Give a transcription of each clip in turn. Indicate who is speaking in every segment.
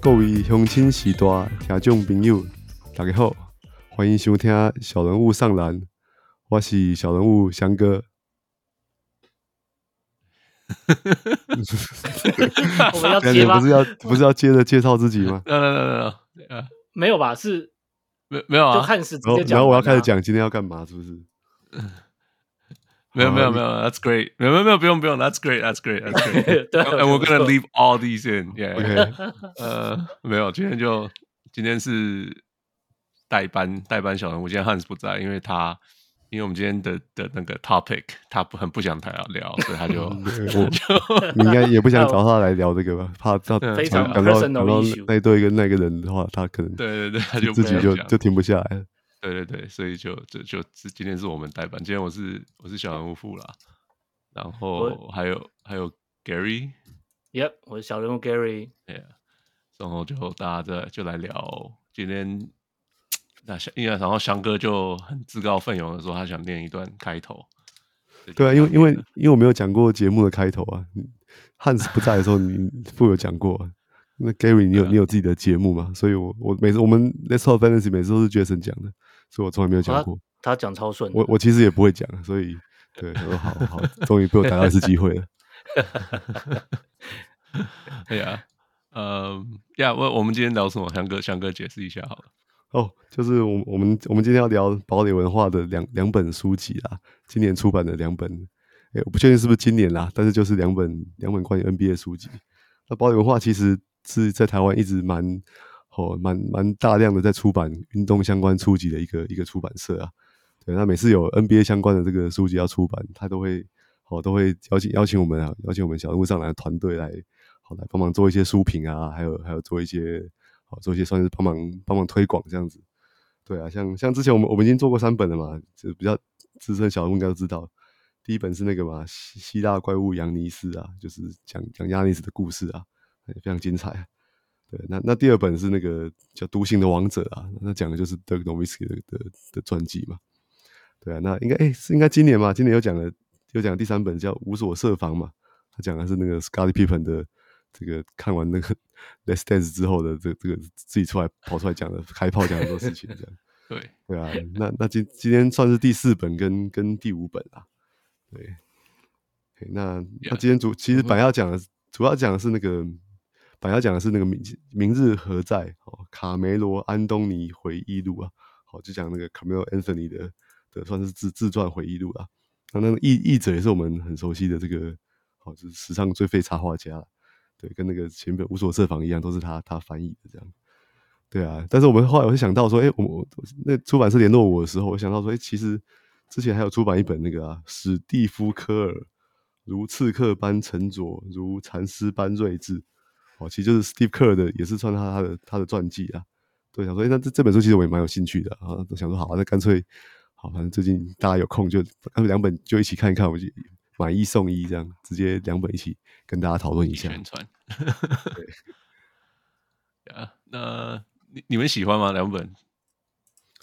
Speaker 1: 各位乡亲时代听众朋友，大家好，欢迎收听《小人物上篮》，我是小人物翔 哥。
Speaker 2: 我们要
Speaker 1: 那
Speaker 2: 接
Speaker 1: 你
Speaker 2: 吗
Speaker 1: 不？是要不是要接着介绍自己吗？
Speaker 3: no no no no no，呃，
Speaker 2: 没有吧？是
Speaker 3: 没没有
Speaker 2: 就
Speaker 3: 啊，
Speaker 2: 汉 斯直
Speaker 1: 然后
Speaker 2: 接讲。啊
Speaker 1: 然后我要开始，讲今天要干嘛，是不是？
Speaker 3: 没有没有
Speaker 1: 好啊
Speaker 3: 没有，That's great，没有没有没有不用不用，That's great，That's great，That's great。
Speaker 2: 对啊
Speaker 3: And we're gonna
Speaker 2: 我觉
Speaker 3: leave all these in，yeah。
Speaker 1: OK，
Speaker 3: 呃，没有，今天就今天是代班代班小人物，今天汉斯不在，因为他因为我们今天的的那个 topic，他不很不想太聊，所以他就
Speaker 1: 我
Speaker 3: 就
Speaker 1: 你应该也不想找他来聊这个吧？怕到
Speaker 3: 嗯
Speaker 2: 非常
Speaker 1: 讲到
Speaker 2: personal
Speaker 1: 讲到
Speaker 2: issue
Speaker 1: 那对跟那个人的话，他可能
Speaker 3: 对对对，他就
Speaker 1: 自己
Speaker 3: 不
Speaker 1: 就
Speaker 3: 想讲
Speaker 1: 就停不下来了。
Speaker 3: 对对对，所以就就就是今天是我们代班，今天我是我是小人物富啦，然后
Speaker 2: 我
Speaker 3: 还有还有 Gary。
Speaker 2: 得 Yep，我是小人物 Gary。
Speaker 3: Yeah，然啊后就大家再就来聊今天，那翔，因为然后翔哥就很自告奋勇的说他想念一段开头。
Speaker 1: 对啊，因为因
Speaker 3: 为
Speaker 1: 为因为我没有讲过节目的开头啊，嗯汉斯不在的时候，你富有讲过啊、那 Gary，你有、
Speaker 3: 对啊
Speaker 1: 你有自己的节目嘛？所以我我每次我们 Let's Talk Fantasy 每次都是 Jason 讲的，所以我从来没有讲
Speaker 3: 啊
Speaker 2: 他
Speaker 1: 过。
Speaker 2: 他讲超顺的，
Speaker 1: 我我其实也不会讲，啊所以对，我说好好，终于被我逮到一次机会了。
Speaker 3: 哎呀，呃呀，我我们今天聊什么？翔哥，翔哥解释一下好了。
Speaker 1: 哦，就是我我们我们今天要聊堡垒文化的两两本书籍啊，今年出版的两本，诶，我不确定是不是今年啦，但是就是两本两本关于 NBA 书籍。那堡垒文化其实是在台湾一直蛮哦蛮蛮大量的在出版运动相关书籍的一个一个出版社啊。对，那每次有 NBA 相关的这个书籍要出版，他都会哦都会邀请邀请我们啊，邀请我们小人物上来的团队来好来帮忙做一些书评啊，还有还有做一些好做一些算是帮忙帮忙推广这样子。对啊，像像之前我们我们已经做过三本了嘛，就比较资深小人物应该都知道。第一本是那个嘛希希腊怪物扬尼斯啊，就是讲讲亚尼斯的故事啊，也非常精彩啊。对，那那第二本是那个叫《独行的王者》啊，那讲的就是 Dirk Nowitzki 的的的传记嘛。对啊，那应该哎、是应该今年嘛，今年有讲了，有讲第三本叫《无所设防》嘛，他讲的是那个 Scottie Pippen 的这个看完那个 Let's Dance 之后的这这个自己出来跑出来讲的开炮讲很多事情这样。
Speaker 3: 对，
Speaker 1: 对啊，那那今今天算是第四本跟跟第五本啦。对，嘿那那
Speaker 3: Yeah.
Speaker 1: 今天主其实
Speaker 3: 嗯哼
Speaker 1: 本来要讲的是主要讲的是那个本来要讲的是那个明明日何在哦，卡梅罗安东尼回忆录啊，好、就讲那个卡梅罗 Anthony 的的算是自自传回忆录啊。那那个译译者也是我们很熟悉的这个哦，就是史上最废插画家，对，跟那个前本无所设防一样，都是他他翻译的这样。对啊，但是我们后来我就想到说，哎、我我那出版社联络我的时候，我想到说，哎、其实之前还有出版一本那个啊，史蒂夫科尔如刺客般沉着，如禅师般睿智，哦，其实就是 Steve Kerr 的，也是算他他的他的传记啊。对，想说，哎、那这这本书其实我也蛮有兴趣的啊，想说好、啊，那干脆好，反正最近大家有空就干脆两本就一起看一看，我就买一送一这样，直接两本一起跟大家讨论一
Speaker 3: 一
Speaker 1: 下。
Speaker 3: 起宣传。 对啊，那你你们喜欢吗？两本？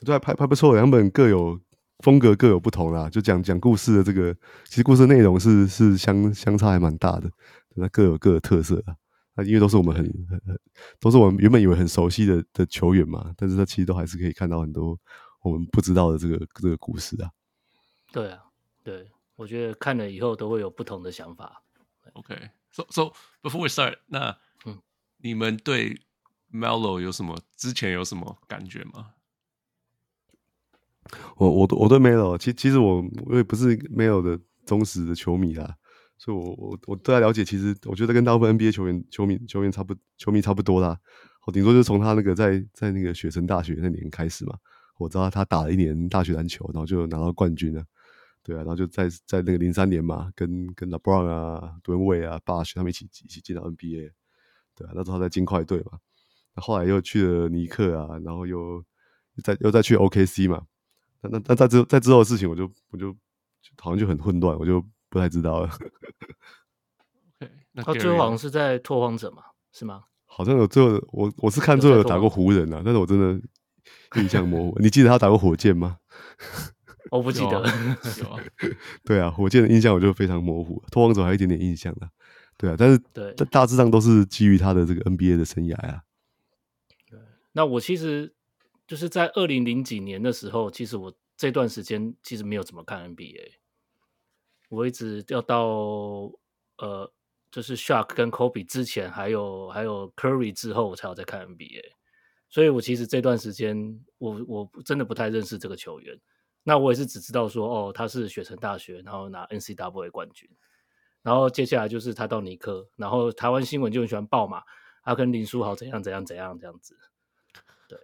Speaker 1: 对啊，拍拍不错，两本各有风格各有不同啦。就讲讲故事的这个，其实故事内容是是相相差还蛮大的，那各有各的特色啊。那因为都是我们很很很，都是我们原本以为很熟悉的的球员嘛，但是他其实都还是可以看到很多我们不知道的这个这个故事啊。
Speaker 2: 对啊，对，我觉得看了以后都会有不同的想法。
Speaker 3: Okay. So so before we start，那
Speaker 2: 嗯
Speaker 3: 你们对 Melo 有什么之前有什么感觉吗？
Speaker 1: 我我我对 Melo，其其实我我也不是 Melo 的忠实的球迷啦，所以我我我对他了解，其实我觉得跟大部分 NBA 球员、球迷、球员差不球迷差不多啦。我顶多就是从他那个在在那个雪城大学那年开始嘛，我知道他打了一年大学篮球，然后就拿到冠军了。对啊，然后就在在那个零三年嘛，跟跟 LeBron 啊、d w a n Wade 啊、Bosh 他们一起一起进到 NBA，对啊，那时候他在金块队嘛，那后来又去了尼克啊，然后又再又再去 OKC 嘛，那那那在之在之后的事情我，就我就就好像就很混乱，我就不太知道了，
Speaker 3: OK，那
Speaker 2: 他
Speaker 3: Gary
Speaker 2: 最后好
Speaker 3: 呢
Speaker 2: 像是在拓荒者嘛，是吗？
Speaker 1: 好像有最后我我是看
Speaker 2: 有
Speaker 1: 最后
Speaker 2: 在
Speaker 1: 有
Speaker 2: 做
Speaker 1: 打
Speaker 2: 吗
Speaker 1: 过湖人啊，但是我真的印象模糊。你记得他打过火箭吗？
Speaker 2: 哦我不记得
Speaker 3: 有。啊有啊，
Speaker 1: 对啊，火箭的印象我就非常模糊，拓荒者还有一点点印象啦。对啊，但是
Speaker 2: 对
Speaker 1: 大大致上都是基于他的这个 NBA 的生涯啊。
Speaker 2: 那我其实就是在二零零几年的时候，其实我这段时间其实没有怎么看 NBA，我一直要到呃，就是 Shark 跟 Kobe 之前，还有还有 Curry 之后，我才有在看 NBA。所以我其实这段时间，我我真的不太认识这个球员。那我也是只知道说，哦，他是雪城大学，然后拿 NCAA 冠军，然后接下来就是他到尼克，然后台湾新闻就很喜欢报嘛，他跟林书豪怎样怎样怎样这样子。对，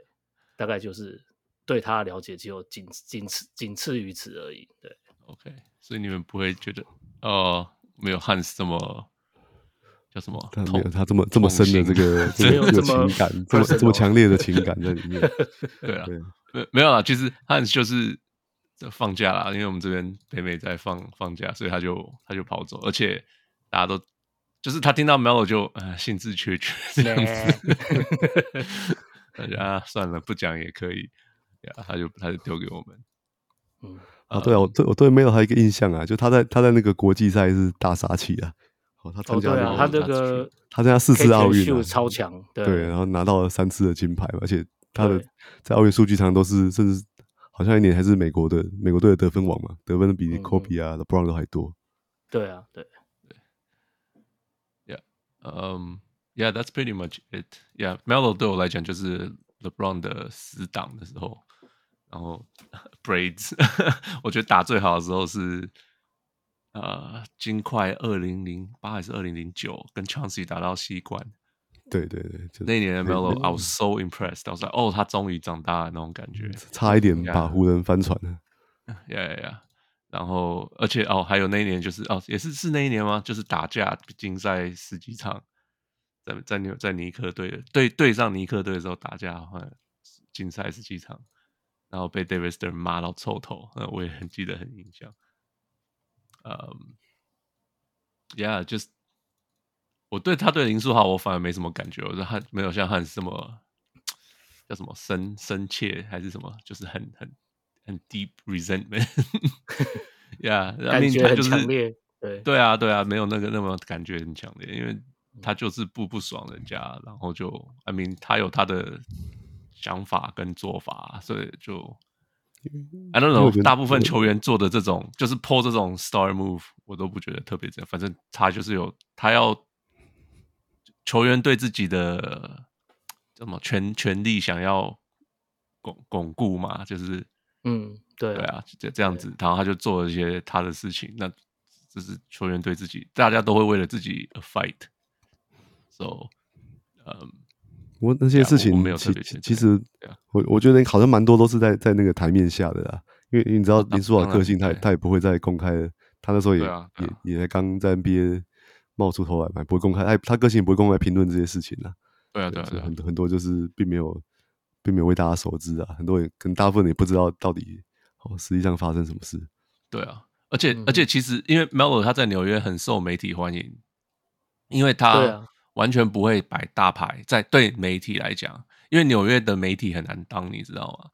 Speaker 2: 大概就是对他的了解只有仅仅此仅次于此而已。对，
Speaker 3: OK，所以你们不会觉得哦，没有汉斯这么叫什么
Speaker 1: 他没
Speaker 3: 痛
Speaker 1: 有他这么这么深的这个
Speaker 3: 同情
Speaker 1: 这
Speaker 2: 没有
Speaker 1: 个这
Speaker 2: 这
Speaker 1: 个
Speaker 2: 么
Speaker 1: 情感，这么
Speaker 2: personal
Speaker 1: 这么强烈的情感在 里面。
Speaker 3: 对啊，
Speaker 1: 对
Speaker 3: 没没有啦，其实汉斯就是在放假啦，因为我们这边北美在放放假，所以他就他就跑走，而且大家都就是他听到 Melo 就啊、呃兴致缺缺这样子， 他就啊算了不讲也可以，呀他就他就丢给我们，
Speaker 2: 嗯，
Speaker 1: 啊，对啊，我对我对 Melo 还有一个印象啊，就他在他在那个国际赛是大杀器啊，哦，他参
Speaker 2: 哦
Speaker 1: 加
Speaker 2: 对
Speaker 1: 那
Speaker 2: 啊，
Speaker 1: 个
Speaker 2: 他
Speaker 3: 这
Speaker 2: 这个
Speaker 1: 他参加四次奥
Speaker 2: catch and
Speaker 1: 运啊
Speaker 2: shoot 超强，对
Speaker 1: 对，啊然后拿到了三次的金牌嘛，而且他的
Speaker 2: 对
Speaker 1: 在奥运数据上都是，甚至好像一年还是美国的美国队的得分王嘛，得分比
Speaker 2: 嗯
Speaker 1: Kobe 啊、LeBron 都还多。
Speaker 2: 对啊，对。
Speaker 3: 嗯、y e a h that's pretty much it，Yeah，Melo 对我来讲就是 LeBron 的死党的时候，然后 Braids，我 觉得打最好的时候是呃金块二零零八还是二零零九跟 Chauncey 打到西冠
Speaker 1: 对对对，就
Speaker 3: 那一年的
Speaker 1: 没
Speaker 3: Melo，I was so impressed，I was like，哦，他终于长大了那种感觉
Speaker 1: 差一点
Speaker 3: 呀
Speaker 1: 把湖人翻船了。
Speaker 3: ，Yeah Yeah Yeah。然后，而且哦，还有那一年就是哦，也是是那一年吗？就是打架竞赛十几场，在在纽在尼克队的对对上尼克队的时候打架，好像竞赛十几场，然后被 Davis 的人骂到臭头， 嗯，我也很记得很印象。嗯、y e a h j u s t 我对他对林书豪我反而没什么感觉，我说他没有像汉斯这么叫什么深深切还是什么，就是很很很 deep resentment。yeah，I
Speaker 2: 感
Speaker 3: mean，
Speaker 2: 觉
Speaker 3: 他
Speaker 2: 很
Speaker 3: 就是
Speaker 2: 强烈。对，
Speaker 3: 对啊，对啊，没有那个那么感觉很强烈，因
Speaker 1: 嗯
Speaker 3: 为他就是不不爽人家，然后就，I mean，他有他的想法跟做法，所以就，I don't
Speaker 1: 嗯因为我觉
Speaker 3: know，
Speaker 1: 得
Speaker 3: 大部分球员做的这种就是 p 这种 star move，我都不觉得特别怎样，反正他就是有他要球员对自己的叫什么权权利想要巩巩固嘛，就是
Speaker 2: 嗯，对
Speaker 3: 对，啊，这这样子，然后他就做了一些他的事情，那这是球员对自己，大家都会为了自己 a fight。So，嗯，
Speaker 1: 不过那些事
Speaker 3: 我
Speaker 1: 情
Speaker 3: 没有特
Speaker 1: 其
Speaker 3: 别去
Speaker 1: 其
Speaker 3: 对
Speaker 1: 其实
Speaker 3: 对啊
Speaker 1: 我我觉得好像蛮多都是在在那个台面下的啦，因为因为你知道
Speaker 3: 当
Speaker 1: 林书豪
Speaker 3: 哦当
Speaker 1: 个
Speaker 3: 然
Speaker 1: 性他也
Speaker 3: 对
Speaker 1: 他也不会再公开了，他那时候也
Speaker 3: 对啊对啊
Speaker 1: 也也才刚在 NBA 冒出头来嘛，不会公开，他他个性也不会公开评论这些事情啦。
Speaker 3: 对啊，对
Speaker 1: 对，
Speaker 3: 啊，
Speaker 1: 所
Speaker 3: 对
Speaker 1: 以
Speaker 3: 啊
Speaker 1: 很，多很多就是并没有，并没有为大家熟知啊，很多人可能大部分人也不知道到底哦实际上发生什么事。
Speaker 3: 对啊。而且
Speaker 2: 嗯
Speaker 3: 而且，其实因为 Melo 他在纽约很受媒体欢迎，因为
Speaker 2: 对
Speaker 3: 他
Speaker 2: 啊
Speaker 3: 完全不会摆大牌，在对媒体来讲，因为纽约的媒体很难当，你知道吗？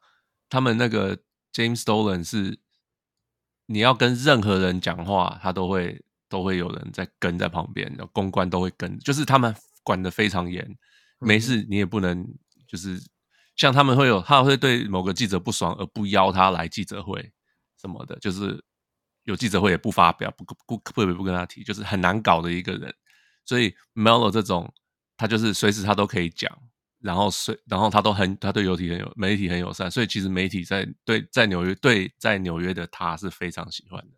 Speaker 3: 他们那个 James Dolan 是，你要跟任何人讲话，他都会都会有人在跟在旁边，公关都会跟，就是他们管得非常严，没事你也不能就是像他们会有，他会对某个记者不爽而不邀他来记者会什么的，就是有记者会也不发表，不不特别不跟他提，就是很难搞的一个人。所以 Melo 这种，他就是随时他都可以讲，然后随然后他都很他对游体很有媒体很友善，所以其实媒体在对在纽约对在纽约的他是非常喜欢的，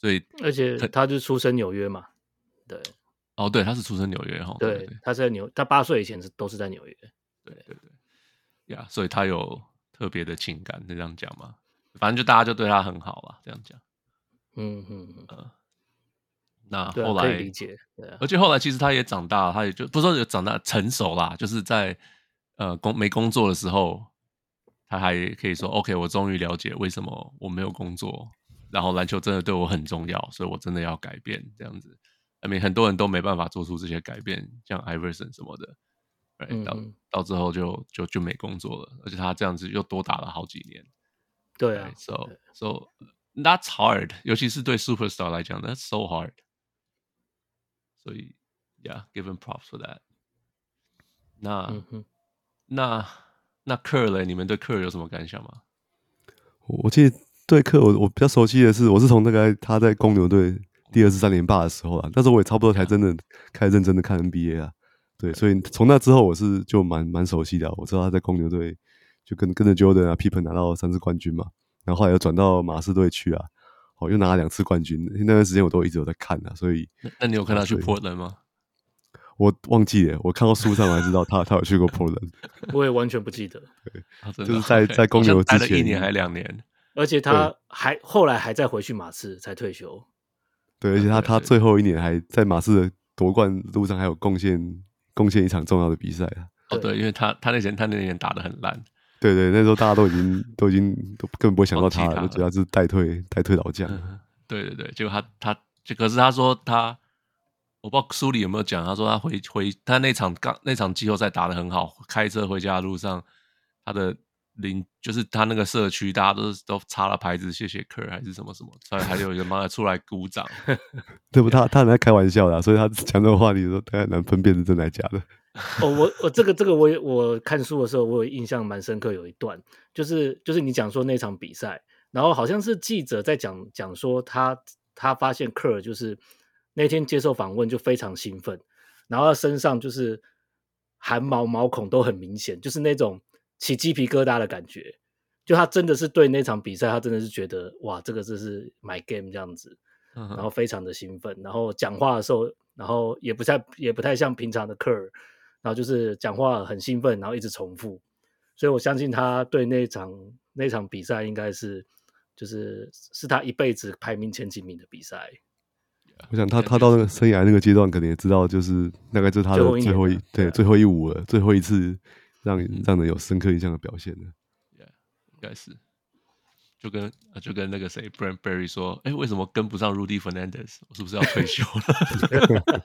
Speaker 3: 所以
Speaker 2: 而且他就出生纽约嘛，对
Speaker 3: 哦对，他是出生纽约哈，对
Speaker 2: 对，他是在纽，他八岁以前是都是在纽约，
Speaker 3: 对呀，所以他有特别的情感，就这样讲嘛，反正就大家就对他很好啦，这样讲。
Speaker 2: 嗯嗯，嗯
Speaker 3: 那
Speaker 2: 对
Speaker 3: 呃后
Speaker 2: 啊，
Speaker 3: 来、
Speaker 2: 可以理解，对啊
Speaker 3: 而，且后来其实他也长大了，他也就不是说有长大成熟啦，就是在呃工没工作的时候，他还可以说 OK，我终于了解为什么我没有工作，然后篮球真的对我很重要，所以我真的要改变这样子。I mean，很多人都没办法做出这些改变，像 Iverson 什么的，right,
Speaker 2: 嗯
Speaker 3: 到
Speaker 2: 嗯
Speaker 3: 到之后就就就没工作了，而且他这样子又多打了好几年。
Speaker 2: 对啊
Speaker 3: Right,，so so that's hard，尤其是对 superstar 来讲，that's so hard。所以，yeah，given props for that 那。
Speaker 2: 嗯哼，
Speaker 3: 那那克尔嘞，你们对克尔有什么感想吗？
Speaker 1: 我我记得对克我我比较熟悉的是，我是从大概他在公牛队第二次三连霸的时候啊，那时候我也差不多才真的开始认真的看 NBA 啊。对，所以从那之后我是就蛮蛮熟悉的啊、我知道他在公牛队就跟跟着 Jordan 啊 Pippen 拿到三次冠军嘛，然后后来又转到马刺队去啊，哦又拿了两次冠军。那段时间我都一直有在看啊，所以
Speaker 3: 那那你有看他去
Speaker 1: 对
Speaker 3: Portland 吗？
Speaker 1: 我忘记了，我看到书上我才知道他他有去过 Portland。
Speaker 2: 我也完全不记得。
Speaker 3: 啊真的
Speaker 1: 就是在
Speaker 3: OK，
Speaker 1: 在公
Speaker 3: 好像
Speaker 1: 牛之
Speaker 3: 待了一
Speaker 1: 前
Speaker 3: 年还两年，
Speaker 2: 而且他还后来还再回去马刺才退休，
Speaker 1: 对，而且他
Speaker 3: 对
Speaker 1: 他
Speaker 3: 对
Speaker 1: 最后一年还在马刺的夺冠路上还有贡献贡献一场重要的比赛啊。
Speaker 3: 哦，
Speaker 2: 对
Speaker 3: 对，因为他他那前他那年打的很烂，
Speaker 1: 对对，那时候大家都已经都已经都根本不会想到
Speaker 3: 忘记
Speaker 1: 他
Speaker 3: 他
Speaker 1: 了，
Speaker 3: 了
Speaker 1: 就觉得他是代退代退老
Speaker 2: 嗯
Speaker 1: 将。
Speaker 3: 对对对，结果他他就可是他说他，我不知道书里有没有讲，他说他回回他那场刚那场季后赛打得很好，开车回家的路上，他的邻就是他那个社区大家都是都插了牌子，谢谢客还是什么什么，所以还有人帮他出来鼓 掌，
Speaker 1: 对不？他他很在开玩笑啦，所以他讲这种话，你说他很难分辨是真还假的。
Speaker 2: 哦，我我这个这个我也我看书的时候，我有印象蛮深刻，有一段就是就是你讲说那场比赛，然后好像是记者在讲讲说他他发现科尔就是那天接受访问就非常兴奋，然后他身上就是汗毛毛孔都很明显，就是那种起鸡皮疙瘩的感觉。就他真的是对那场比赛，他真的是觉得哇，这个这是 my game 这样子。
Speaker 3: 嗯
Speaker 2: 然后非常的兴奋，然后讲话的时候，然后也不太也不太像平常的客人，然后就是讲话很兴奋，然后一直重复，所以我相信他对那场那场比赛应该是就是是他一辈子排名前几名的比赛，
Speaker 1: 我想他
Speaker 3: 感觉
Speaker 1: 他到那个
Speaker 3: 是
Speaker 1: 生涯那个阶段，可能也知道，就是大概就是他的
Speaker 2: 最后一
Speaker 1: 最
Speaker 2: 年
Speaker 1: 后
Speaker 2: 了
Speaker 1: 一
Speaker 2: 对嗯
Speaker 1: 对
Speaker 2: 啊
Speaker 1: 最后一舞了，最后一次让让人有深刻印象的表现了。
Speaker 3: 应该是，就跟呃就跟那个谁 Brent Berry 说，哎，为什么跟不上 Rudy Fernandez？我是不是要退休了？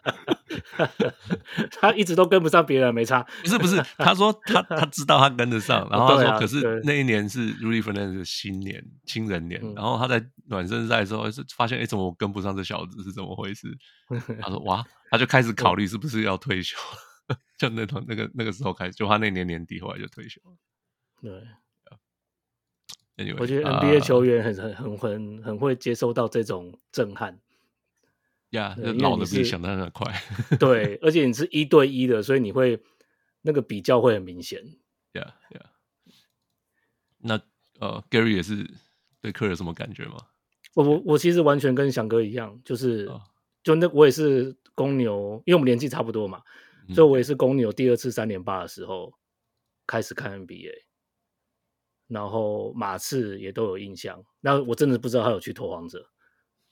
Speaker 2: 他一直都跟不上别人，没差，
Speaker 3: 不是不是， 他说他他知道他跟得上，然后他
Speaker 2: 对
Speaker 3: 说，
Speaker 2: 啊
Speaker 3: 可是
Speaker 2: 对
Speaker 3: 那一年是 Rudy Fernandez 的新年新人年，
Speaker 2: 嗯
Speaker 3: 然后他在暖身赛的时候是发现，哎，怎么我跟不上这小子是怎 么回事？他说哇，他就开始考虑是不是要退休 了，就那段那个那个时候开始，就他那年年底后来就退休了。
Speaker 2: 对。
Speaker 3: Anyway，呃
Speaker 2: 我觉得 NBA 球
Speaker 3: 员
Speaker 2: 员很很很很很会接收到这种震撼，
Speaker 3: 呀，
Speaker 2: 对
Speaker 3: 那
Speaker 2: 呃因为
Speaker 3: 老
Speaker 2: 你
Speaker 3: 的比
Speaker 2: 是
Speaker 3: 想的很快
Speaker 2: 对，而且你是一对一的，所以你会那个比较会很明显。
Speaker 3: 呀呀。那呃，Gary 也是对客有什么感觉吗？
Speaker 2: 我我我其实完全跟翔哥一样，就是、
Speaker 3: 哦
Speaker 2: 就那我也是公牛，因为我们年纪差不多嘛，
Speaker 3: 嗯
Speaker 2: 所以我也是公牛第二次三连霸的时候开始看 NBA，然后马刺也都有印象。那我真的不知道他有去拓荒者，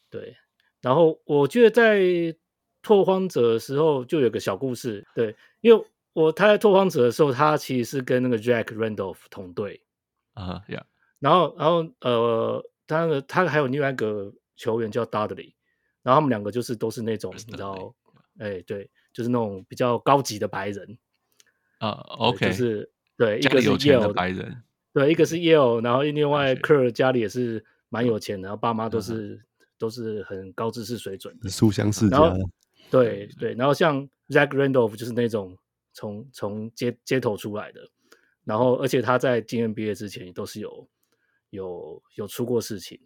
Speaker 2: 对。然后我觉得在拓荒者的时候就有个小故事，对，因为我他在拓荒者的时候，他其实是跟那个 Jack Randolph 同队，
Speaker 3: 啊呀，
Speaker 2: 然后，然后呃，他那个他还有另外一个球员叫 Dudley，然后他们两个就是都是那种
Speaker 3: Chris
Speaker 2: 你知道
Speaker 3: Dudley，
Speaker 2: 哎，对，就是那种比较高级的白人。
Speaker 3: 啊
Speaker 2: 对
Speaker 3: ，OK，
Speaker 2: 就是对，一
Speaker 3: 家
Speaker 2: 个
Speaker 3: 里
Speaker 2: 是
Speaker 3: 有钱
Speaker 2: Yale
Speaker 3: 的白人，
Speaker 2: 对，一个是 Yale，然后另外
Speaker 3: 学
Speaker 2: Kerr 家里也是蛮有钱的，然后爸妈都
Speaker 3: 嗯哼
Speaker 2: 是、都是很高知识水准的。
Speaker 1: 书香世家
Speaker 2: 然后
Speaker 1: 了，
Speaker 2: 对对，然后像 Zach Randolph 就是那种从从街街头出来的，然后而且他在进 NBA 之前也都是有有有出过事情。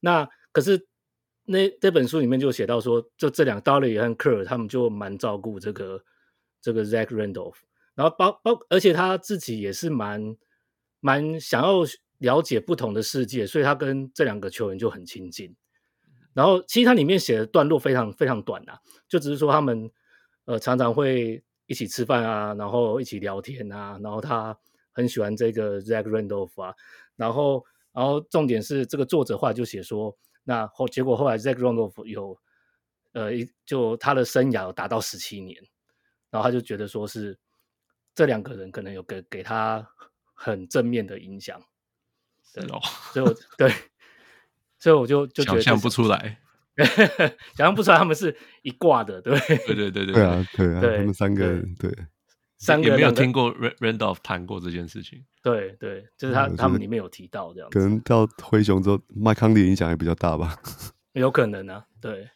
Speaker 2: 那可是那这本书里面就写到说，就这两 Dolly 和 Kerr 他们就蛮照顾这个这个 Zach Randolph，然后包包而且他自己也是蛮蛮想要了解不同的世界，所以他跟这两个球员就很亲近。然后其实它里面写的段落非常非常短啊，就只是说他们呃常常会一起吃饭啊，然后一起聊天啊，然后他很喜欢这个 Zach Randolph 啊，然后然后重点是这个作者话就写说，那后结果后来 Zach Randolph 有呃一就他的生涯有达到十七年，然后他就觉得说是这两个人可能有给给他很正面的影响，
Speaker 3: 是哦，
Speaker 2: 所以我 对，所以我就就觉
Speaker 3: 想
Speaker 2: 得
Speaker 3: 象
Speaker 2: 这
Speaker 3: 不
Speaker 2: 是
Speaker 3: 出来。
Speaker 2: 想象不出来他们是一挂的，对不对？
Speaker 3: 对对对对
Speaker 1: 对啊，对啊，
Speaker 2: 对
Speaker 1: 他们三个
Speaker 2: 对
Speaker 1: 对，
Speaker 2: 三个
Speaker 3: 也没有
Speaker 2: 两个
Speaker 3: 听过 Ra- Randolph 谈过这件事情。
Speaker 2: 对对，就是他
Speaker 1: 嗯
Speaker 2: 他
Speaker 1: 就
Speaker 2: 们
Speaker 1: 是
Speaker 2: 里面有提到这样
Speaker 1: 可
Speaker 2: 子，
Speaker 1: 能到灰熊之后，麦康利的影响也比较大吧。
Speaker 2: 有可能啊，对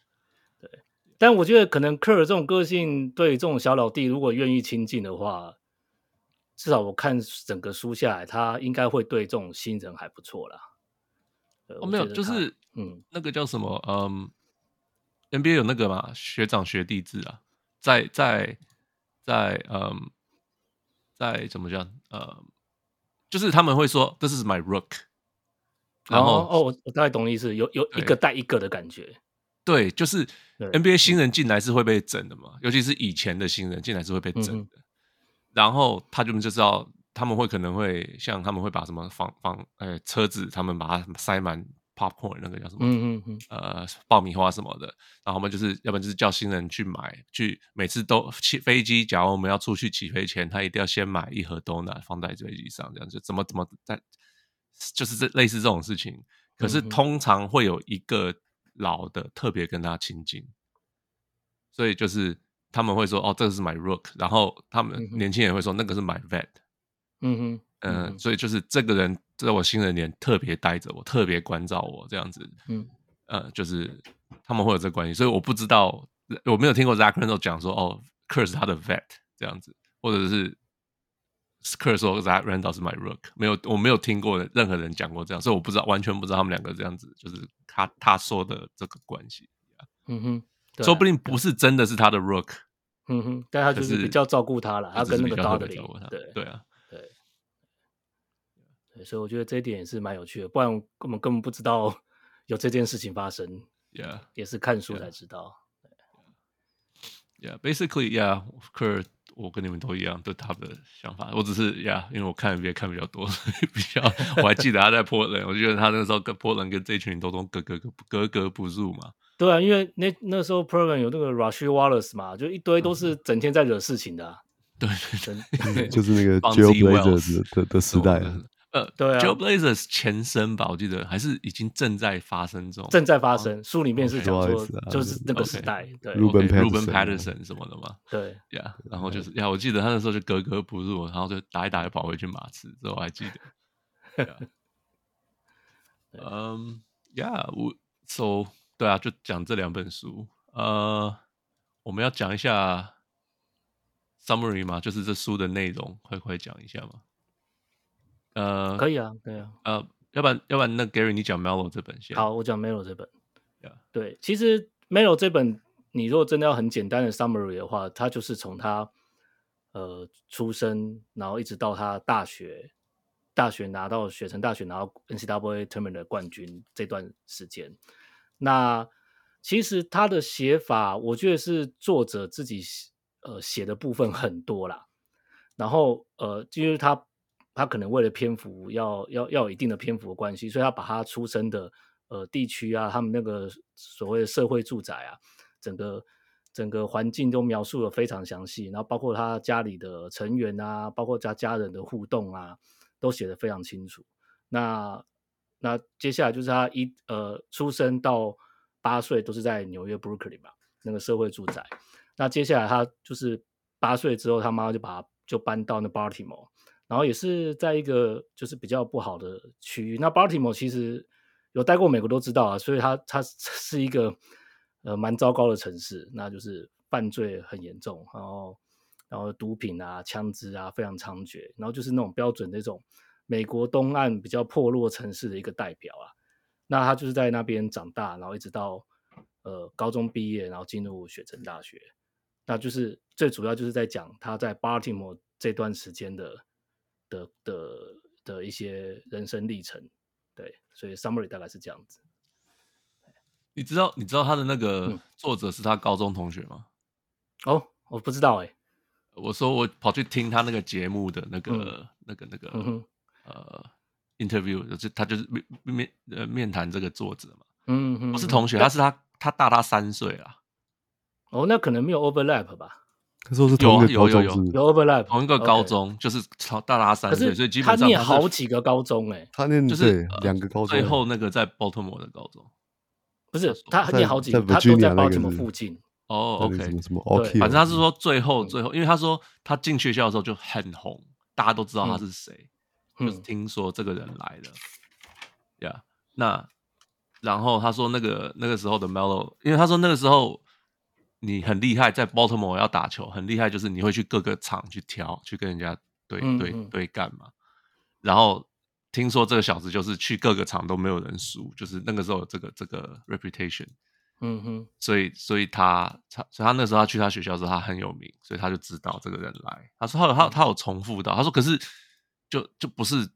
Speaker 2: 对。但我觉得可能科尔这种个性，对这种小老弟，如果愿意亲近的话，至少我看整个书下来，他应该会对这种新人还不错啦。呃
Speaker 3: 哦，没有，
Speaker 2: 我觉得
Speaker 3: 就
Speaker 2: 他
Speaker 3: 是
Speaker 2: 嗯，
Speaker 3: 那个叫什么，嗯，NBA 有那个嘛，学长学弟制啊，在在在，嗯，在怎么讲，呃，就是他们会说 this is my rook，然后、哎
Speaker 2: 哦，哦我我大概懂你意思，有有一
Speaker 3: 对
Speaker 2: 个带一个的感觉。
Speaker 3: 对，就是
Speaker 2: 对嗯
Speaker 3: NBA 新人进来是会被整的嘛，尤其是以前的新人进来是会被整的。
Speaker 2: 嗯哼
Speaker 3: 然后他就就知道他们会可能会像他们会把什么房房呃车子，他们把它塞满 popcorn 那个叫什么？
Speaker 2: 嗯嗯嗯，
Speaker 3: 呃爆米花什么的，然后我们就是要不然就是叫新人去买，去每次都起飞机，假如我们要出去起飞前，他一定要先买一盒 donut 放在飞机上，这样就怎么怎么在，就是这类似这种事情。可是
Speaker 2: 嗯哼
Speaker 3: 通常会有一个老的特别跟他亲近，所以就是他们会说哦，这个是买 rook，然后他们
Speaker 2: 嗯哼
Speaker 3: 年轻人会说那个是买 vet，
Speaker 2: 嗯哼，嗯
Speaker 3: 嗯，
Speaker 2: 哼
Speaker 3: 所以就是这个人在我新人年特别带着我，特别关照我这样子，
Speaker 2: 嗯，
Speaker 3: 呃，就是他们会有这关系，所以我不知道，我没有听过 Zach Randall 讲说哦，Curse 他的 vet 这样子，或者是 Curse 说 Zach Randall 是 my rook，没有，我没有听过任何人讲过这样，所以我不知道，完全不知道他们两个这样子，就是他他说的这个关系，
Speaker 2: 嗯哼，对啊
Speaker 3: 说不定不是真的是他的 rook，
Speaker 2: 嗯哼，但他就
Speaker 3: 可
Speaker 2: 是
Speaker 3: 是
Speaker 2: 比较照顾他了，他
Speaker 3: 只是
Speaker 2: 跟那
Speaker 3: 比
Speaker 2: 个
Speaker 3: 较
Speaker 2: 道
Speaker 3: 特
Speaker 2: 的
Speaker 3: 别照顾他，
Speaker 2: 对
Speaker 3: 对啊，
Speaker 2: 对对，所以我觉得这一点也是蛮有趣的，不然我们根本不知道 有这件事情发生，
Speaker 3: ，yeah。
Speaker 2: 也是看书
Speaker 3: Yeah
Speaker 2: 才知道。
Speaker 3: Yeah, basically, yeah. Kerr，我跟你们都一样，对他的想法。我只是 Yeah，因为我看 NBA 看比较多，所以比较我还记得他在 Portland，我就觉得他那时候跟 Portland 跟这一群都都格格格格不入嘛。
Speaker 2: 对啊，因为那那时候 program 有那个 Rashi Wallace 嘛，就一堆都是整天在惹事情的啊、
Speaker 3: 嗯对对
Speaker 2: 对
Speaker 3: 对，
Speaker 1: 就是那个
Speaker 3: Bonzi
Speaker 1: Joe Blazers
Speaker 3: Wells
Speaker 1: 的的的时代啊，
Speaker 3: 呃，
Speaker 2: 对啊
Speaker 3: j o e Blazers 前身吧，我记得还是已经正在发生中。
Speaker 2: 正在发生。书里面是
Speaker 3: OK
Speaker 2: 讲说
Speaker 1: Wallace 啊，
Speaker 2: 就是那个
Speaker 3: OK
Speaker 2: 时代，对
Speaker 1: Ruben
Speaker 3: Ruben
Speaker 1: Patterson 啊
Speaker 3: Patterson 什么的嘛。
Speaker 2: 对，
Speaker 3: Yeah，然后就是呀，我记得他那时候就格格不入，然后就打一打就跑回去马刺，这我还记 得。Yeah. 嗯，Yeah，我 So 对啊，就讲这两本书。呃，我们要讲一下 summary 嘛，就是这书的内容，快快讲一下嘛。呃，
Speaker 2: 可
Speaker 3: 以。
Speaker 2: 以啊，对啊。
Speaker 3: 呃，要不然要不然那 Gary 你讲 Melo 这本先。
Speaker 2: 好，我讲 Melo 这本
Speaker 3: Yeah
Speaker 2: 对，其实 Melo 这本，你如果真的要很简单的 summary 的话，它就是从他呃出生，然后一直到他大学，大学拿到雪城大学拿到 NCAA tournament 的冠军这段时间。那其实他的写法，我觉得是作者自己写呃写的部分很多啦。然后呃，就是他他可能为了篇幅要要要有一定的篇幅的关系，所以他把他出生的呃地区啊，他们那个所谓的社会住宅啊，整个整个环境都描述的非常详细，然后包括他家里的成员啊，包括他家人的互动啊，都写的非常清楚。那那接下来就是他一呃出生到八岁都是在纽约 Brooklyn 嘛，那个社会住宅。那接下来他就是八岁之后，他妈妈就把他就搬到那 Baltimore，然后也是在一个就是比较不好的区域。那 Baltimore 其实有待过美国都知道啊，所以它它是一个呃蛮糟糕的城市，那就是犯罪很严重，然后然后毒品啊、枪支啊非常猖獗，然后就是那种标准那种美国东岸比较破落城市的一个代表啊。那他就是在那边长大，然后一直到呃高中毕业，然后进入雪城大学。那就是最主要就是在讲他在 Baltimore 这段时间的的的的一些人生历程。对，所以 summary 大概是这样子。
Speaker 3: 你知道你知道他的那个
Speaker 2: 嗯
Speaker 3: 作者是他高中同学吗？
Speaker 2: 哦，我不知道哎、
Speaker 3: 我说我跑去听他那个节目的那
Speaker 2: 嗯
Speaker 3: 个那个那个
Speaker 2: 嗯哼，
Speaker 3: 呃 interview，就是他就是面面呃面谈这个作者嘛，
Speaker 2: 嗯哼，
Speaker 3: 不是同学，他是他他大他三岁啊，
Speaker 2: 哦，那可能没有 overlap 吧？
Speaker 1: 他说是同一个
Speaker 3: 有啊
Speaker 1: 高
Speaker 3: 有有
Speaker 1: 中
Speaker 3: 有
Speaker 1: 是不是？
Speaker 2: 有 overlap，
Speaker 3: 同一个高中就是超大他
Speaker 2: OK，
Speaker 3: 三岁，
Speaker 2: 可
Speaker 3: 所以
Speaker 2: 是
Speaker 3: 基
Speaker 2: 他
Speaker 3: 本上
Speaker 2: 念
Speaker 3: 他是
Speaker 2: 好几个高中哎、
Speaker 1: 他念
Speaker 3: 就是
Speaker 1: 对
Speaker 3: 呃
Speaker 1: 两个高中，
Speaker 3: 最后那个在 Baltimore 的高中。
Speaker 2: 不是
Speaker 3: 在
Speaker 2: 他念好几个，
Speaker 1: 在
Speaker 2: 他都在
Speaker 1: Virginia 那个
Speaker 2: Baltimore
Speaker 1: 是
Speaker 2: 附近。
Speaker 3: 哦
Speaker 1: 那个什
Speaker 3: ，OK，
Speaker 1: 么什么
Speaker 2: 对
Speaker 1: OK，
Speaker 3: 反正他是说最后
Speaker 2: 嗯
Speaker 3: 最后，因为他说他进学校的时候就很红，大家都知道他是谁，就是
Speaker 2: 嗯
Speaker 3: 听说这个人来了，呀、那然后他说那个那个时候的 Melo，因为他说那个时候你很厉害，在 Baltimore 要打球很厉害，就是你会去各个场去挑，去跟人家对
Speaker 2: 嗯
Speaker 3: 对
Speaker 2: 嗯
Speaker 3: 对干嘛。然后听说这个小子就是去各个场都没有人输，就是那个时候有这个这个 reputation，
Speaker 2: 嗯哼，
Speaker 3: 所以所以他他所以他那时候他去他学校的时候他很有名，所以他就知道这个人来。他说他有他有
Speaker 2: 嗯
Speaker 3: 他有重复到，他说可是就就不是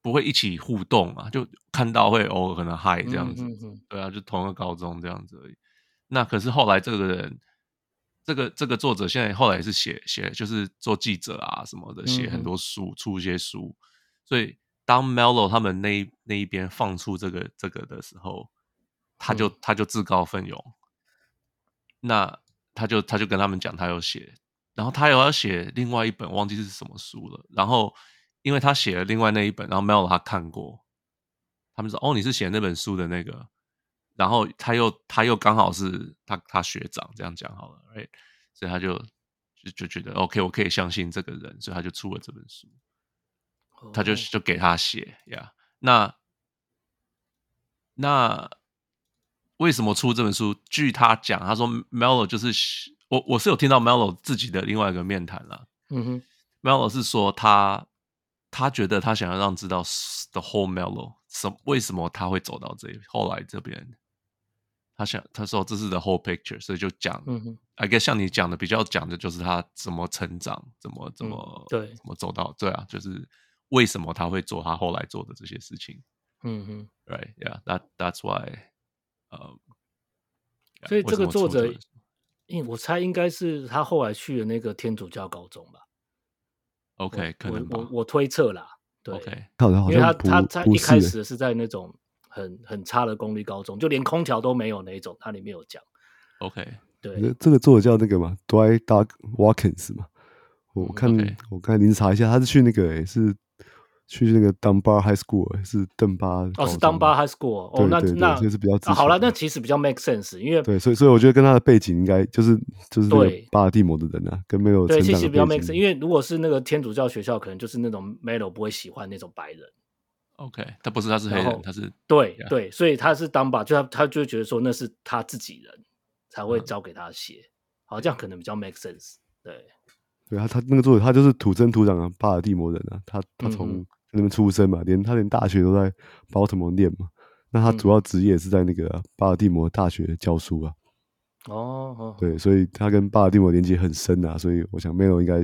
Speaker 3: 不会一起互动嘛，就看到会偶尔可能嗨这样子，
Speaker 2: 嗯哼
Speaker 3: 对啊，就同一个高中这样子而已。那可是后来这个人，这个这个作者现在后来也是写写，就是做记者啊什么的，写
Speaker 2: 嗯
Speaker 3: 很
Speaker 2: 哼
Speaker 3: 多书，出一些书。所以当 Melo 他们那一那一边放出这个这个的时候，他就、
Speaker 2: 嗯
Speaker 3: 他就自告奋勇，那他就他就跟他们讲他有写，然后他有要写另外一本忘记是什么书了，然后因为他写了另外那一本，然后 Melo 他看过，他们说哦你是写那本书的那个，然后他又他又刚好是他他学长这样讲好了，right？所以他就就就觉得 OK 我可以相信这个人，所以他就出了这本书。
Speaker 2: 哼，
Speaker 3: 他就
Speaker 2: 哦
Speaker 3: 就给他写呀。那那为什么出这本书？据他讲，他说 Melo 就是喜我我是有听到 Melo 自己的另外一个面谈啦。
Speaker 2: 嗯哼
Speaker 3: Melo 是说他他觉得他想要让知道 s- the whole Melo 什为什么他会走到这里，后来这边。他想，他说这是 the whole picture，所以就讲，
Speaker 2: 嗯哼，
Speaker 3: I guess 像你讲的，比较讲的就是他怎么成长，怎么怎
Speaker 2: 嗯
Speaker 3: 么、
Speaker 2: 对
Speaker 3: 怎么走到对啊，就是为什么他会做他后来做的这些事情
Speaker 2: 嗯哼。
Speaker 3: ，right? Yeah, that that's why. 呃、yeah，
Speaker 2: 所以
Speaker 3: 为
Speaker 2: 这
Speaker 3: 什
Speaker 2: 个
Speaker 3: 么
Speaker 2: 作
Speaker 3: 出这
Speaker 2: 者
Speaker 3: 本书，
Speaker 2: 因我猜应该是他后来去的那个天主教高中吧。我
Speaker 3: ，OK，可能吧
Speaker 2: 我我我推测啦，对
Speaker 3: o k
Speaker 1: 看好
Speaker 2: 因为他
Speaker 1: 像不
Speaker 2: 他他
Speaker 1: 不
Speaker 2: 一
Speaker 1: 是、欸，
Speaker 2: 开始是在那种很很差的公立高中，就连空调都没有那一种，它里面有讲。
Speaker 3: OK，
Speaker 2: 对，哦
Speaker 1: 这个作者叫那个嘛 d w i g h t Watkins 嘛。我看、
Speaker 3: OK
Speaker 1: 我刚才临时查一下，他是去那个、欸、是去那个 Dunbar High School，、欸、是邓巴
Speaker 2: 哦，
Speaker 1: 高中
Speaker 2: 是 Dunbar High School 哦。哦，
Speaker 1: 对
Speaker 2: 那
Speaker 1: 对对
Speaker 2: 那
Speaker 1: 所以是比较之
Speaker 2: 啊好了，
Speaker 1: 前的
Speaker 2: 那其实比较 make sense，因 为
Speaker 1: 对，所以所以我觉得跟他的背景应该就是就是那个
Speaker 2: 对
Speaker 1: 巴尔的摩的人啊，跟没有成
Speaker 2: 对，其
Speaker 1: 长
Speaker 2: 实
Speaker 1: 的
Speaker 2: 比较
Speaker 1: 背
Speaker 2: make sense，
Speaker 1: 景，
Speaker 2: 因为如果是那个天主教学校，可能就是那种 Melo 不会喜欢那种白人。
Speaker 3: OK，他不是他是黑
Speaker 2: 然
Speaker 3: 人，
Speaker 2: 后
Speaker 3: 他是
Speaker 2: 对
Speaker 3: Yeah
Speaker 2: 对，所以他是 Dunbar，就他他就觉得说那是他自己人才会
Speaker 3: 嗯
Speaker 2: 交给他写，好，这样可能比较 make sense。对，
Speaker 1: 对他他那个作者他就是土生土长的巴尔的摩人啊，他他
Speaker 2: 嗯
Speaker 1: 从
Speaker 2: 哼
Speaker 1: 那边出生嘛，连他连大学都在 Baltimore 念嘛，那他
Speaker 2: 嗯
Speaker 1: 主要职业是在那个啊、巴尔的摩大学教书啊，
Speaker 2: 哦，哦
Speaker 1: 对，所以他跟巴尔的摩连接很深啊，所以我想 Melo 应该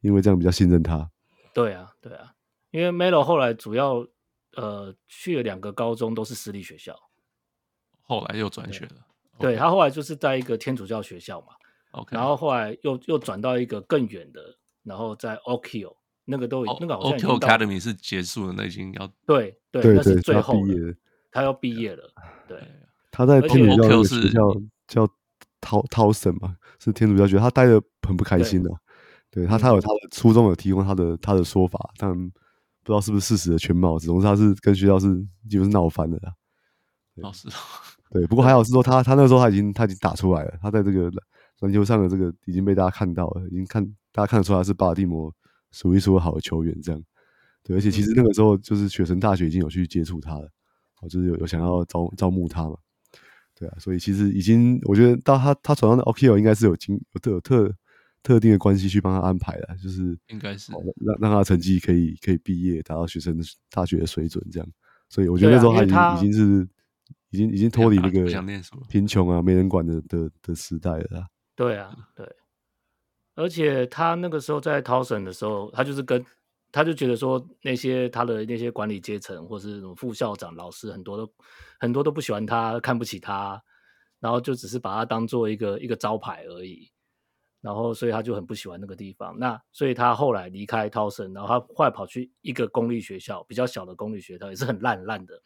Speaker 1: 因为这样比较信任他，
Speaker 2: 对啊，对啊，因为 Melo 后来主要呃去了两个高中都是私立学校，
Speaker 3: 后来又转学了。
Speaker 2: 对他后来就是在一个天主教学校嘛，
Speaker 3: OK，
Speaker 2: 然后后来又又转到一个更远的，然后在 Okio 那个都已、那个好像已
Speaker 3: o k
Speaker 2: 经到
Speaker 3: 哦 Academy 是结束了，那已经要
Speaker 2: 对对
Speaker 1: 对
Speaker 2: 那
Speaker 1: 对
Speaker 2: 是，最
Speaker 1: 他
Speaker 2: 后
Speaker 1: 毕业
Speaker 2: 了
Speaker 1: 了，
Speaker 2: 他要毕业了，
Speaker 3: 哎
Speaker 2: 对，
Speaker 1: 他在
Speaker 2: 而
Speaker 1: 天主教
Speaker 2: 且
Speaker 1: 那
Speaker 3: Oakhill
Speaker 1: 个学
Speaker 3: 是
Speaker 1: 校叫涛涛森嘛，是天主教学校，他待的很不开心的、啊对
Speaker 2: 嗯
Speaker 1: 他，他有他的初衷，有提供他的他的说法，但不知道是不是事实的全貌，总之他是跟学校是几乎是闹翻了啦。
Speaker 3: 老师，
Speaker 1: 对，不过还好是说他他那时候他已经他已经打出来了，他在这个篮球上的这个已经被大家看到了，已经看大家看得出来他是巴尔的摩数一数二好的球员这样。对，而且其实那个时候就是雪城大学已经有去接触他了，哦，就是有有想要招招募他嘛。对啊，所以其实已经我觉得到他他手上的 OKO 应该是有经有特有特特定的关系去帮他安排的，就是
Speaker 3: 应该是
Speaker 1: 哦让让让他成绩可以可以毕业，达到学生大学的水准这样。所以我觉
Speaker 2: 对
Speaker 1: 得
Speaker 2: 啊
Speaker 1: 那时候
Speaker 2: 因为
Speaker 1: 他
Speaker 2: 他
Speaker 1: 已经已经是已经已经脱离那
Speaker 3: 不想
Speaker 1: 个
Speaker 3: 念书了
Speaker 1: 贫穷啊、没人管的的的时代了啦。
Speaker 2: 对啊，对。而且他那个时候在 Towson 的时候，他就是跟他就觉得说，那些他的那些管理阶层或是什么副校长、老师，很多都很多都不喜欢他，看不起他，然后就只是把他当做一个一个招牌而已。然后，所以他就很不喜欢那个地方。那所以他后来离开 Towson，然后他后来跑去一个公立学校，比较小的公立学校，也是很烂很烂的，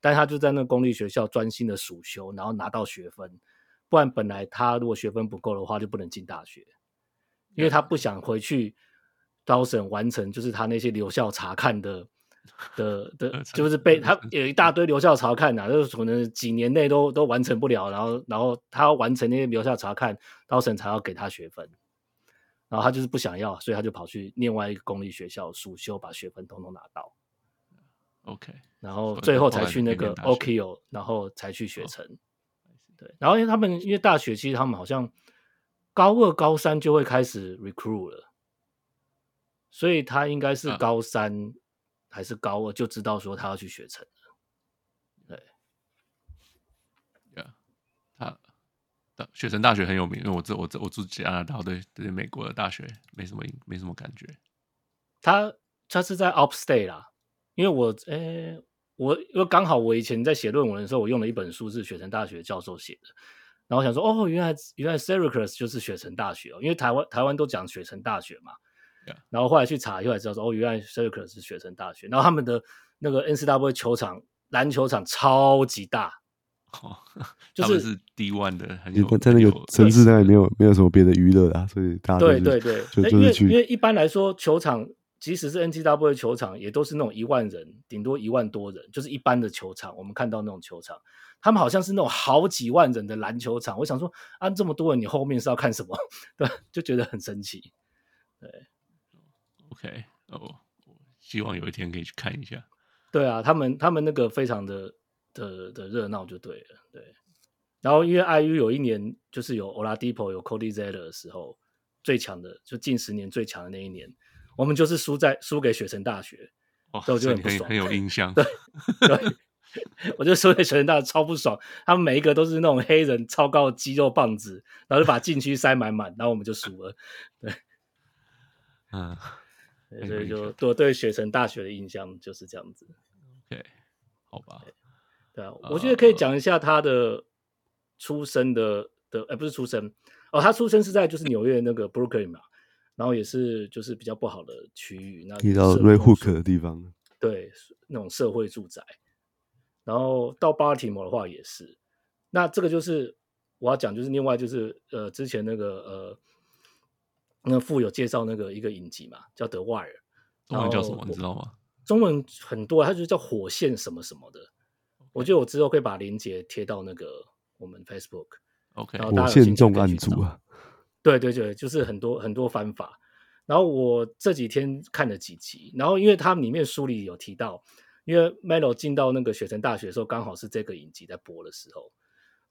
Speaker 2: 但他就在那个公立学校专心的暑修，然后拿到学分。不然本来他如果学分不够的话，就不能进大学，因为他不想回去高审完成，就是他那些留校查看的的的，呃就是被他有一大堆留校查看呐、啊就是可能几年内都都完成不了，然后然后他要完成那些留校查看，高审才要给他学分。然后他就是不想要，所以他就跑去另外一个公立学校暑修，把学分通通拿到。
Speaker 3: OK，
Speaker 2: 然后
Speaker 3: 所以
Speaker 2: 最后
Speaker 3: 后
Speaker 2: 才
Speaker 3: 来
Speaker 2: 去
Speaker 3: 你
Speaker 2: 那
Speaker 3: 可以念
Speaker 2: 个
Speaker 3: 大学哦
Speaker 2: Okio，然后才去学城。对，然后因为他们因为大学其实他们好像高二、高三就会开始 recruit 了，所以他应该是
Speaker 3: 啊
Speaker 2: 高三还是高二就知道说他要去学成。
Speaker 3: 他大雪城大学很有名，因为我这我这我住加拿大，我对对美国的大学没什么印没什么感觉。
Speaker 2: 他他是在 Upstate 啦，因为我诶、我因为刚好我以前在写论文的时候，我用了一本书是雪城大学教授写的，然后我想说哦，原来原来 Syracuse 就是雪城大学哦，因为台湾台湾都讲雪城大学嘛
Speaker 3: Yeah.
Speaker 2: 然后后来去查以后才知道说哦，原来 Syracuse 是雪城大学，然后他们的那个 NCAA 球场篮球场超级大，
Speaker 3: 哦，
Speaker 2: 就
Speaker 3: 他们
Speaker 2: 是
Speaker 3: 是 D one 的，很
Speaker 1: 因
Speaker 3: 有
Speaker 1: 为在那个城市那里没有没有什么别的娱乐啦，所以大家都
Speaker 2: 对
Speaker 1: 是
Speaker 2: 对对，
Speaker 1: 啊就
Speaker 2: 那
Speaker 1: 就是
Speaker 2: 因为因
Speaker 1: 去
Speaker 2: 为一般来说，球场即使是 NCAA 球场，也都是那种一万人，顶多一万多人，就是一般的球场。我们看到那种球场，他们好像是那种好几万人的篮球场。我想说，啊，这么多人，你后面是要看什么？ 对，就觉得很神奇。
Speaker 3: OK 哦，我希望有一天可以去看一下。
Speaker 2: 对啊，他们他们那个非常的的的热闹就对了，对。然后因为 IU 有一年就是有 Oladipo 有 Cody Zeller 的时候，最强的就近十年最强的那一年，我们就是输在输给雪城大学，
Speaker 3: 哇，
Speaker 2: 所以我就
Speaker 3: 所以
Speaker 2: 很
Speaker 3: 你
Speaker 2: 不
Speaker 3: 很
Speaker 2: 爽
Speaker 3: 很有印象。
Speaker 2: 对，我就说那学生大学超不爽，他们每一个都是那种黑人超高的肌肉棒子，然后就把禁区塞满满，然后我们就输了。
Speaker 3: 嗯
Speaker 2: 对
Speaker 3: 很
Speaker 2: 所
Speaker 3: 有
Speaker 2: 以
Speaker 3: 印
Speaker 2: 就
Speaker 3: 象
Speaker 2: 对我对雪城大学的印象就是这样子。
Speaker 3: ，OK，好吧，
Speaker 2: 对啊，我觉得可以讲一下他的出生的的，呃，不是出生哦，他出生是在就是纽约那个 Brooklyn 嘛，然后也是就是比较不好的区域，那
Speaker 1: 遇到
Speaker 2: 社
Speaker 1: Ray
Speaker 2: 会住
Speaker 1: Hook 的地
Speaker 2: 哦
Speaker 1: 方，
Speaker 2: 对，那种社会住宅。然后到巴尔的摩的话也是，那这个就是我要讲，就是另外就是呃，之前那个呃，那富有介绍那个一个影集嘛，叫《The Wire》，
Speaker 3: 中文叫什么
Speaker 2: 然后
Speaker 3: 你知道吗？
Speaker 2: 中文很多，它就是叫火线什么什么的。我觉得我之后会把链接贴到那个我们 Facebook。
Speaker 3: ？OK，
Speaker 2: 然后大
Speaker 1: 我
Speaker 2: 家有
Speaker 1: 现
Speaker 2: 兴趣
Speaker 1: 重
Speaker 2: 可以
Speaker 1: 案
Speaker 2: 去找
Speaker 1: 组啊，
Speaker 2: 对对对，就是很多很多方法。然后我这几天看了几集，然后因为它里面书里有提到，因为 Melo 进到那个雪城大学的时候，刚好是这个影集在播的时候，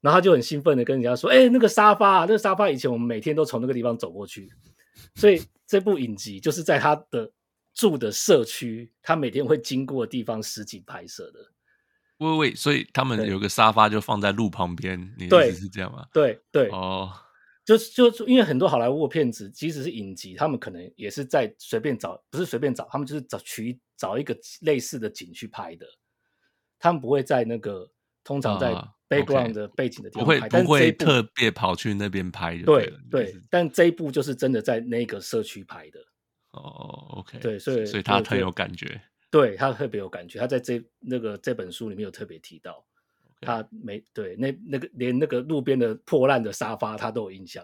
Speaker 2: 然后他就很兴奋的跟人家说：“哎、那个沙发、啊，那个沙发以前我们每天都从那个地方走过去。”所以这部影集就是在他的住的社区，他每天会经过的地方实景拍摄的。
Speaker 3: 喂喂喂，所以他们
Speaker 2: 对
Speaker 3: 有个沙发就放在路旁边，你的
Speaker 2: 对
Speaker 3: 意思是这样吗？
Speaker 2: 对对，
Speaker 3: 哦，
Speaker 2: 就是就是因为很多好莱坞的片子，即使是影集，他们可能也是在随便找，不是随便找，他们就是找取找一个类似的景去拍的，他们不会在那个通常在
Speaker 3: 啊，OK
Speaker 2: background 的背景的地
Speaker 3: 不
Speaker 2: 方
Speaker 3: 会
Speaker 2: 拍，但
Speaker 3: 不
Speaker 2: 是这一
Speaker 3: 会
Speaker 2: 部
Speaker 3: 特别跑去那边拍就
Speaker 2: 对
Speaker 3: 了，
Speaker 2: 对，但这一部就是真的在那个社区拍的，
Speaker 3: 哦，OK，
Speaker 2: 对所以
Speaker 3: 所以
Speaker 2: 对
Speaker 3: 他
Speaker 2: 我觉
Speaker 3: 很
Speaker 2: 得
Speaker 3: 有感觉，
Speaker 2: 对他特别有感觉，他在这那个这本书里面有特别提到，他没对那那个连那个路边的破烂的沙发他都有印象，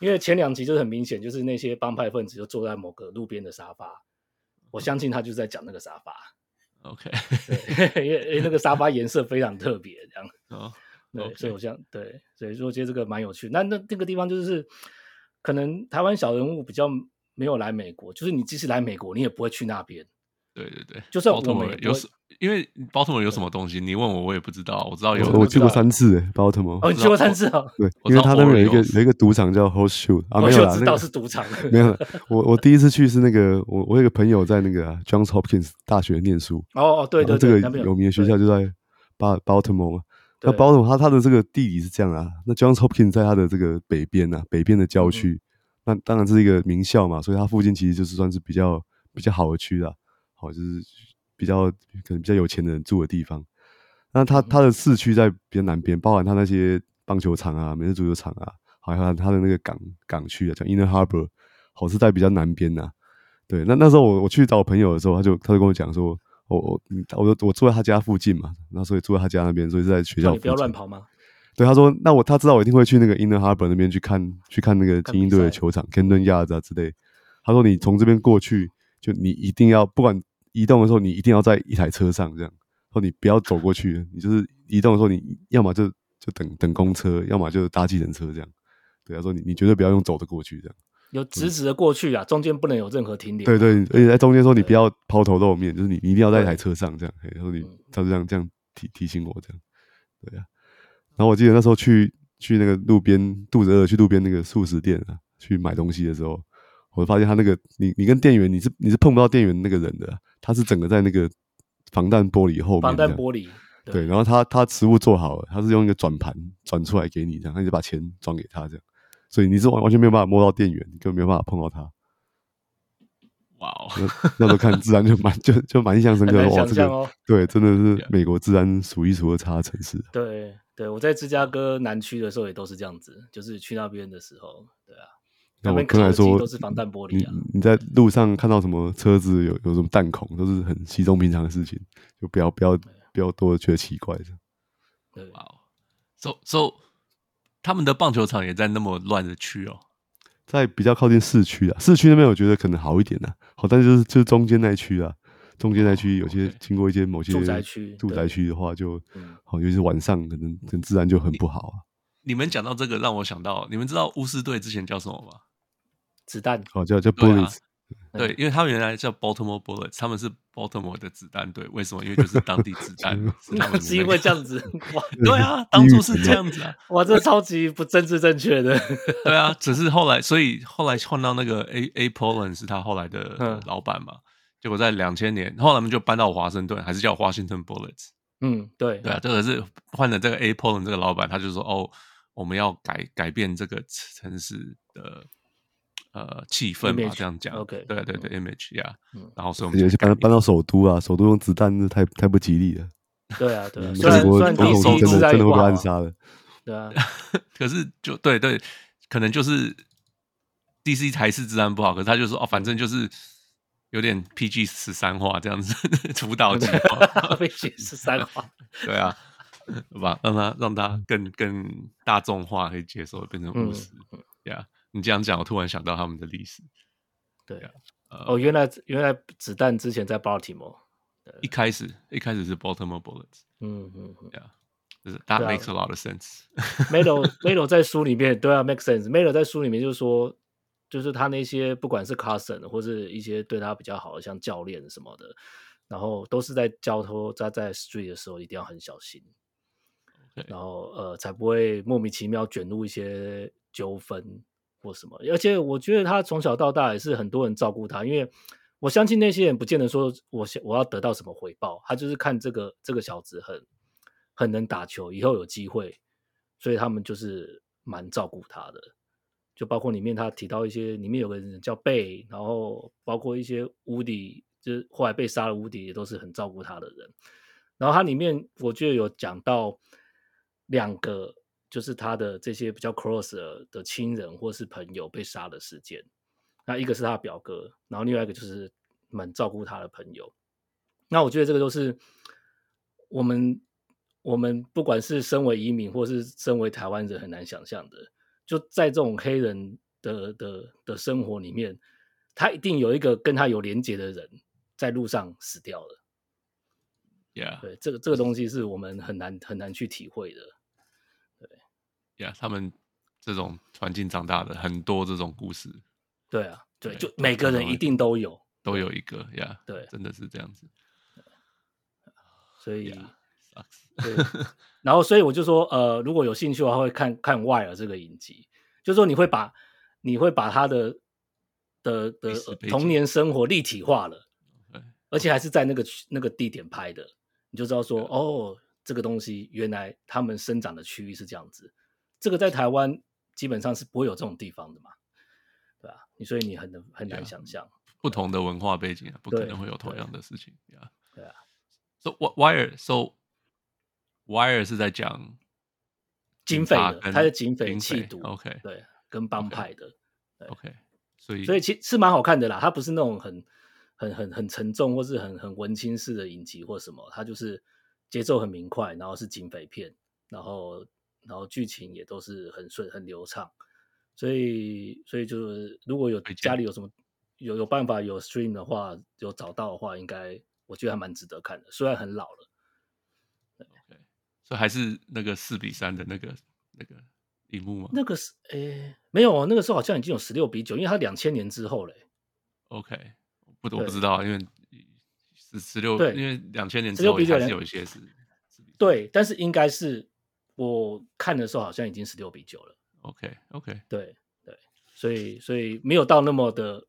Speaker 2: 因为前两集就是很明显，就是那些帮派分子就坐在某个路边的沙发，我相信他就是在讲那个沙发，
Speaker 3: OK，
Speaker 2: 对，因为因为那个沙发颜色非常特别，这样。
Speaker 3: 哦
Speaker 2: 对，所以
Speaker 3: OK
Speaker 2: 我想对，所以说我觉得这个蛮有趣。那那那个地方就是，可能台湾小人物比较没有来美国，就是你即使来美国，你也不会去那边。
Speaker 3: 对对对，
Speaker 2: 就算
Speaker 3: 包
Speaker 2: 我
Speaker 3: 头
Speaker 2: 们
Speaker 3: 尔
Speaker 2: 也不
Speaker 3: 有
Speaker 2: 会
Speaker 3: 什，因为包头尔有什么东西，你问我我也不知道，我知道有
Speaker 1: 我去过
Speaker 2: 知道
Speaker 1: 三次诶，Baltimore，
Speaker 2: 哦，你去过三次哦，
Speaker 1: 对，因
Speaker 3: 我
Speaker 1: 为
Speaker 3: 知道
Speaker 1: 他那边有一个
Speaker 3: Orioles
Speaker 1: 有一个赌场叫 Horseshoe 啊，
Speaker 2: 我
Speaker 1: 没有
Speaker 2: 就
Speaker 1: 啦，
Speaker 2: 知
Speaker 1: 那
Speaker 2: 道
Speaker 1: 个
Speaker 2: 是赌场。
Speaker 1: 没有啦，我我第一次去是那个我我有一个朋友在那个、啊、Johns Hopkins 大学念书，
Speaker 2: 哦哦，对
Speaker 1: 然后
Speaker 2: 对
Speaker 1: 啊这个
Speaker 2: 对，那边
Speaker 1: 有名的学校就在巴 Baltimore 嘛。那
Speaker 2: 对
Speaker 1: Baltimore 它它的这个地理是这样啊，那 Johns Hopkins 在它的这个北边啊，北边的
Speaker 2: 嗯
Speaker 1: 郊区，那当然是一个名校嘛，所以它附近其实就是算是比较比较好的区啦，好就是比较可能比较有钱的人住的地方。那它
Speaker 2: 嗯
Speaker 1: 它的市区在比较南边，包含它那些棒球场啊、美式足球场啊，还有它的那个港港区啊，叫 Inner Harbor，好是在比较南边呐、对，那那时候我我去找我朋友的时候，他就他就跟我讲说，我我嗯我我住在他家附近嘛，然后所以住在他家那边，所以是在学
Speaker 2: 叫
Speaker 1: 校
Speaker 2: 你
Speaker 1: 附
Speaker 2: 不要
Speaker 1: 近。
Speaker 2: 乱跑吗？
Speaker 1: 对，他说，那我他知道我一定会去那个 Inner Harbor 那边去看去看那个
Speaker 2: 看
Speaker 1: 精英
Speaker 2: 比
Speaker 1: 队的
Speaker 2: 赛
Speaker 1: 球场 k e n d o n Yards 啊之类。他说你从这边过去，就你一定要不管移动的时候，你一定要在一台车上这样。说你不要走过去，你就是移动的时候，你要么就就等等公车，要么就搭计程车这样。对，他说你你绝对不要用走的过去这样。
Speaker 2: 有直直的过去啊，中间不能有任何停
Speaker 1: 嗯
Speaker 2: 留。
Speaker 1: 对，对，而且在中间说你不要抛头露面，就是你你一定要在一台车上这样。嘿然后你
Speaker 2: 嗯
Speaker 1: 他就这样这样提提醒我这样，对啊。然后我记得那时候去去那个路边肚子饿去路边那个素食店啊去买东西的时候，我发现他那个你你跟店员你是你是碰不到店员那个人的，啊他是整个在那个防弹玻璃后面这样，
Speaker 2: 防弹玻璃，
Speaker 1: 对，然后他他食物做好了，他是用一个转盘转出来给你，这样，他就把钱转给他这样，所以你是完完全没有办法摸到店员，你根本没有办法碰到他。
Speaker 3: 哇哦，
Speaker 1: 那 那时候看治安就蛮就就蛮印象深刻
Speaker 2: 很
Speaker 1: 的，
Speaker 2: 难
Speaker 1: 哇，
Speaker 2: 想
Speaker 1: 这
Speaker 2: 象
Speaker 1: 个
Speaker 2: 哦。
Speaker 1: 对，真的是
Speaker 3: Yeah
Speaker 1: 美国治安数一数二差的城市。
Speaker 2: 对对，我在芝加哥南区的时候也都是这样子，就是去那边的时候，对啊，
Speaker 1: 那
Speaker 2: 那
Speaker 1: 我
Speaker 2: 边
Speaker 1: 刚
Speaker 2: 烤
Speaker 1: 才
Speaker 2: 的鸡
Speaker 1: 说嗯
Speaker 2: 都是防弹玻
Speaker 1: 你
Speaker 2: 璃啊，
Speaker 1: 你在路上看到什么车子有有什么弹孔，都是很稀松平常的事情，就不要不要不要多觉得奇怪的。
Speaker 2: 对，
Speaker 3: 哇哦，so so，他们的棒球场也在那么乱的区哦。
Speaker 1: 在比较靠近市区啊，市区那边我觉得可能好一点啊，好，但是就是就是中间那一区啊，中间那一区有些
Speaker 3: OK
Speaker 1: 经过一些某些
Speaker 2: 哦住宅区
Speaker 1: 住
Speaker 2: 对
Speaker 1: 宅区的话就
Speaker 2: 嗯，
Speaker 1: 好，尤其是晚上可能可能治安就很不好啊。
Speaker 3: 你们讲到这个，让我想到，你们知道巫师队之前叫什么吗？
Speaker 2: 子弹
Speaker 1: 好，叫叫
Speaker 3: 对啊
Speaker 1: bullets，
Speaker 3: 对，因为他们原来叫 Baltimore Bullets，他们是 Baltimore 的子弹队。为什么？因为就是当地子 弹是他们的那个
Speaker 2: 是因为这样子，哇
Speaker 3: 对啊，当初是这样子啊。
Speaker 2: 哇，这超级不政治正确的，
Speaker 3: 对啊，只是后来，所以后来换到那个 A A Poland 是他后来的
Speaker 2: 嗯
Speaker 3: 老板嘛。结果在两千年，后来他们就搬到华盛顿，还是叫 Washington Bullets。
Speaker 2: 嗯，对
Speaker 3: 对啊，这个是换了这个 A Poland 这个老板，他就说哦，我们要改改变这个城市的呃气氛嘛
Speaker 2: Image，
Speaker 3: 这样讲。
Speaker 2: OK
Speaker 3: 对对对，image 呀、yeah,
Speaker 2: 嗯
Speaker 3: 然后所以我们
Speaker 1: 尤
Speaker 3: 就
Speaker 1: 其
Speaker 3: 改
Speaker 1: 搬
Speaker 3: 名
Speaker 1: 搬到首都啊，首都用子弹那太太不吉利了。
Speaker 2: 对啊，对啊，虽
Speaker 1: 美
Speaker 2: 然
Speaker 1: 国总
Speaker 2: 虽然
Speaker 3: 当
Speaker 2: 第
Speaker 3: 时
Speaker 1: 统
Speaker 2: 一
Speaker 1: 真
Speaker 2: 次
Speaker 1: 的
Speaker 2: 在
Speaker 1: 真的会被暗杀的。
Speaker 2: 对啊，
Speaker 3: 可是就对对，可能就是 DC 台式治安不好，可是他就说哦，反正就是有点 PG 十三化这样子， 主导计 划，
Speaker 2: 被解释三话，
Speaker 3: 对啊，把让他让他更更大众化可以接受，变成
Speaker 2: 嗯
Speaker 3: 务实呀。Yeah，你这样讲，我突然想到他们的历史。
Speaker 2: 对啊，
Speaker 3: 呃
Speaker 2: 哦，原 来原来子弹之前在 Baltimore，
Speaker 3: 一开始一开始是 Baltimore Bullets，
Speaker 2: 嗯嗯嗯。
Speaker 3: 就是 That
Speaker 2: 对啊
Speaker 3: makes a lot of sense。
Speaker 2: Melo Melo 在书里面，对啊，make sense。Melo 在书里面就说，就是他那些不管是 cousin 或是一些对他比较好的，像教练什么的，然后都是在交托他在 street 的时候一定要很小心
Speaker 3: OK
Speaker 2: 然后呃才不会莫名其妙卷入一些纠纷或什么。而且我觉得他从小到大也是很多人照顾他，因为。我相信那些人不见得说我想我要得到什么回报，他就是看这个这个小子很很能打球，以后有机会，所以他们就是蛮照顾他的。就包括里面他提到一些，里面有个人叫贝，然后包括一些乌迪，就是后来被杀了乌迪也都是很照顾他的人。然后它里面我记得有讲到两个，就是他的这些比较 close 的的亲人或是朋友被杀的事件。那一个是他的表哥，然后另外一个就是蛮照顾他的朋友。那我觉得这个都是我们我们不管是身为移民或是身为台湾人很难想象的，就在这种黑人的的的生活里面，他一定有一个跟他有连结的人在路上死掉了。
Speaker 3: Yeah
Speaker 2: 对，这个这个东西是我们很难很难去体会的。
Speaker 3: Yeah，他们这种环境长大的很多这种故事
Speaker 2: 对啊，对，
Speaker 3: 对
Speaker 2: 就
Speaker 3: 通
Speaker 2: 每个
Speaker 3: 常
Speaker 2: 人
Speaker 3: 会
Speaker 2: 一定都有。
Speaker 3: 都有一个 Yeah，
Speaker 2: 对
Speaker 3: 真的是这样子。
Speaker 2: 所以
Speaker 3: Yeah，
Speaker 2: 对， 然后所以我就说，呃，如果有兴趣的话，会看看 Wire 这个影集，就说你会把你会把他的的的
Speaker 3: 历史背景
Speaker 2: 童年生活立体化了
Speaker 3: 对，
Speaker 2: 而且还是在那个区那个地点拍的，你就知道说，
Speaker 3: 啊
Speaker 2: 哦，这个东西原来他们生长的区域是这样子，这个在台湾基本上是不会有这种地方的嘛，对吧、你所以你很难很难
Speaker 3: Yeah
Speaker 2: 想象，
Speaker 3: 不同的文化背景啊，不可
Speaker 2: 对
Speaker 3: 能会有同
Speaker 2: 对
Speaker 3: 样的事情呀。
Speaker 2: 对啊。
Speaker 3: So what wire? So wire 是在讲
Speaker 2: 警
Speaker 3: 警
Speaker 2: 匪
Speaker 3: 察
Speaker 2: 的
Speaker 3: 跟
Speaker 2: 他是警匪
Speaker 3: 警
Speaker 2: 缉
Speaker 3: 匪
Speaker 2: 毒
Speaker 3: OK
Speaker 2: 对，跟帮
Speaker 3: OK
Speaker 2: 派的。
Speaker 3: OK，所以
Speaker 2: 所以其是蛮好看的啦。它不是那种很很很很沉重或是很很文青式的影集或什么，它就是节奏很明快，然后是警匪片，然后然后剧情也都是很顺很流畅。所以所以就是如果有
Speaker 3: 推荐
Speaker 2: 家里有什么有有办法有 stream 的话，有找到的话，应该我觉得还蛮值得看的。虽然很老了，
Speaker 3: 所以还是那个四比三的那个那个荧幕吗
Speaker 2: 那个是诶没有哦，那个时候好像已经有十六比九，因为它两千年之后嘞。欸
Speaker 3: ？OK，不我不
Speaker 2: 对
Speaker 3: 知道，因为十十六，
Speaker 2: 对
Speaker 3: 因为两千年之
Speaker 2: 16
Speaker 3: 后
Speaker 2: 比9
Speaker 3: 还是
Speaker 2: 年
Speaker 3: 有一些是4比
Speaker 2: 对，但是应该是我看的时候好像已经十六比九了。
Speaker 3: OK OK，
Speaker 2: 对对，所以所以没有到那么的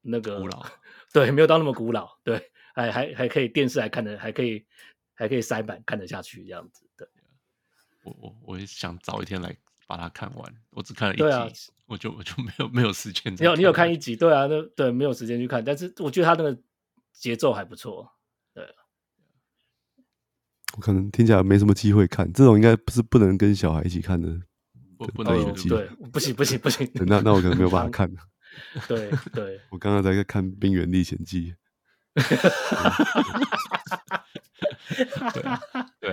Speaker 2: 那个
Speaker 3: 古老，
Speaker 2: 对，没有到那么古老，对，还还还可以电视还看得还可以还可以塞满看得下去这样子，对，
Speaker 3: 我我我也想早一天来把它看完，我只看了一集，
Speaker 2: 对啊
Speaker 3: 我就我就没有没有时间再
Speaker 2: 你有你有看
Speaker 3: 了
Speaker 2: 一集，对啊，那对没有时间去看，但是我觉得他那个节奏还不错，
Speaker 1: 哦我可能听起来没什么机会看，这种应该不是不能跟小孩一起看的。
Speaker 3: 不不
Speaker 1: 对
Speaker 3: 能
Speaker 1: 有
Speaker 2: 哦
Speaker 3: 一直
Speaker 1: 机
Speaker 2: 对，不行不行不行，
Speaker 1: 对那那我可能没有办法看。
Speaker 2: 对对，
Speaker 1: 我刚刚在看《冰原历险记
Speaker 3: 对啊，对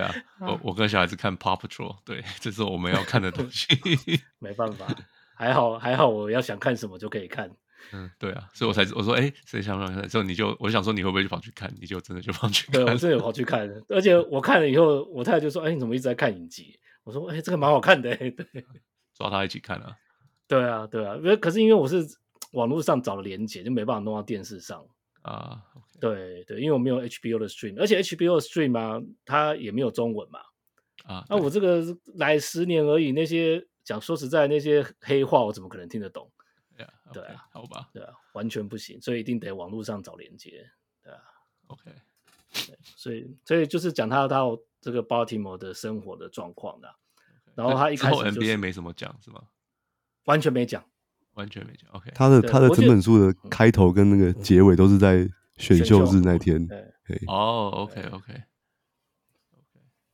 Speaker 3: 啊，我我跟小孩子看 Paw Patrol，对，这是我们要看的东 西。
Speaker 2: 没办法，还好还好，我要想看什么就可以 看，
Speaker 3: 嗯，对啊，所以我才我说，哎、谁想不想看？之后你就我想说你会不会去跑去看？你就真的就跑去
Speaker 2: 对
Speaker 3: 看
Speaker 2: 我
Speaker 3: 了。
Speaker 2: 真的有跑去看，而且我看了以后，我太太就说：“哎，你怎么一直在看影集？”我说：“哎，这个蛮好看的、 欸。”对
Speaker 3: 抓他一起看啊。
Speaker 2: 对啊，对啊，因为可是因为我是网络上找了连接，就没办法弄到电视上。
Speaker 3: 啊，OK、
Speaker 2: 对对，因为我没有 HBO 的 stream，而且 HBO 的 stream 啊，它也没有中文嘛。
Speaker 3: o k 啊，
Speaker 2: 那、
Speaker 3: 对
Speaker 2: 我这个来十年而已，那些讲说实在那些黑话，我怎么可能听得懂？
Speaker 3: 呀，OK，
Speaker 2: 对啊
Speaker 3: 好吧
Speaker 2: 对啊，完全不行，所以一定得网络上找连接。
Speaker 3: ，OK，
Speaker 2: 所以所以就是讲他到这个 Baltimore 的生活的状况的、然后
Speaker 3: 那
Speaker 2: 他一
Speaker 3: 之
Speaker 2: 开
Speaker 3: 后
Speaker 2: 始就是
Speaker 3: NBA 没什么讲是吗？
Speaker 2: 完全没讲。
Speaker 3: 完全没讲，OK，》，
Speaker 1: 它的
Speaker 2: 对
Speaker 1: 它的
Speaker 2: 我觉嗯
Speaker 1: 整
Speaker 2: 得
Speaker 1: 本书的开头跟那个结尾都是在选秀日那天。
Speaker 2: 对
Speaker 1: 嘿
Speaker 3: 哦，OK，OK，OK，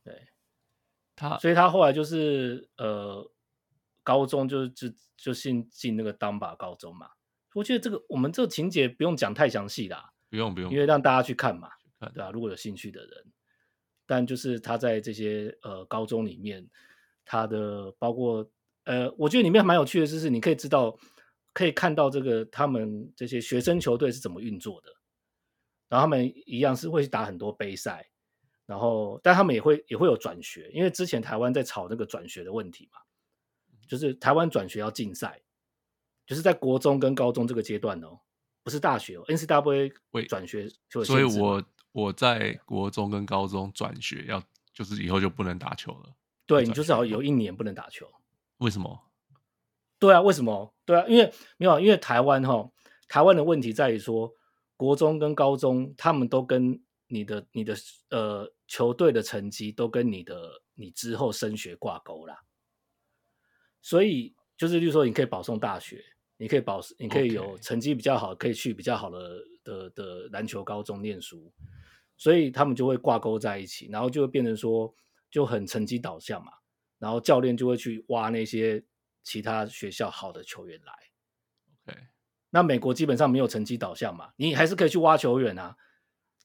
Speaker 2: 对，
Speaker 3: 他
Speaker 2: 所以他后来就是呃，高中就就就进进那个当把高中嘛。我觉得这个我们这个情节不用讲太详细啦，
Speaker 3: 不用不用，
Speaker 2: 因为让大家去看嘛，
Speaker 3: 看
Speaker 2: 对吧、啊如果有兴趣的人，但就是他在这些呃高中里面，他的包括呃，我觉得里面蛮有趣的，就是你可以知道，可以看到这个他们这些学生球队是怎么运作的，然后他们一样是会去打很多杯赛，然后但他们也会也会有转学，因为之前台湾在吵那个转学的问题嘛，
Speaker 3: 嗯
Speaker 2: 就是台湾转学要竞赛，就是在国中跟高中这个阶段哦。不是大学、哦、，NCAA
Speaker 3: 喂
Speaker 2: 转学就有
Speaker 3: 所以
Speaker 2: 限制嘛
Speaker 3: 我我在国中跟高中转学要，就是以后就不能打球了。
Speaker 2: 对你
Speaker 3: 转
Speaker 2: 就至
Speaker 3: 学
Speaker 2: 少有一年不能打球。
Speaker 3: 为什么？
Speaker 2: 对啊，为什么？对啊，因为没有啊，因为台湾哈，台湾的问题在于说，国中跟高中他们都跟你的你的呃球队的成绩都跟你的你之后升学挂钩啦，所以就是，例如说，你可以保送大学，你可以保，你可以有
Speaker 3: OK
Speaker 2: 成绩比较好，可以去比较好的的的篮球高中念书，所以他们就会挂钩在一起，然后就会变成说就很成绩导向嘛。然后教练就会去挖那些其他学校好的球员来。
Speaker 3: OK，
Speaker 2: 那美国基本上没有成绩导向嘛，你还是可以去挖球员啊。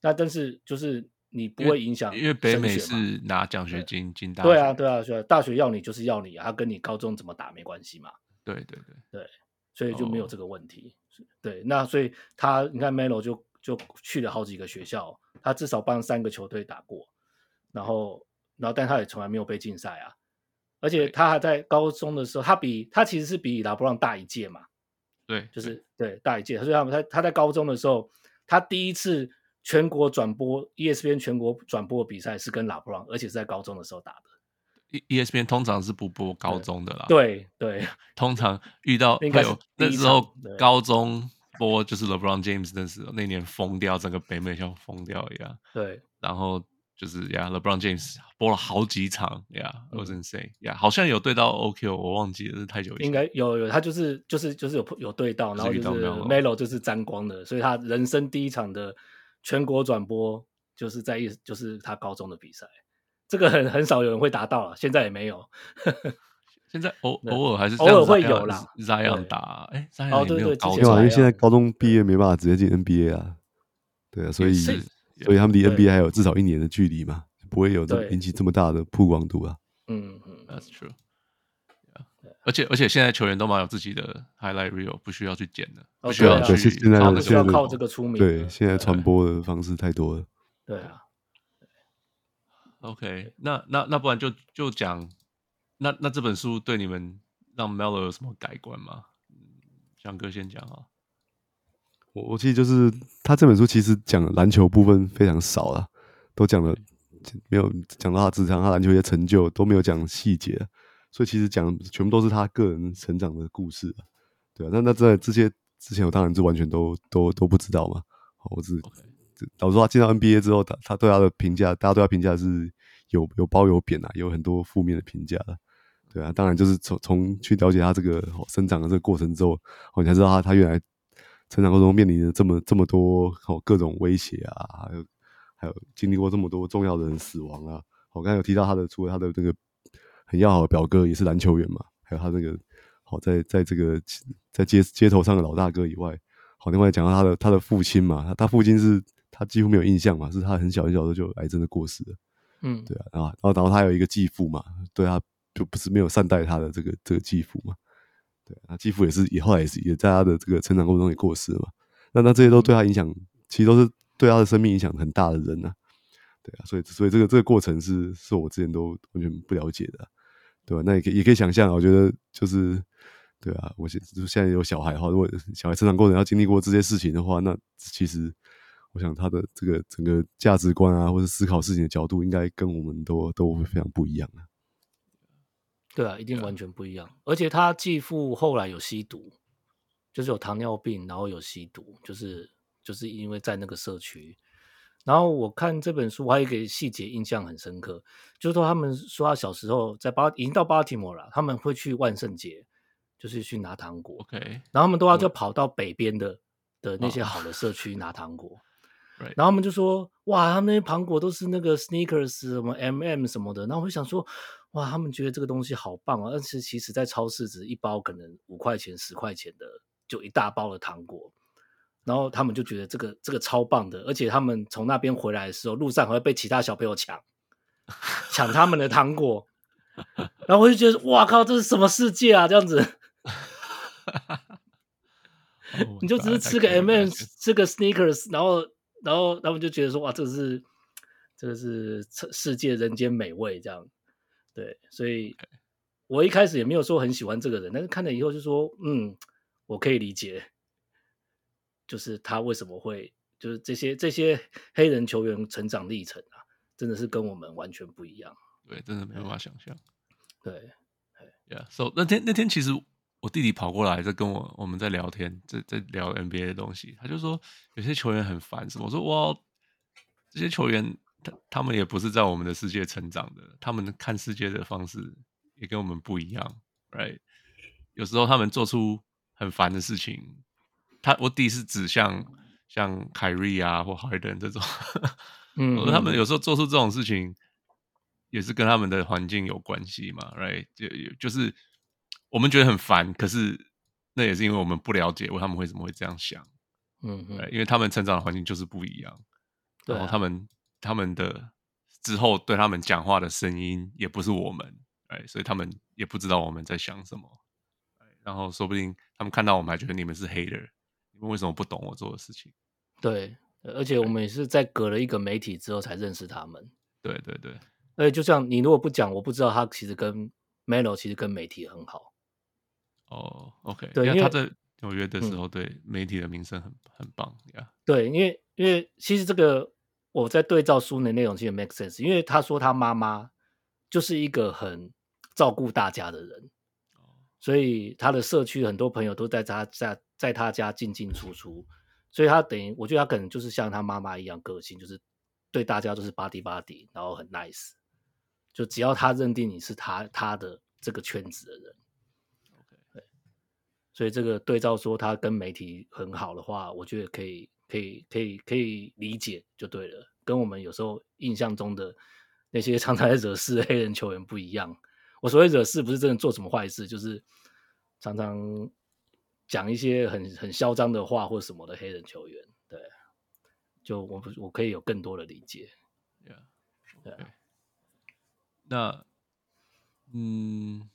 Speaker 2: 那但是就是你不会影响
Speaker 3: 因为北
Speaker 2: 呃升
Speaker 3: 美
Speaker 2: 学嘛
Speaker 3: 是拿奖学金进大学，
Speaker 2: 对啊，对啊，对啊，大学要你就是要你啊，他跟你高中怎么打没关系嘛，
Speaker 3: 对对对
Speaker 2: 所以就没有
Speaker 3: 哦
Speaker 2: 这个问题。对，那所以他你看 Melo 就就去了好几个学校，他至少帮三个球队打过，然后然后但他也从来没有被禁赛啊，而且
Speaker 3: 对
Speaker 2: 他还在高中的时候，他比他其实是比拉布朗大一届嘛，
Speaker 3: 对，
Speaker 2: 就
Speaker 3: 对
Speaker 2: 是对大一届，所以他们他他在高中的时候，他第一次全国转播，E ESPN 全国转播比赛是跟拉布朗，而且是在高中的时候打的。
Speaker 3: E ESPN 通常是不播高中的啦，，
Speaker 2: 对对
Speaker 3: 通常遇到
Speaker 2: 应该
Speaker 3: 会
Speaker 2: 是
Speaker 3: 有
Speaker 2: 第
Speaker 3: 那
Speaker 2: 一
Speaker 3: 时候
Speaker 2: 场对
Speaker 3: 高中播就是 LeBron James 那时候那年疯掉，整个北美像疯掉一样，
Speaker 2: 对
Speaker 3: 然后就是呀、LeBron James 播了好几场呀、
Speaker 2: 嗯
Speaker 3: yeah,，I was insane 呀、yeah,，好像有对到 OQ，我忘记了，是太久以前，
Speaker 2: 应该有有，他就是就是就是有有对到，然后就
Speaker 3: 是遇到
Speaker 2: 是
Speaker 3: Melo
Speaker 2: Melo 就是沾光的，所以他人生第一场的全国转播就是在一就是他高中的比赛，这个很很少有人会达到了，现在也没有。
Speaker 3: 现在偶
Speaker 2: 对
Speaker 3: 偶尔还是
Speaker 2: 偶尔会有啦
Speaker 3: 扎样
Speaker 2: 对
Speaker 3: 打，哎，扎
Speaker 2: 哦
Speaker 3: 样也
Speaker 2: 对
Speaker 3: 没
Speaker 2: 对
Speaker 3: 有高
Speaker 2: 之
Speaker 1: 没有啊，
Speaker 2: 前
Speaker 3: 中
Speaker 1: 因
Speaker 2: 还
Speaker 1: 为
Speaker 2: 有
Speaker 1: 现在高中毕业没办法直接进 NBA 啊。对啊，所以
Speaker 3: 也
Speaker 1: 所
Speaker 3: 是
Speaker 1: 以他们离
Speaker 2: 对
Speaker 1: NBA 还有至少一年的距离嘛，不会有这么
Speaker 2: 对
Speaker 1: 引起这么大的曝光度啊。
Speaker 2: 嗯嗯，
Speaker 3: That's true.
Speaker 2: 啊
Speaker 3: Yeah. 而且而且现在球员都蛮有自己的 highlight reel，不需要去剪的，
Speaker 2: 哦
Speaker 3: 不需要
Speaker 2: 对啊
Speaker 1: 对
Speaker 3: 去
Speaker 1: 现在
Speaker 3: 靠
Speaker 2: 他
Speaker 1: 的
Speaker 2: 们
Speaker 3: 这
Speaker 2: 是
Speaker 1: 现
Speaker 2: 要
Speaker 1: 在的
Speaker 2: 靠这个出名的。
Speaker 1: 对，现在传播的方式太多了。
Speaker 2: 对啊，
Speaker 3: OK，那那那不然就就讲，那那这本书对你们让 Melo 有什么改观吗？嗯翔哥先讲啊。
Speaker 1: 我我记得就是他这本书其实讲篮球部分非常少啦，都讲了没有讲到他职场、他篮球一些成就都没有讲细节啊，所以其实讲全部都是他个人成长的故事啊。对啊，那那这这些之前我当然是完全都都都不知道嘛。好我是
Speaker 3: OK
Speaker 1: 老实说，他进到 NBA 之后，他他对他的评价，大家对他评价是有有褒有贬啊，有很多负面的评价的。对啊，当然就是从从去了解他这个、哦生长的这个过程之后，哦，你才知道他他原来成长过程中面临了这么这么多哦各种威胁啊，还有还有经历过这么多重要的人死亡啊。我、刚才有提到他的，除了他的这个很要好的表哥也是篮球员嘛，还有他那个好、在在这个在街街头上的老大哥以外，哦好，另外讲到他的他的父亲嘛，他他父亲是他几乎没有印象嘛，是他很小很小的时候就有癌症的过世了，
Speaker 2: 嗯，
Speaker 1: 对啊，然后然后然后他有一个继父嘛，对他就不是没有善待他的这个这个继父嘛，对啊，他继父也是也后来也是也在他的这个成长过程中也过世了嘛，那那这些都对他影响，其实都是对他的生命影响很大的人呐、对啊，所以所以这个这个过程是是我之前都完全不了解的啊、对吧、那也可以也可以想象啊，我觉得就是对啊，我现就现在有小孩的话，如果小孩成长过程要经历过这些事情的话，那其实我想他的这个整个价值观啊，或者思考事情的角度，应该跟我们都都会非常不一样啊。
Speaker 2: 对啊，一定完全不一样。而且他继父后来有吸毒，就是有糖尿病，然后有吸毒，就是就是因为在那个社区。然后我看这本书，我还有一个细节印象很深刻，就是说他们说他小时候在巴已经到巴提摩了，他们会去万圣节，就是去拿糖果，
Speaker 3: OK，
Speaker 2: 然后他们都要就跑到北边的的那些好的社区拿糖果。
Speaker 3: Right
Speaker 2: 然后他们就说：“哇，他们那些糖果都是那个 sneakers 什么 MM 什么的。”然后我就想说：“哇，他们觉得这个东西好棒啊！”但是其实，在超市只一包可能五块钱、十块钱的，就一大包的糖果。然后他们就觉得这个这个超棒的，而且他们从那边回来的时候，路上还会被其他小朋友抢抢他们的糖果。然后我就觉得，哇靠，这是什么世界啊？这样子。
Speaker 3: 哦
Speaker 2: 你就只是吃个 M M，吃个 sneakers，然后然后他们就觉得说哇，这是这个是世世界人间美味这样。对，所以我一开始也没有说很喜欢这个人，但是看了以后就说，嗯，我可以理解，就是他为什么会，就是这些这些黑人球员成长历程啊，真的是跟我们完全不一样。
Speaker 3: 对，真的没办法想象。哦
Speaker 2: 对，
Speaker 3: Yeah，so 那天那天其实我弟弟跑过来在跟我我们在聊天，在在聊 NBA 的东西，他就说有些球员很烦什么，我说哇，这些球员他他们也不是在我们的世界成长的，他们看世界的方式也跟我们不一样，right？有时候他们做出很烦的事情，他我弟是指向像凯瑞啊或 Harden 这种，
Speaker 2: 嗯
Speaker 3: 我说他们有时候做出这种事情，也是跟他们的环境有关系嘛，right？就就是我们觉得很烦，可是那也是因为我们不了解为他们为什么会这样想
Speaker 2: 嗯嗯，
Speaker 3: ，right？因为他们成长的环境就是不一样，
Speaker 2: 对
Speaker 3: 然
Speaker 2: 啊
Speaker 3: 后他们他们的之后对他们讲话的声音也不是我们，哎，所以他们也不知道我们在想什么，哎然后说不定他们看到我们还觉得你们是 hater，你们为什么不懂我做的事情？
Speaker 2: 对，而且我们也是在隔了一个媒体之后才认识他们。
Speaker 3: 对对对，
Speaker 2: 而且就像你如果不讲，我不知道他其实跟 Melo 其实跟媒体很好。
Speaker 3: 哦，OK，
Speaker 2: 对
Speaker 3: 因
Speaker 2: 因
Speaker 3: 为他
Speaker 2: 为
Speaker 3: 在纽约的时
Speaker 2: 嗯
Speaker 3: 候对媒体的名声很很棒呀。
Speaker 2: 对，因为因为其实这个我在对照书的内容其实 make sense，因为他说他妈妈就是一个很照顾大家的人，所以他的社区很多朋友都在他在在他家进进出出，所以他等于我觉得他可能就是像他妈妈一样个性，就是对大家都是巴迪巴迪，然后很 nice，就只要他认定你是他他的这个圈子的人。所以这个对照说他跟媒体很好的话，我觉得可以可以可以可以理解就对了，跟我们有时候印象中的那些 常常在惹事的黑人球员不一样。我所谓惹事，不是真的做什么坏事，就是常常讲一些很很嚣张的话或什么的黑人球员。对，就我不我可以有更多的理解。对
Speaker 3: Yeah，OK、那，嗯，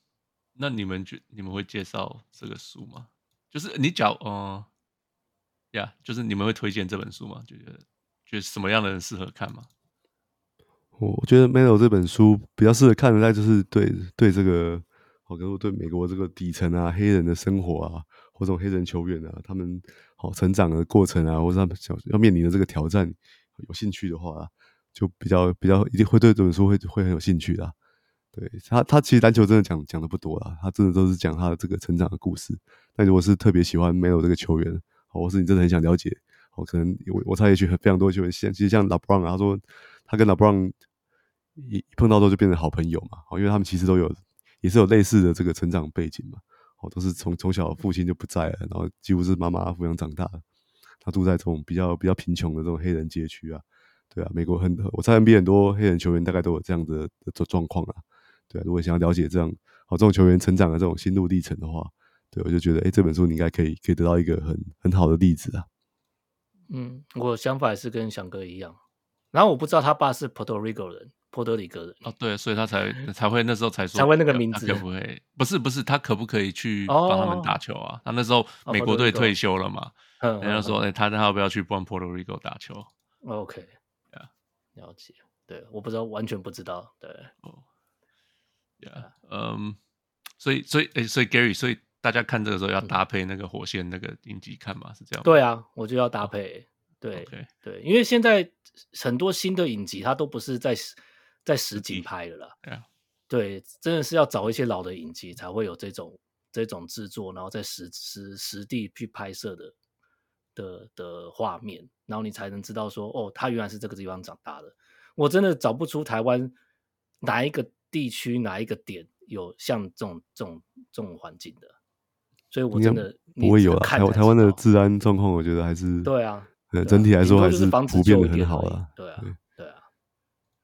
Speaker 3: 那你们觉你们会介绍这个书吗？就是你讲，哦、呃，呀、就是你们会推荐这本书吗？就觉得觉得什么样的人适合看吗？
Speaker 1: 我我觉得《Melo》这本书比较适合看的，那就是对对这个，哦好，跟对美国这个底层啊、黑人的生活啊，或者黑人球员啊，他们好成长的过程啊，或者他们想要面临的这个挑战，啊有兴趣的话、就比较比较一定会对这本书会会很有兴趣啦。对他，他其实篮球真的讲讲的不多啦，他真的都是讲他的这个成长的故事。但如果是特别喜欢 Melo 这个球员，哦，或是你真的很想了解，哦，可能我我猜也许很非常多球员，像其实像 LeBron 啊，他说他跟 LeBron 一一碰到之后就变成好朋友嘛，哦，因为他们其实都有也是有类似的这个成长背景嘛，哦，都是从从小父亲就不在了，然后几乎是妈妈抚养长大的，他住在这种比较比较贫穷的这种黑人街区啊。对啊，美国很我猜 NBA 很多黑人球员大概都有这样的的状况啊。对啊，如果想要了解这样哦好这种球员成长的这种心路历程的话，对我就觉得，哎，这本书你应该可以可以得到一个很很好的例子啊。
Speaker 2: 嗯，我想法也是跟翔哥一样。然后我不知道他爸是 Puerto Rico 人，波多黎各人。
Speaker 3: 哦，对，所以他 才才会那时候才说
Speaker 2: 才会那个
Speaker 3: 他
Speaker 2: 名
Speaker 3: 他
Speaker 2: 字
Speaker 3: 可不可以？不是不是，他可不可以去帮他们
Speaker 2: 哦
Speaker 3: 打球啊？他那时候
Speaker 2: 哦
Speaker 3: 美
Speaker 2: ，Puerto
Speaker 3: 国队
Speaker 2: Rico
Speaker 3: 退休了嘛，
Speaker 2: 嗯，
Speaker 3: 人家
Speaker 2: 嗯
Speaker 3: 说，哎，他他要不要去帮 Puerto Rico 打球？
Speaker 2: 嗯 OK，
Speaker 3: Yeah
Speaker 2: 了解。对，我不知道，完全不知道。对，
Speaker 3: 哦，Yeah，嗯，所以所以诶，所以 Gary，所以大家看这个时候
Speaker 2: 嗯
Speaker 3: 要搭配那个火线那个影集看嘛，是这样吗？
Speaker 2: 对啊，我就要搭配。对
Speaker 3: ，OK，
Speaker 2: 对，因为现在很多新的影集，它都不是在实在实景拍的啦。
Speaker 3: 对啊，
Speaker 2: 对，真的是要找一些老的影集才会有这种这种制作，然后在实实实地去拍摄的的的画面，然后你才能知道说，哦，他原来是这个地方长大的。我真的找不出台湾哪一个地区哪一个点有像这种这种这种环境的，所以我
Speaker 1: 应该
Speaker 2: 真的
Speaker 1: 不会有
Speaker 2: 了。
Speaker 1: 啦，台
Speaker 2: 看
Speaker 1: 湾
Speaker 2: 才
Speaker 1: 台湾
Speaker 2: 知
Speaker 1: 的
Speaker 2: 道
Speaker 1: 治安状况，我觉得还是
Speaker 2: 对啊，
Speaker 1: 呃，
Speaker 2: 对啊
Speaker 1: 整体来
Speaker 2: 顶
Speaker 1: 说
Speaker 2: 多
Speaker 1: 还
Speaker 2: 就是房子
Speaker 1: 普遍
Speaker 2: 旧
Speaker 1: 的
Speaker 2: 一
Speaker 1: 很
Speaker 2: 点
Speaker 1: 好
Speaker 2: 而已
Speaker 1: 啦。
Speaker 2: 对啊，对啊，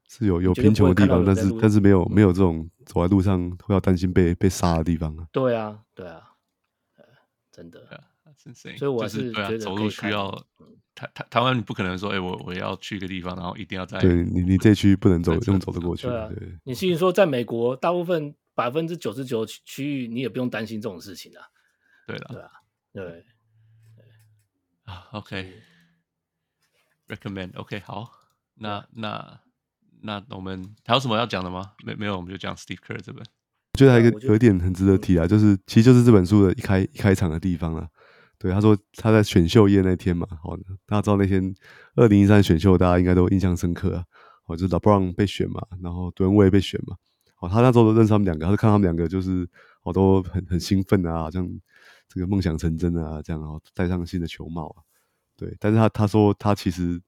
Speaker 1: 是有有
Speaker 2: 绝对
Speaker 1: 贫
Speaker 2: 不
Speaker 1: 穷
Speaker 2: 会
Speaker 1: 的地
Speaker 2: 看到
Speaker 1: 方，
Speaker 2: 有
Speaker 1: 但
Speaker 2: 人在
Speaker 1: 是
Speaker 2: 路嗯
Speaker 1: 但是没有没有这种走在路上会要担心被被杀的地方啊。
Speaker 2: 对啊，对啊，呃，真的，
Speaker 3: 对啊，that's insane，
Speaker 2: 所以我
Speaker 3: 就
Speaker 2: 还
Speaker 3: 是
Speaker 2: 是
Speaker 3: 对啊
Speaker 2: 觉，得
Speaker 3: 走
Speaker 2: 可
Speaker 3: 路
Speaker 2: 以
Speaker 3: 需
Speaker 2: 看
Speaker 3: 要
Speaker 2: 嗯
Speaker 3: 台台台湾，你不可能说，哎，我我要去一个地方，然后一定要在
Speaker 1: 对你你这区不能走
Speaker 3: 在，这
Speaker 1: 用走的过去。
Speaker 2: 对啊
Speaker 1: 对，
Speaker 2: 你是说在美国，大部分百分之九十九区域你也不用担心这种事情啊？
Speaker 3: 对了
Speaker 2: 对，
Speaker 3: 嗯啊，OK，recommend，OK，好，那那那我们还有什么要讲的吗？没没有，我们就讲 Steve Kerr 这本。
Speaker 1: 我觉得还有一
Speaker 2: 啊
Speaker 1: 个
Speaker 2: 我觉得
Speaker 1: 有一点很值得提啊，就是其实就是这本书的一开一开场的地方啊。对，他说他在选秀夜那天嘛，好、大家知道那天二零一三选秀，大家应该都印象深刻啊。哦，就是 LeBron 被选嘛，然后吨位被选嘛。哦，他那时候都认识他们两个，他就看他们两个就是哦都很很兴奋啊，好像这个梦想成真啊，这样然后戴上新的球帽啊。对，但是他他说他其实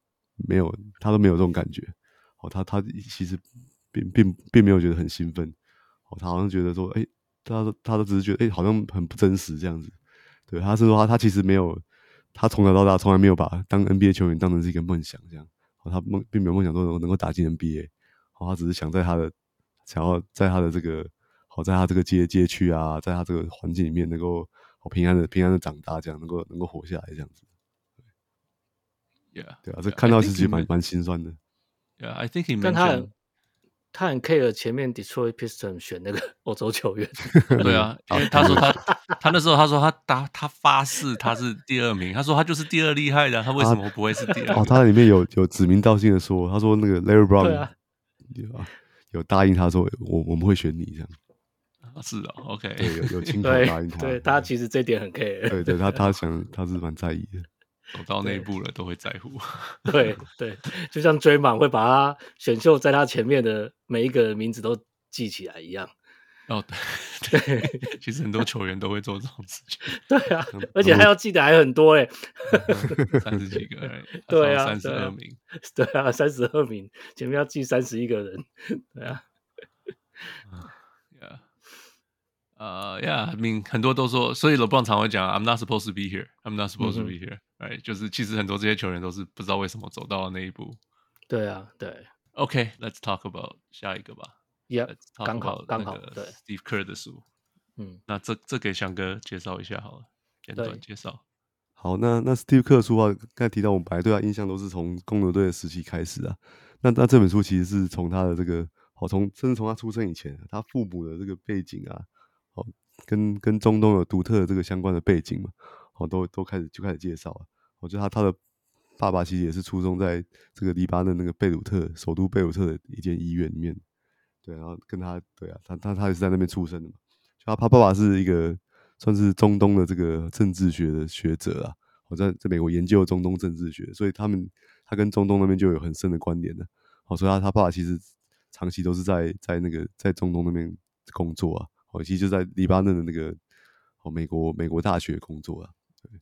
Speaker 1: 没有，他都没有这种感觉。哦，他他其实并并并没有觉得很兴奋。哦，他好像觉得说，哎、他都他都只是觉得，哎、好像很不真实这样子。对，他是说他他其实没有，他从小到大从来没有把当 NBA 球员当成是一个梦想这样。哦，他梦并没有梦想说能能够打进 NBA，哦，他只是想在他的想要在他的这个好、在他这个街街区啊，在他这个环境里面能够好、平安的平安的长大，这样能够能够活下来这样子。
Speaker 3: Yeah，
Speaker 1: 对啊，这
Speaker 3: Yeah，I
Speaker 1: 看到
Speaker 3: think
Speaker 1: 其实也
Speaker 3: you
Speaker 1: 蛮
Speaker 3: men-
Speaker 1: 蛮心酸的。
Speaker 3: Yeah, I think he
Speaker 2: 但他
Speaker 3: mentioned.
Speaker 2: 很他很 care 前面 Detroit Piston 选那个 欧洲球 员，
Speaker 3: 对啊，因为他说 他他那时候他说他打他发誓他是第二名，他说他就是第二厉害的，啊他为什么不会是第 二
Speaker 1: 哦，
Speaker 3: 名？
Speaker 1: 他在里面有有指名道姓的说，他说那个 Larry Brown
Speaker 2: 啊对啊
Speaker 1: 有啊有答应他说我我们会选你这样，
Speaker 3: 是哦
Speaker 1: 对，有
Speaker 3: ，OK，
Speaker 1: 有亲口
Speaker 2: 对
Speaker 1: 答应他，
Speaker 2: 对，他其实这点很 care，
Speaker 1: 对对，他他想他是蛮在意的，
Speaker 3: 走到那一步了都会在乎。
Speaker 2: 对对，就像追满会把他选秀在他前面的每一个人名字都记起来一样，
Speaker 3: 哦，对， 对其实很多球员都会做这种事情，
Speaker 2: 对啊，而
Speaker 3: 嗯
Speaker 2: 且他要记得还很多哎、
Speaker 3: 三十几个而已，
Speaker 2: 对啊
Speaker 3: 三十
Speaker 2: 对啊
Speaker 3: 二名，
Speaker 2: 对啊，三十二名，前面要记三十一个人，对啊，
Speaker 3: Yeah. 呃、y e a h I mean，很多都说，所以 LeBron 常会讲，I'm not supposed to be here，I'm not supposed to
Speaker 2: 嗯哼
Speaker 3: be here，right？、就是其实很多这些球员都是不知道为什么走到了那一步。
Speaker 2: 对啊，
Speaker 3: 呃
Speaker 2: 对
Speaker 3: OK，let's、talk about 下一个吧。
Speaker 2: y
Speaker 3: Let's talk
Speaker 2: 刚好
Speaker 3: about
Speaker 2: 刚
Speaker 3: 那
Speaker 2: 好
Speaker 3: 个
Speaker 2: 对
Speaker 3: Steve Kerr 的书。
Speaker 2: 嗯，
Speaker 3: 那这这给翔哥介绍一下好了，简短
Speaker 2: 对
Speaker 3: 介绍。
Speaker 1: 好，那那 Steve Kerr 的书啊，刚才提到我们本来对他印象都是从公牛队的时期开始啊。那那这本书其实是从他的这个，好从甚至从他出生以前啊，他父母的这个背景啊，好跟跟中东有独特的这个相关的背景嘛，好都都开始就开始介绍了。我觉得他他的爸爸其实也是出生在这个黎巴嫩那个贝鲁特首都贝鲁特的一间医院里面，对，然后跟他对啊，他他他也是在那边出生的嘛。就他他爸爸是一个算是中东的这个政治学的学者啊，我在在美国研究中东政治学，所以他们他跟中东那边就有很深的关联的。好，所以他他爸爸其实长期都是在在那个在中东那边工作啊，哦，其实就在黎巴嫩的那个哦美国美国大学工作啊，对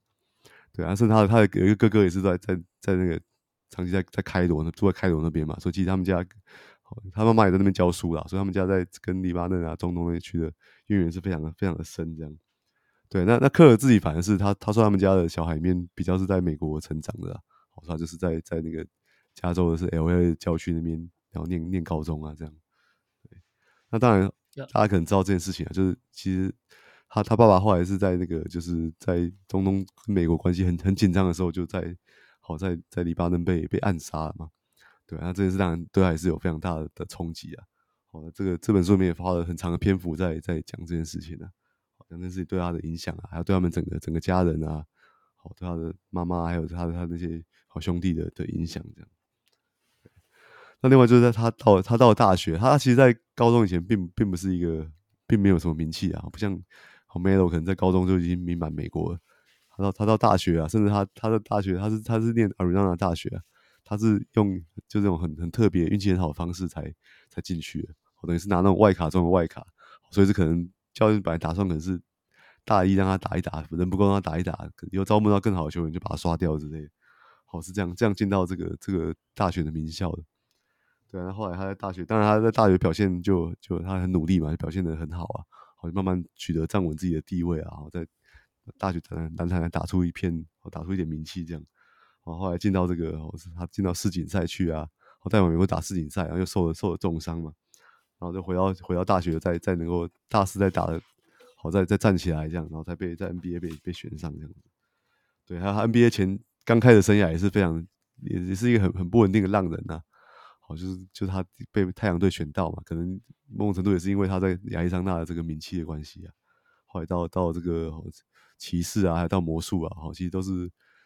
Speaker 1: 对啊，甚至他的他的有一个哥哥也是在在在那个长期在在开罗那住在开罗那边嘛，所以其实他们家哦他妈妈也在那边教书啦，所以他们家在跟黎巴嫩啊中东那区的渊源是非常的非常的深这样。对，那那克尔自己反而是他，他说他们家的小孩里面比较是在美国成长的、啊，哦，他就是在在那个加州的是 L A 郊区那边，然后念念高中啊这样。对，那当然
Speaker 2: Yeah.
Speaker 1: 大家可能知道这件事情啊，就是其实他他爸爸后来是在那个就是在中东跟美国关系很很紧张的时候，就在好、在在黎巴嫩被被暗杀了嘛。对，那这件事当然对他也是有非常大的的冲击啊。哦，这个这本书里面也花了很长的篇幅在在讲这件事情啊。讲这件事情对他的影响啊，还有对他们整个整个家人啊，好、对他的妈妈，还有他的他那些好兄弟的的影响这样。那另外就是在他到了他到了大学，他其实，在高中以前并并不是一个，并没有什么名气啊，不像好 Melo 可能在高中就已经名满美国了。他到他到大学啊，甚至他他的大学，他是他是念 Arizona 大学啊，他是用就这种很很特别运气很好的方式才才进去的，我等于是拿那种外卡中的外卡，所以是可能教练本来打算可能是大一让他打一打，人不够让他打一打，可以后招募到更好的球员就把他刷掉之类的。好是这样，这样进到这个这个大学的名校的。对啊，那后来他在大学，当然他在大学表现就就他很努力嘛，表现的很好啊，好就慢慢取得站稳自己的地位啊，好在大学篮篮坛打出一片，好打出一点名气这样。好，哦后来进到这个，好是他进到世锦赛去啊，好带往美国打世锦赛，然后又受了受了重伤嘛，然后就回到回到大学再，再能够大四再打的好，再再站起来这样，然后才被在 NBA 被被选上这样子。对，还有他 NBA 前刚开始生涯也是非常也也是一个很很不稳定的浪人呐、好，就是就是他被太阳队选到嘛，可能某种程度也是因为他在亚利桑那的这个名气的关系啊。后来到到这个哦骑士啊，还有到魔术啊，好，其实都是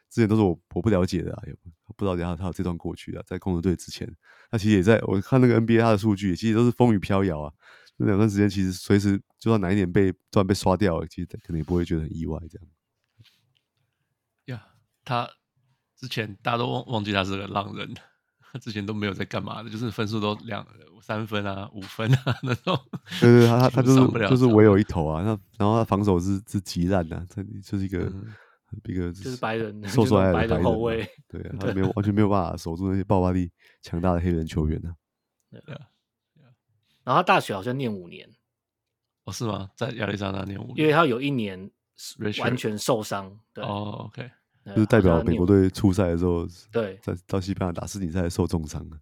Speaker 1: 之前都是我我不了解的啊，也不了解他他有这段过去啊，在公牛队之前，他其实也在我看那个 NBA 他的数据，其实都是风雨飘摇啊。那两段时间其实随时就算哪一年被突然被刷掉了，其实可能也不会觉得很意外这样。
Speaker 3: 呀他之前大家都忘忘记他是个浪人，他之前都没有在干嘛的，就是分数都两三分啊、五分啊那种。
Speaker 1: 对对， 他他他就
Speaker 3: 上不
Speaker 1: 是
Speaker 3: 了
Speaker 1: 就是
Speaker 3: 场
Speaker 1: 唯有一头啊，那然后他防守是是极烂的、啊，这就是一个、
Speaker 3: 嗯
Speaker 1: 一个
Speaker 2: 嗯就是白人
Speaker 1: 瘦
Speaker 2: 就是
Speaker 1: 出来的
Speaker 2: 白人后
Speaker 1: 啊
Speaker 2: 卫，
Speaker 1: 对啊，他没有完全没有办法守住那些爆发力强大的黑人球员啊呢、
Speaker 2: 然后他大学好像念五年，
Speaker 3: 哦，是吗？在亚利桑那念五
Speaker 2: 因为
Speaker 3: 年。
Speaker 2: 他有一年是
Speaker 3: Richard
Speaker 2: 完全受伤，对，
Speaker 3: 哦，OK，
Speaker 2: 对
Speaker 1: 就是代
Speaker 2: 好
Speaker 1: 表
Speaker 2: 像
Speaker 1: 美
Speaker 2: 念
Speaker 1: 国
Speaker 2: 五
Speaker 1: 队出赛的时候，
Speaker 2: 对，
Speaker 1: 在到西班牙打世锦赛受重伤了，啊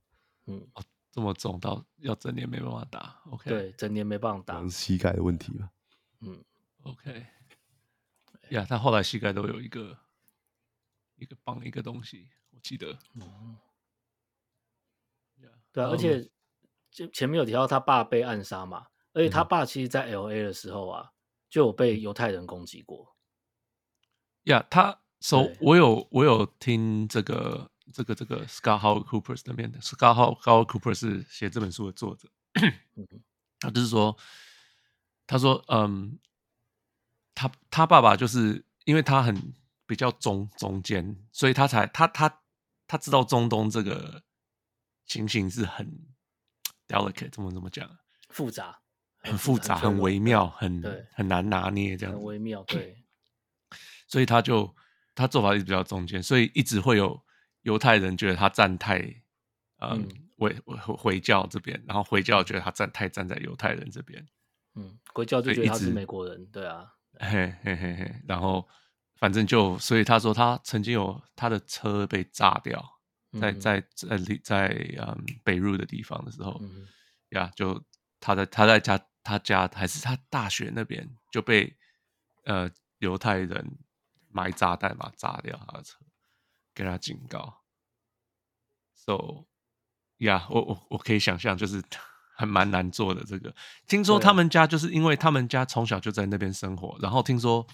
Speaker 2: 嗯，
Speaker 3: 这么重到要整年没办法打。OK，
Speaker 2: 对，整年没办法
Speaker 1: 可
Speaker 2: 打
Speaker 1: 能，是膝盖的问题吧。
Speaker 3: OK，呀，他后来膝盖都有一个一个绑一个东西，我记得。Yeah，
Speaker 2: 哦对啊，而
Speaker 3: 嗯
Speaker 2: 且就前面有提到他爸被暗杀嘛，而且
Speaker 3: 嗯
Speaker 2: 他爸其实，在 L A 的时候啊，就有被犹太人攻击过，
Speaker 3: 呀，他 so
Speaker 2: 对
Speaker 3: 我有我有听这个这个这个 Scott Howard Cooper 那边的 Scott Howard, Howard Cooper 是写这本书的作者，
Speaker 2: 嗯
Speaker 3: 他就是说，他说嗯，他他爸爸就是因为他很比较中中间，所以他才他他他知道中东这个情形是很 delicate，怎么怎么讲啊，
Speaker 2: 复杂，
Speaker 3: 很复杂、
Speaker 2: 脆
Speaker 3: 很
Speaker 2: 弱
Speaker 3: 微妙、很
Speaker 2: 对
Speaker 3: 很难拿捏这样
Speaker 2: 很
Speaker 3: 子。
Speaker 2: 微 妙，对，
Speaker 3: 所以他就他做法一直比较中间，所以一直会有犹太人觉得他站太，嗯
Speaker 2: 嗯，
Speaker 3: 回回回教这边，然后回教觉得他站太站在犹太人这边，
Speaker 2: 嗯，回教就
Speaker 3: 对
Speaker 2: 觉
Speaker 3: 一
Speaker 2: 得他是
Speaker 3: 直
Speaker 2: 美国人，对啊，
Speaker 3: 嘿嘿嘿嘿，然后反正就，所以他说他曾经有他的车被炸掉，在
Speaker 2: 嗯
Speaker 3: 在在里在嗯北入的地方的时候，
Speaker 2: 嗯
Speaker 3: 呀，就他在他在家他家还是他大学那边就被呃犹太人埋炸弹嘛炸掉他的车，给他警告。So，呀、我我我可以想象，就是 还蛮难做的这个。听说
Speaker 2: 对
Speaker 3: 他们家就是因为他们家从小就在那边生活，然后听说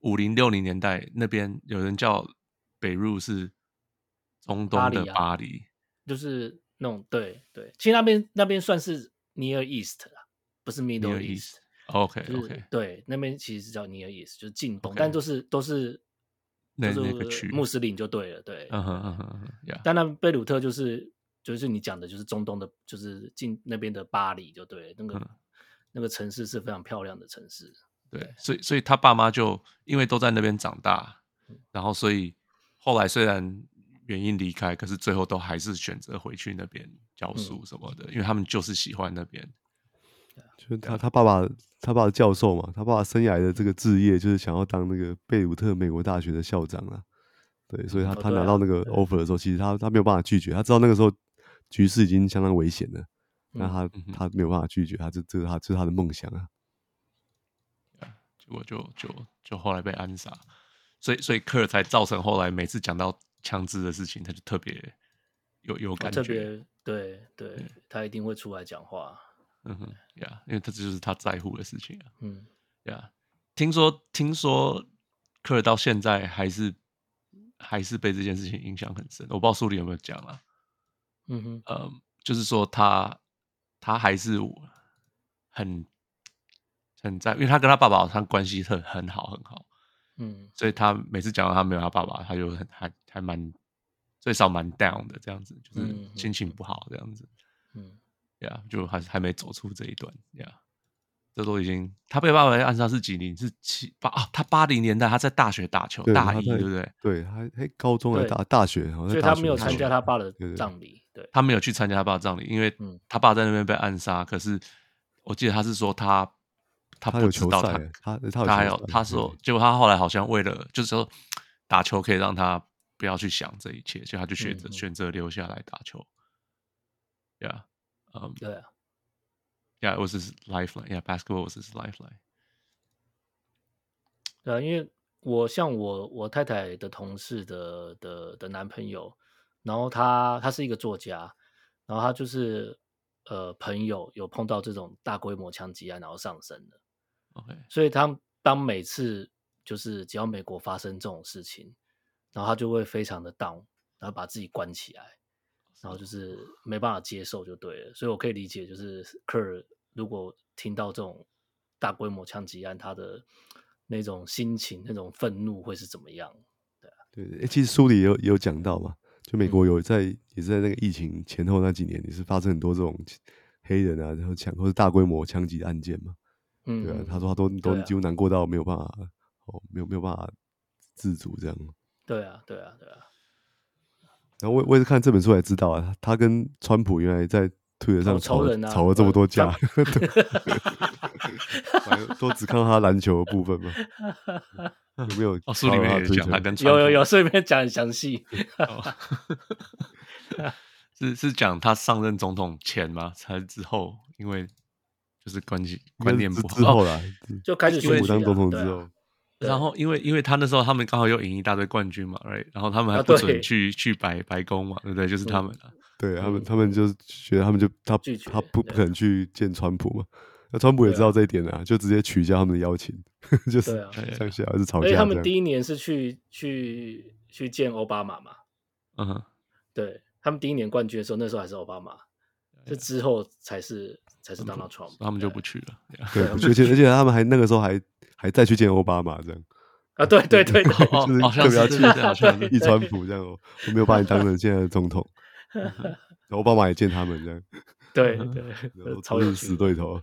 Speaker 3: 五零六零年代那边有人叫北入是中东
Speaker 2: 巴
Speaker 3: 的
Speaker 2: 黎啊
Speaker 3: 巴黎，
Speaker 2: 就是那种对对，其实那边那边算是 Near East 啦，不是 Middle
Speaker 3: Near
Speaker 2: East，
Speaker 3: OK
Speaker 2: 就是
Speaker 3: OK，
Speaker 2: 对那边其实叫 Near East，就是近东
Speaker 3: OK
Speaker 2: 但就是都是
Speaker 3: 那
Speaker 2: 就
Speaker 3: 那个
Speaker 2: 是
Speaker 3: 区
Speaker 2: 穆斯林就对了，对。
Speaker 3: 嗯哼嗯哼嗯哼，呀，
Speaker 2: 但那贝鲁特就是就是你讲的，就是中东的，就是近那边的巴黎，就对了，那个、
Speaker 3: 嗯
Speaker 2: 那个城市是非常漂亮的城市。
Speaker 3: 对，所以所以他爸妈就因为都在那边长大，
Speaker 2: 嗯
Speaker 3: 然后所以后来虽然原因离开，可是最后都还是选择回去那边教
Speaker 2: 嗯
Speaker 3: 书什么的，因为他们就是喜欢那边。
Speaker 1: 就是
Speaker 2: 啊
Speaker 1: 他他爸爸他爸爸教授嘛，他爸爸生涯的这个志业就是想要当那个贝鲁特美国大学的校长啊。对，所以他、
Speaker 2: 哦
Speaker 1: 他
Speaker 2: 对啊
Speaker 1: 拿到那个
Speaker 2: 对
Speaker 1: offer 的时候，其实他他没有办法拒绝，他知道那个时候局势已经相当危险了，那
Speaker 2: 嗯
Speaker 1: 他
Speaker 3: 嗯哼
Speaker 1: 他没有办法拒绝，他这这是他这是他的梦想啊。
Speaker 3: 啊结果就就就后来被暗杀，所以所以科尔才造成后来每次讲到枪支的事情，他就特别有有
Speaker 2: 我
Speaker 3: 感
Speaker 2: 哦特
Speaker 3: 觉，
Speaker 2: 别对对，他一定会出来讲话。
Speaker 3: 嗯哼，呀、因为这就是他在乎的事情啊，
Speaker 2: 嗯，
Speaker 3: 呀、听说听说科尔到现在还是还是被这件事情影响很深，我不知道书里有没有讲啦、
Speaker 2: 嗯哼，
Speaker 3: 呃，就是说他他还是很很在，因为他跟他爸爸好像关系很很好很好，
Speaker 2: 嗯
Speaker 3: 所以他每次讲到他没有他爸爸，他就很还还蛮最少蛮 down 的这样子，就
Speaker 2: 嗯
Speaker 3: 是
Speaker 2: 嗯
Speaker 3: 心情不好这样子，
Speaker 2: 嗯，
Speaker 3: 呀、就还是还没走出这一段呀。这都已经，他被爸爸暗杀是几年？是七八啊？他八零年代他在大学打球，
Speaker 1: 对
Speaker 3: 大
Speaker 1: 他
Speaker 3: 一
Speaker 1: 在
Speaker 3: 对不对？
Speaker 1: 对，他哎高中还
Speaker 2: 对
Speaker 1: 大大学，好像
Speaker 2: 所以
Speaker 1: 大
Speaker 2: 他
Speaker 1: 学
Speaker 2: 没有
Speaker 1: 大
Speaker 2: 参
Speaker 1: 学
Speaker 2: 加他爸的
Speaker 1: 对对
Speaker 2: 葬礼。对，
Speaker 3: 他没有去参加他爸的葬礼，因为
Speaker 2: 嗯
Speaker 3: 他爸在那边被暗杀。可是我记得他是说他他
Speaker 1: 他
Speaker 3: 不
Speaker 1: 有
Speaker 3: 知
Speaker 1: 球
Speaker 3: 道
Speaker 1: 赛
Speaker 3: 他
Speaker 1: 欸，他他有球
Speaker 3: 他还有
Speaker 1: 赛
Speaker 3: 他
Speaker 1: 对
Speaker 3: 说，结果他后来好像为了就是说打球可以让他不要去想这一切，所以他就选择
Speaker 2: 嗯嗯
Speaker 3: 选择留下来打球。Yeah, um,
Speaker 2: 对啊，
Speaker 3: yeah, it was his lifeline. Yeah, basketball was his lifeline.
Speaker 2: 对啊，因为我像我我太太的同事的的的男朋友，然后他他是一个作家，然后他就是呃朋友有碰到这种大规模枪击案，然后上升的。
Speaker 3: OK，
Speaker 2: 所以他当每次就是只要美国发生这种事情，然后他就会非常的 down，然后把自己关起来，然后就是没办法接受就对了。所以我可以理解，就是科尔如果听到这种大规模枪击案，他的那种心情、那种愤怒会是怎么样？
Speaker 1: 对，诶其实书里也有也有讲到嘛，就美国
Speaker 2: 嗯
Speaker 1: 有在、也是在那个疫情前后那几年，也是发生很多这种黑人啊，然后抢或者大规模枪击的案件嘛。
Speaker 2: 嗯，
Speaker 1: 对啊，他说他都都
Speaker 2: 对啊
Speaker 1: 几乎难过到没有办法，哦，没有没有办法自主这样。
Speaker 2: 对啊，对啊，对啊，
Speaker 1: 然后我我也是看这本书才知道啊，他他跟川普原来在推特上
Speaker 2: 哦
Speaker 1: 吵
Speaker 2: 仇
Speaker 1: 了、
Speaker 2: 人啊啊
Speaker 1: 吵了这么
Speaker 2: 哦
Speaker 1: 多架
Speaker 2: 川，
Speaker 1: 对，反正都只看到他篮球的部分 嘛，有没有？
Speaker 3: 哦，书里面也讲他跟川
Speaker 2: 有有
Speaker 1: 啊
Speaker 3: 普
Speaker 2: 有，顺便讲很详细。
Speaker 3: 哦 是是讲他上任总统前吗？还是之后？因为就是关系观念
Speaker 1: 之
Speaker 3: 不好。
Speaker 1: 之
Speaker 3: 哦
Speaker 1: 后 啦，之
Speaker 2: 就开始
Speaker 1: 川普当
Speaker 2: 选举了
Speaker 1: 总统之
Speaker 2: 对啊
Speaker 1: 后。
Speaker 2: 对
Speaker 3: 然后因为因为他那时候他们刚好又赢一大堆冠军嘛，right？然后他们还
Speaker 2: 啊
Speaker 3: 不
Speaker 2: 对
Speaker 3: 准去、去白白宫嘛，对不对？就是他们啊，
Speaker 1: 对他们，
Speaker 2: 嗯
Speaker 1: 他们就是觉得他们就他
Speaker 2: 拒绝
Speaker 1: 他不
Speaker 2: 对
Speaker 1: 不肯去见川普嘛。那川普也
Speaker 2: 对啊
Speaker 1: 知道这一点啊，就直接取消他们的邀请， 就是
Speaker 2: 对啊
Speaker 1: 上下还是吵
Speaker 2: 而且
Speaker 1: 架
Speaker 2: 他
Speaker 1: 这
Speaker 2: 们
Speaker 1: 样。
Speaker 2: 第一年是去去去见奥巴马嘛，
Speaker 3: 嗯哼，
Speaker 2: 对他们第一年冠军的时候，那时候还是奥巴马，这之后才是才是 Donald
Speaker 3: 所
Speaker 2: Trump，
Speaker 3: 以他们就
Speaker 2: 对
Speaker 3: 不去 了。对啊
Speaker 1: 对，而 且而且他们还那个时候还还再去见奥巴马这样，
Speaker 2: 啊，对对对对，
Speaker 3: 哦
Speaker 1: 就是
Speaker 3: 好像
Speaker 1: 特别要
Speaker 3: 是
Speaker 1: 去
Speaker 3: 对对对好像是
Speaker 1: 一川普这样哦，我没有把你当成现在的总 统。然后奥巴马也见他们这样，
Speaker 2: 对对，
Speaker 1: 然后
Speaker 2: 对超
Speaker 1: 都
Speaker 2: 有
Speaker 1: 是
Speaker 2: 趣
Speaker 1: 死
Speaker 2: 的，
Speaker 1: 对头。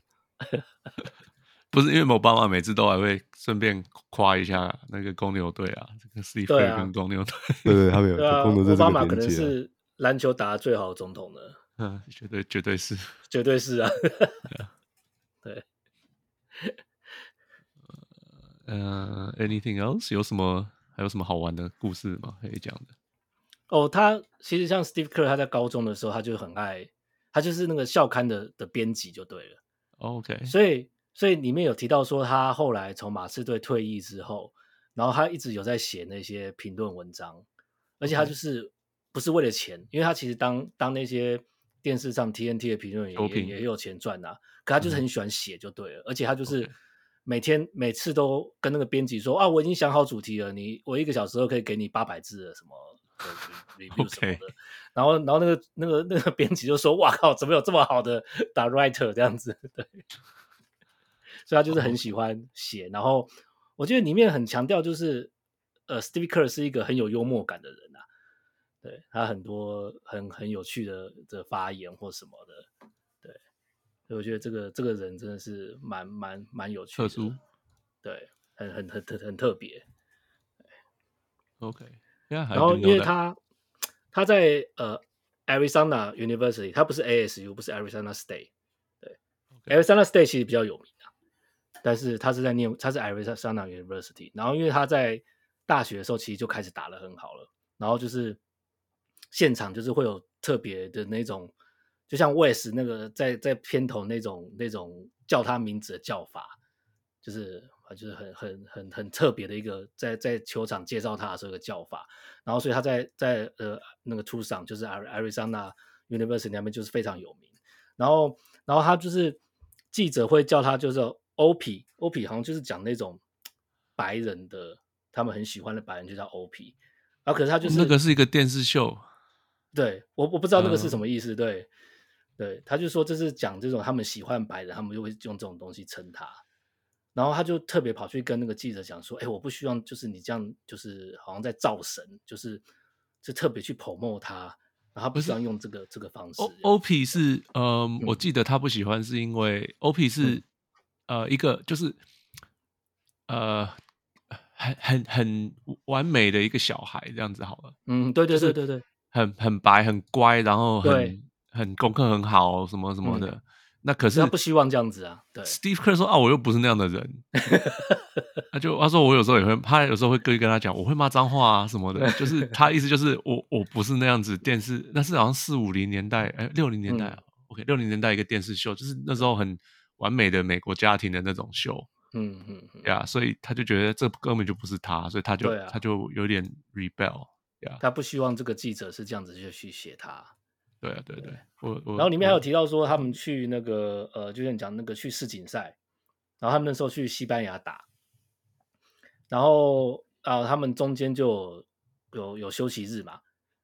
Speaker 3: 不是因为奥巴马每次都还会顺便夸一下那个公牛队啊，这个 Steve
Speaker 2: 对
Speaker 3: Kerr
Speaker 2: 啊
Speaker 3: 跟公牛队，
Speaker 1: 对对，他们有
Speaker 2: 对啊，
Speaker 1: 共同在
Speaker 2: 奥巴马
Speaker 1: 这
Speaker 2: 可
Speaker 1: 个
Speaker 2: 能
Speaker 1: 连接啊。
Speaker 2: 是篮球打得最好的总统了，
Speaker 3: 嗯，绝对绝对是。
Speaker 2: 绝对是啊，
Speaker 3: 呃，anything else 有什么还有什么好玩的故事吗？可以讲的？
Speaker 2: 哦，他其实像 Steve Kerr，他在高中的时候，他就很爱，他就是那个校刊的的编辑就对了。
Speaker 3: 哦 OK，
Speaker 2: 所以，所以里面有提到说，他后来从马刺队退役之后，然后他一直有在写那些评论文章，而且他就是不是为了钱，因为他其实当当那些电视上 TNT 的评论
Speaker 3: 球
Speaker 2: 员也
Speaker 3: 评
Speaker 2: 也有钱赚呐、可他就是很喜欢写就对了，而且他就是。
Speaker 3: 嗯 OK
Speaker 2: 每天每次都跟那个编辑说啊，我已经想好主题了，你我一个小时后可以给你八百字的什么 的 review 什么
Speaker 3: OK
Speaker 2: 的，然后然后那个那个那个编辑就说哇靠，怎么有这么好的打 writer 这样子？对，所以他就是
Speaker 3: 哦
Speaker 2: 很喜欢写。然后我觉得里面很强调就是，呃，Steve Kerr 是一个很有幽默感的人啊，对他很多很很有趣的的发言或什么的，对，所以我觉得这个这个人真的是蛮蛮蛮有趣的，
Speaker 3: 特殊
Speaker 2: 对，很很很特很特别。
Speaker 3: OK，yeah, I
Speaker 2: 然后
Speaker 3: didn't
Speaker 2: 因为
Speaker 3: know that.
Speaker 2: 他他在呃 Arizona University，他不是 ASU，不是 Arizona State，对
Speaker 3: OK
Speaker 2: Arizona State 其实比较有名啊，但是他是在念他是 Arizona University，然后因为他在大学的时候其实就开始打得很好了，然后就是现场就是会有特别的那种，就像 Wes 那个在在片头那种那种叫他名字的叫法，就是啊就是很很很很特别的一个在在球场介绍他的时候的叫法，然后所以他在在呃那个出场就是 Ari- Arizona University 那边就是非常有名，然后然后他就是记者会叫他就是 OP OP 好像就是讲那种白人的他们很喜欢的白人就叫 OP，然后可是他就是
Speaker 3: 哦那个是一个电视秀，
Speaker 2: 对我我不知道那个是
Speaker 3: 嗯
Speaker 2: 什么意思，对对，他就说这是讲这种他们喜欢白人，他们就会用这种东西称他。然后他就特别跑去跟那个记者讲说：“哎，我不希望就是你这样，就是好像在造神，就是就特别去 promote 他，然后他不哦
Speaker 3: 不是
Speaker 2: 希望用这个这个方式。
Speaker 3: O O P 是，嗯，我记得他不喜欢是因为 O P 是、
Speaker 2: 嗯
Speaker 3: 呃一个就是呃很很很完美的一个小孩这样子好了，
Speaker 2: 嗯，对对
Speaker 3: 就
Speaker 2: 对
Speaker 3: 是
Speaker 2: 对对，
Speaker 3: 很很白很乖，然后
Speaker 2: 对
Speaker 3: 很很功课很好什么什么
Speaker 2: 嗯
Speaker 3: 的。那可是
Speaker 2: 他不希望这样子啊，对
Speaker 3: Steve Kerr 说啊，我又不是那样 的人，他就他说我有时候也会，他有时候会跟跟他讲，我会骂脏话啊什么的， 就是他意思就是我我不是那样子。电视那是好像四五零年代，哎六零
Speaker 2: 嗯
Speaker 3: 年代、啊 o k 六零年代一个电视秀，就是那时候很完美的美国家庭的那种秀
Speaker 2: 嗯嗯嗯，
Speaker 3: 呀所以他就觉得这根本就不是他，所以他就、
Speaker 2: 对啊
Speaker 3: 他就有点 rebel 呀、
Speaker 2: 他不希望这个记者是这样子去去写他。
Speaker 3: 对啊对对，我我
Speaker 2: 然后里面还有
Speaker 3: 我
Speaker 2: 提到说，他们去那个呃，就像你讲那个去世锦赛，然后他们那时候去西班牙打，然后啊、他们中间就有有有休息日嘛，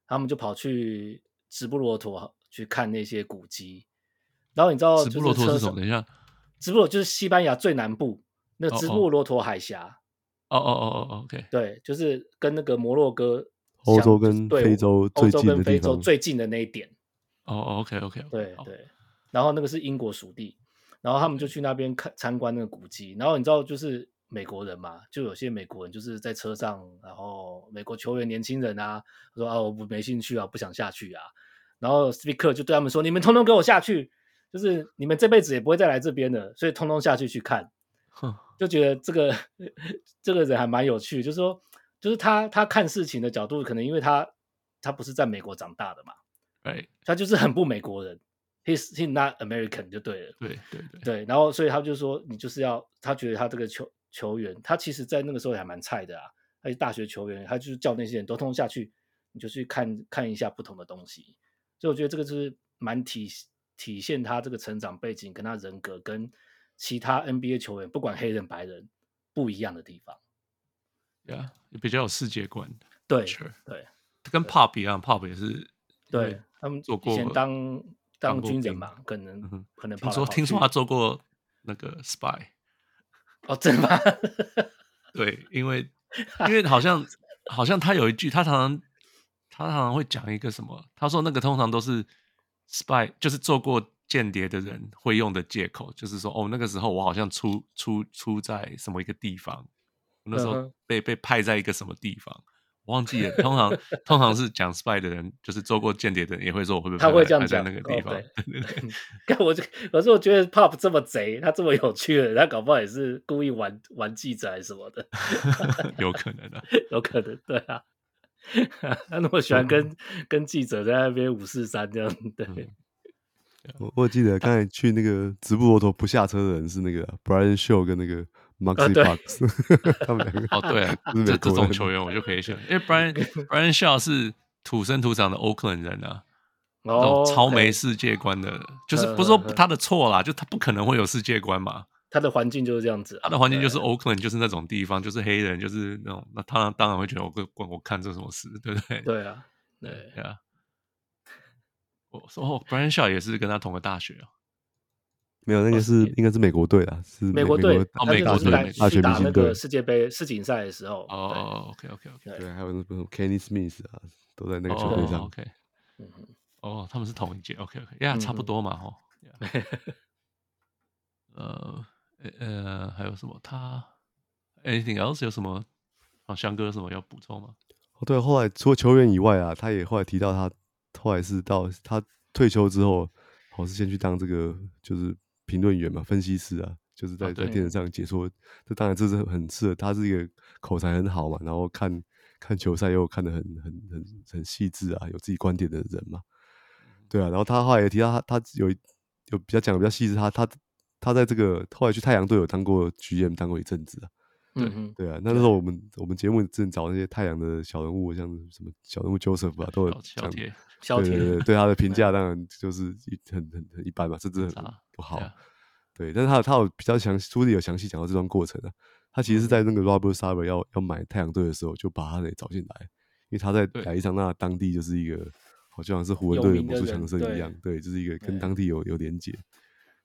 Speaker 2: 他们就跑去直布罗陀去看那些古迹。然后你知道，
Speaker 3: 直
Speaker 2: 就
Speaker 3: 布罗陀
Speaker 2: 车
Speaker 3: 是什么？
Speaker 2: 上
Speaker 3: 等一下，
Speaker 2: 直布罗就是西班牙最南部那
Speaker 3: 哦
Speaker 2: 直
Speaker 3: 哦
Speaker 2: 布罗陀海峡，
Speaker 3: 哦哦哦哦，OK，
Speaker 2: 对，就是跟那个摩洛哥
Speaker 1: 欧
Speaker 2: 相
Speaker 1: 洲
Speaker 2: 就是
Speaker 1: 跟
Speaker 2: 对
Speaker 1: 非洲
Speaker 2: 欧
Speaker 1: 最
Speaker 2: 洲
Speaker 1: 近
Speaker 2: 跟
Speaker 1: 的
Speaker 2: 非
Speaker 1: 地
Speaker 2: 洲
Speaker 1: 方
Speaker 2: 最近的那一点。
Speaker 3: 哦哦 OK OK，
Speaker 2: 对对，然后那个是英国属地，然后他们就去那边看参观那个古迹，然后你知道就是美国人嘛，就有些美国人就是在车上，然后美国球员年轻人啊，说啊我不没兴趣啊，不想下去啊，然后 speaker 就对他们说，你们通通给我下去，就是你们这辈子也不会再来这边的，所以通通下去去看，
Speaker 3: 哼
Speaker 2: 就觉得这个这个人还蛮有趣，就是说就是他他看事情的角度，可能因为他他不是在美国长大的嘛。
Speaker 3: ，right，
Speaker 2: 他就是很不美国人，he's he not American 就对了。
Speaker 3: 对对对。
Speaker 2: 对，然后所以他就说，你就是要他觉得他这个球球员，他其实在那个时候也还蛮菜的啊，他是大学球员，他就是叫那些人都通通下去，你就去看看一下不同的东西。所以我觉得这个就是蛮体体现他这个成长背景跟他人格跟其他 NBA 球员，不管黑人白人不一样的地方。
Speaker 3: Yeah，比较有世界观。
Speaker 2: 对
Speaker 3: Sure
Speaker 2: 对
Speaker 3: 跟 Pop 一样，Pop 也是
Speaker 2: 对，，他们
Speaker 3: 做
Speaker 2: 以前
Speaker 3: 过
Speaker 2: 当当
Speaker 3: 当过
Speaker 2: 军人
Speaker 3: 兵
Speaker 2: 嘛，可能、
Speaker 3: 嗯哼
Speaker 2: 可能跑
Speaker 3: 听
Speaker 2: 来
Speaker 3: 说
Speaker 2: 跑
Speaker 3: 听说
Speaker 2: 去
Speaker 3: 他做过那个 Spy，
Speaker 2: 哦，真的吗？
Speaker 3: 对，因为因为好像好像他有一句，他常常他常常会讲一个什么，他说那个通常都是 Spy，就是做过间谍的人会用的借口，就是说哦，那个时候我好像出出出在什么一个地方，我那
Speaker 2: 嗯
Speaker 3: 时候
Speaker 2: 哼
Speaker 3: 被被派在一个什么地方。我忘记了，通常通常是讲 spy 的人，就是做过间谍的人，也会说我会被
Speaker 2: 他
Speaker 3: 派
Speaker 2: 会
Speaker 3: 在
Speaker 2: 这样
Speaker 3: 派在
Speaker 2: 讲
Speaker 3: 那个
Speaker 2: 哦
Speaker 3: 地方。
Speaker 2: 对
Speaker 3: 对对对
Speaker 2: 看我就，可是我觉得 Pop 这么贼，他这么有趣的，他搞不好也是故意玩玩记者还是什么的，
Speaker 3: 有可能的、啊。
Speaker 2: 有可能，对啊。 他那么喜欢跟、跟记者在那边五四三这样，对，
Speaker 3: 嗯
Speaker 1: 我我记得刚才去那个直布罗陀不下车的人是那个 Brian Shaw 跟那个 Maxi
Speaker 2: 啊对
Speaker 1: Box，、他 们两个，
Speaker 3: 哦，对、啊
Speaker 1: 是美
Speaker 3: 这这
Speaker 1: 国
Speaker 3: 种
Speaker 1: 人
Speaker 3: 球员我就可以选，因为 Brian Brian Shaw 是土生土长的 Oakland 人啊，那
Speaker 2: 哦
Speaker 3: 种，超
Speaker 2: 美
Speaker 3: 没世界观的，就是
Speaker 2: 呵
Speaker 3: 不是说
Speaker 2: 呵呵
Speaker 3: 他的错啦，就他不可能会有世界观嘛。
Speaker 2: 他的环境就是这样子啊、
Speaker 3: 他的环境就是
Speaker 2: 对
Speaker 3: Oakland，就是那种地方，就是黑人，就是那种，那他当然会觉得我跟我我看这什么事，对不对？
Speaker 2: 对啊，对，
Speaker 3: 对啊。我说哦，Brian Shaw 也是跟他同个大学哦，
Speaker 1: 没有，那个
Speaker 2: 哦
Speaker 1: 是
Speaker 2: 是
Speaker 1: 应该是美国队啦，是
Speaker 2: 美国队，
Speaker 1: 大
Speaker 2: 他
Speaker 3: 美
Speaker 2: 就只
Speaker 3: 国
Speaker 2: 是
Speaker 3: 队
Speaker 2: 来
Speaker 3: 美
Speaker 1: 大
Speaker 2: 去
Speaker 1: 学
Speaker 2: 打
Speaker 1: 明
Speaker 2: 那
Speaker 1: 星
Speaker 2: 个
Speaker 1: 队，
Speaker 2: 世界杯世锦赛的时候，对
Speaker 3: 哦，OK OK OK，
Speaker 1: 对，还有那种 Kenny Smith 啊，都在那个球
Speaker 2: 哦
Speaker 1: 队上。
Speaker 3: 哦 OK，
Speaker 2: 嗯哼
Speaker 3: 哦，他们是同一届，OK OK，呀，
Speaker 2: 嗯
Speaker 3: 差不
Speaker 2: 嗯
Speaker 3: 多嘛， 吼。Yeah 呃呃呃，还有什么？他 anything else 有什么？啊，翔哥有什么要补充吗？
Speaker 1: 哦，对，后来除了球员以外啊，他也后来提到他后来是到他退休之后，好是先去当这个就是评论员嘛，分析师啊，就是在、在
Speaker 3: 对
Speaker 1: 电视上解说。这当然这是很适合他，是一个口才很好嘛，然后看看球赛又看得很很很很细致啊，有自己观点的人嘛。对啊，然后他后来也提到他他有一有比较讲的比较细致，他他他在这个后来去太阳队有当过 GM 当过一阵子啊。
Speaker 2: 嗯哼，
Speaker 1: 对啊，那那时候我们我们节目正找那些太阳的小人物，像什么小人物 Joseph 啊，都有
Speaker 3: 小哦小
Speaker 1: 讲，对
Speaker 3: 铁
Speaker 2: 消
Speaker 1: 对
Speaker 2: 停
Speaker 1: 对，对他的评价当然就是一很很很一般嘛，甚至很
Speaker 3: 啊
Speaker 1: 不好。
Speaker 3: 对啊
Speaker 1: 对，但是他有他有比较详细，书里有详细讲到这段过程啊。他其实是在那个 Robert Sarver 要要买太阳队的时候，就把他给找进来，因为他在
Speaker 3: 对
Speaker 1: 亚利桑那当地就是一个，好像是湖人
Speaker 2: 有
Speaker 1: 队的
Speaker 2: 名
Speaker 1: 魔
Speaker 2: 的
Speaker 1: 术
Speaker 2: 人
Speaker 1: 强森一样，对，就是一个跟
Speaker 2: 对
Speaker 1: 当地有有连结。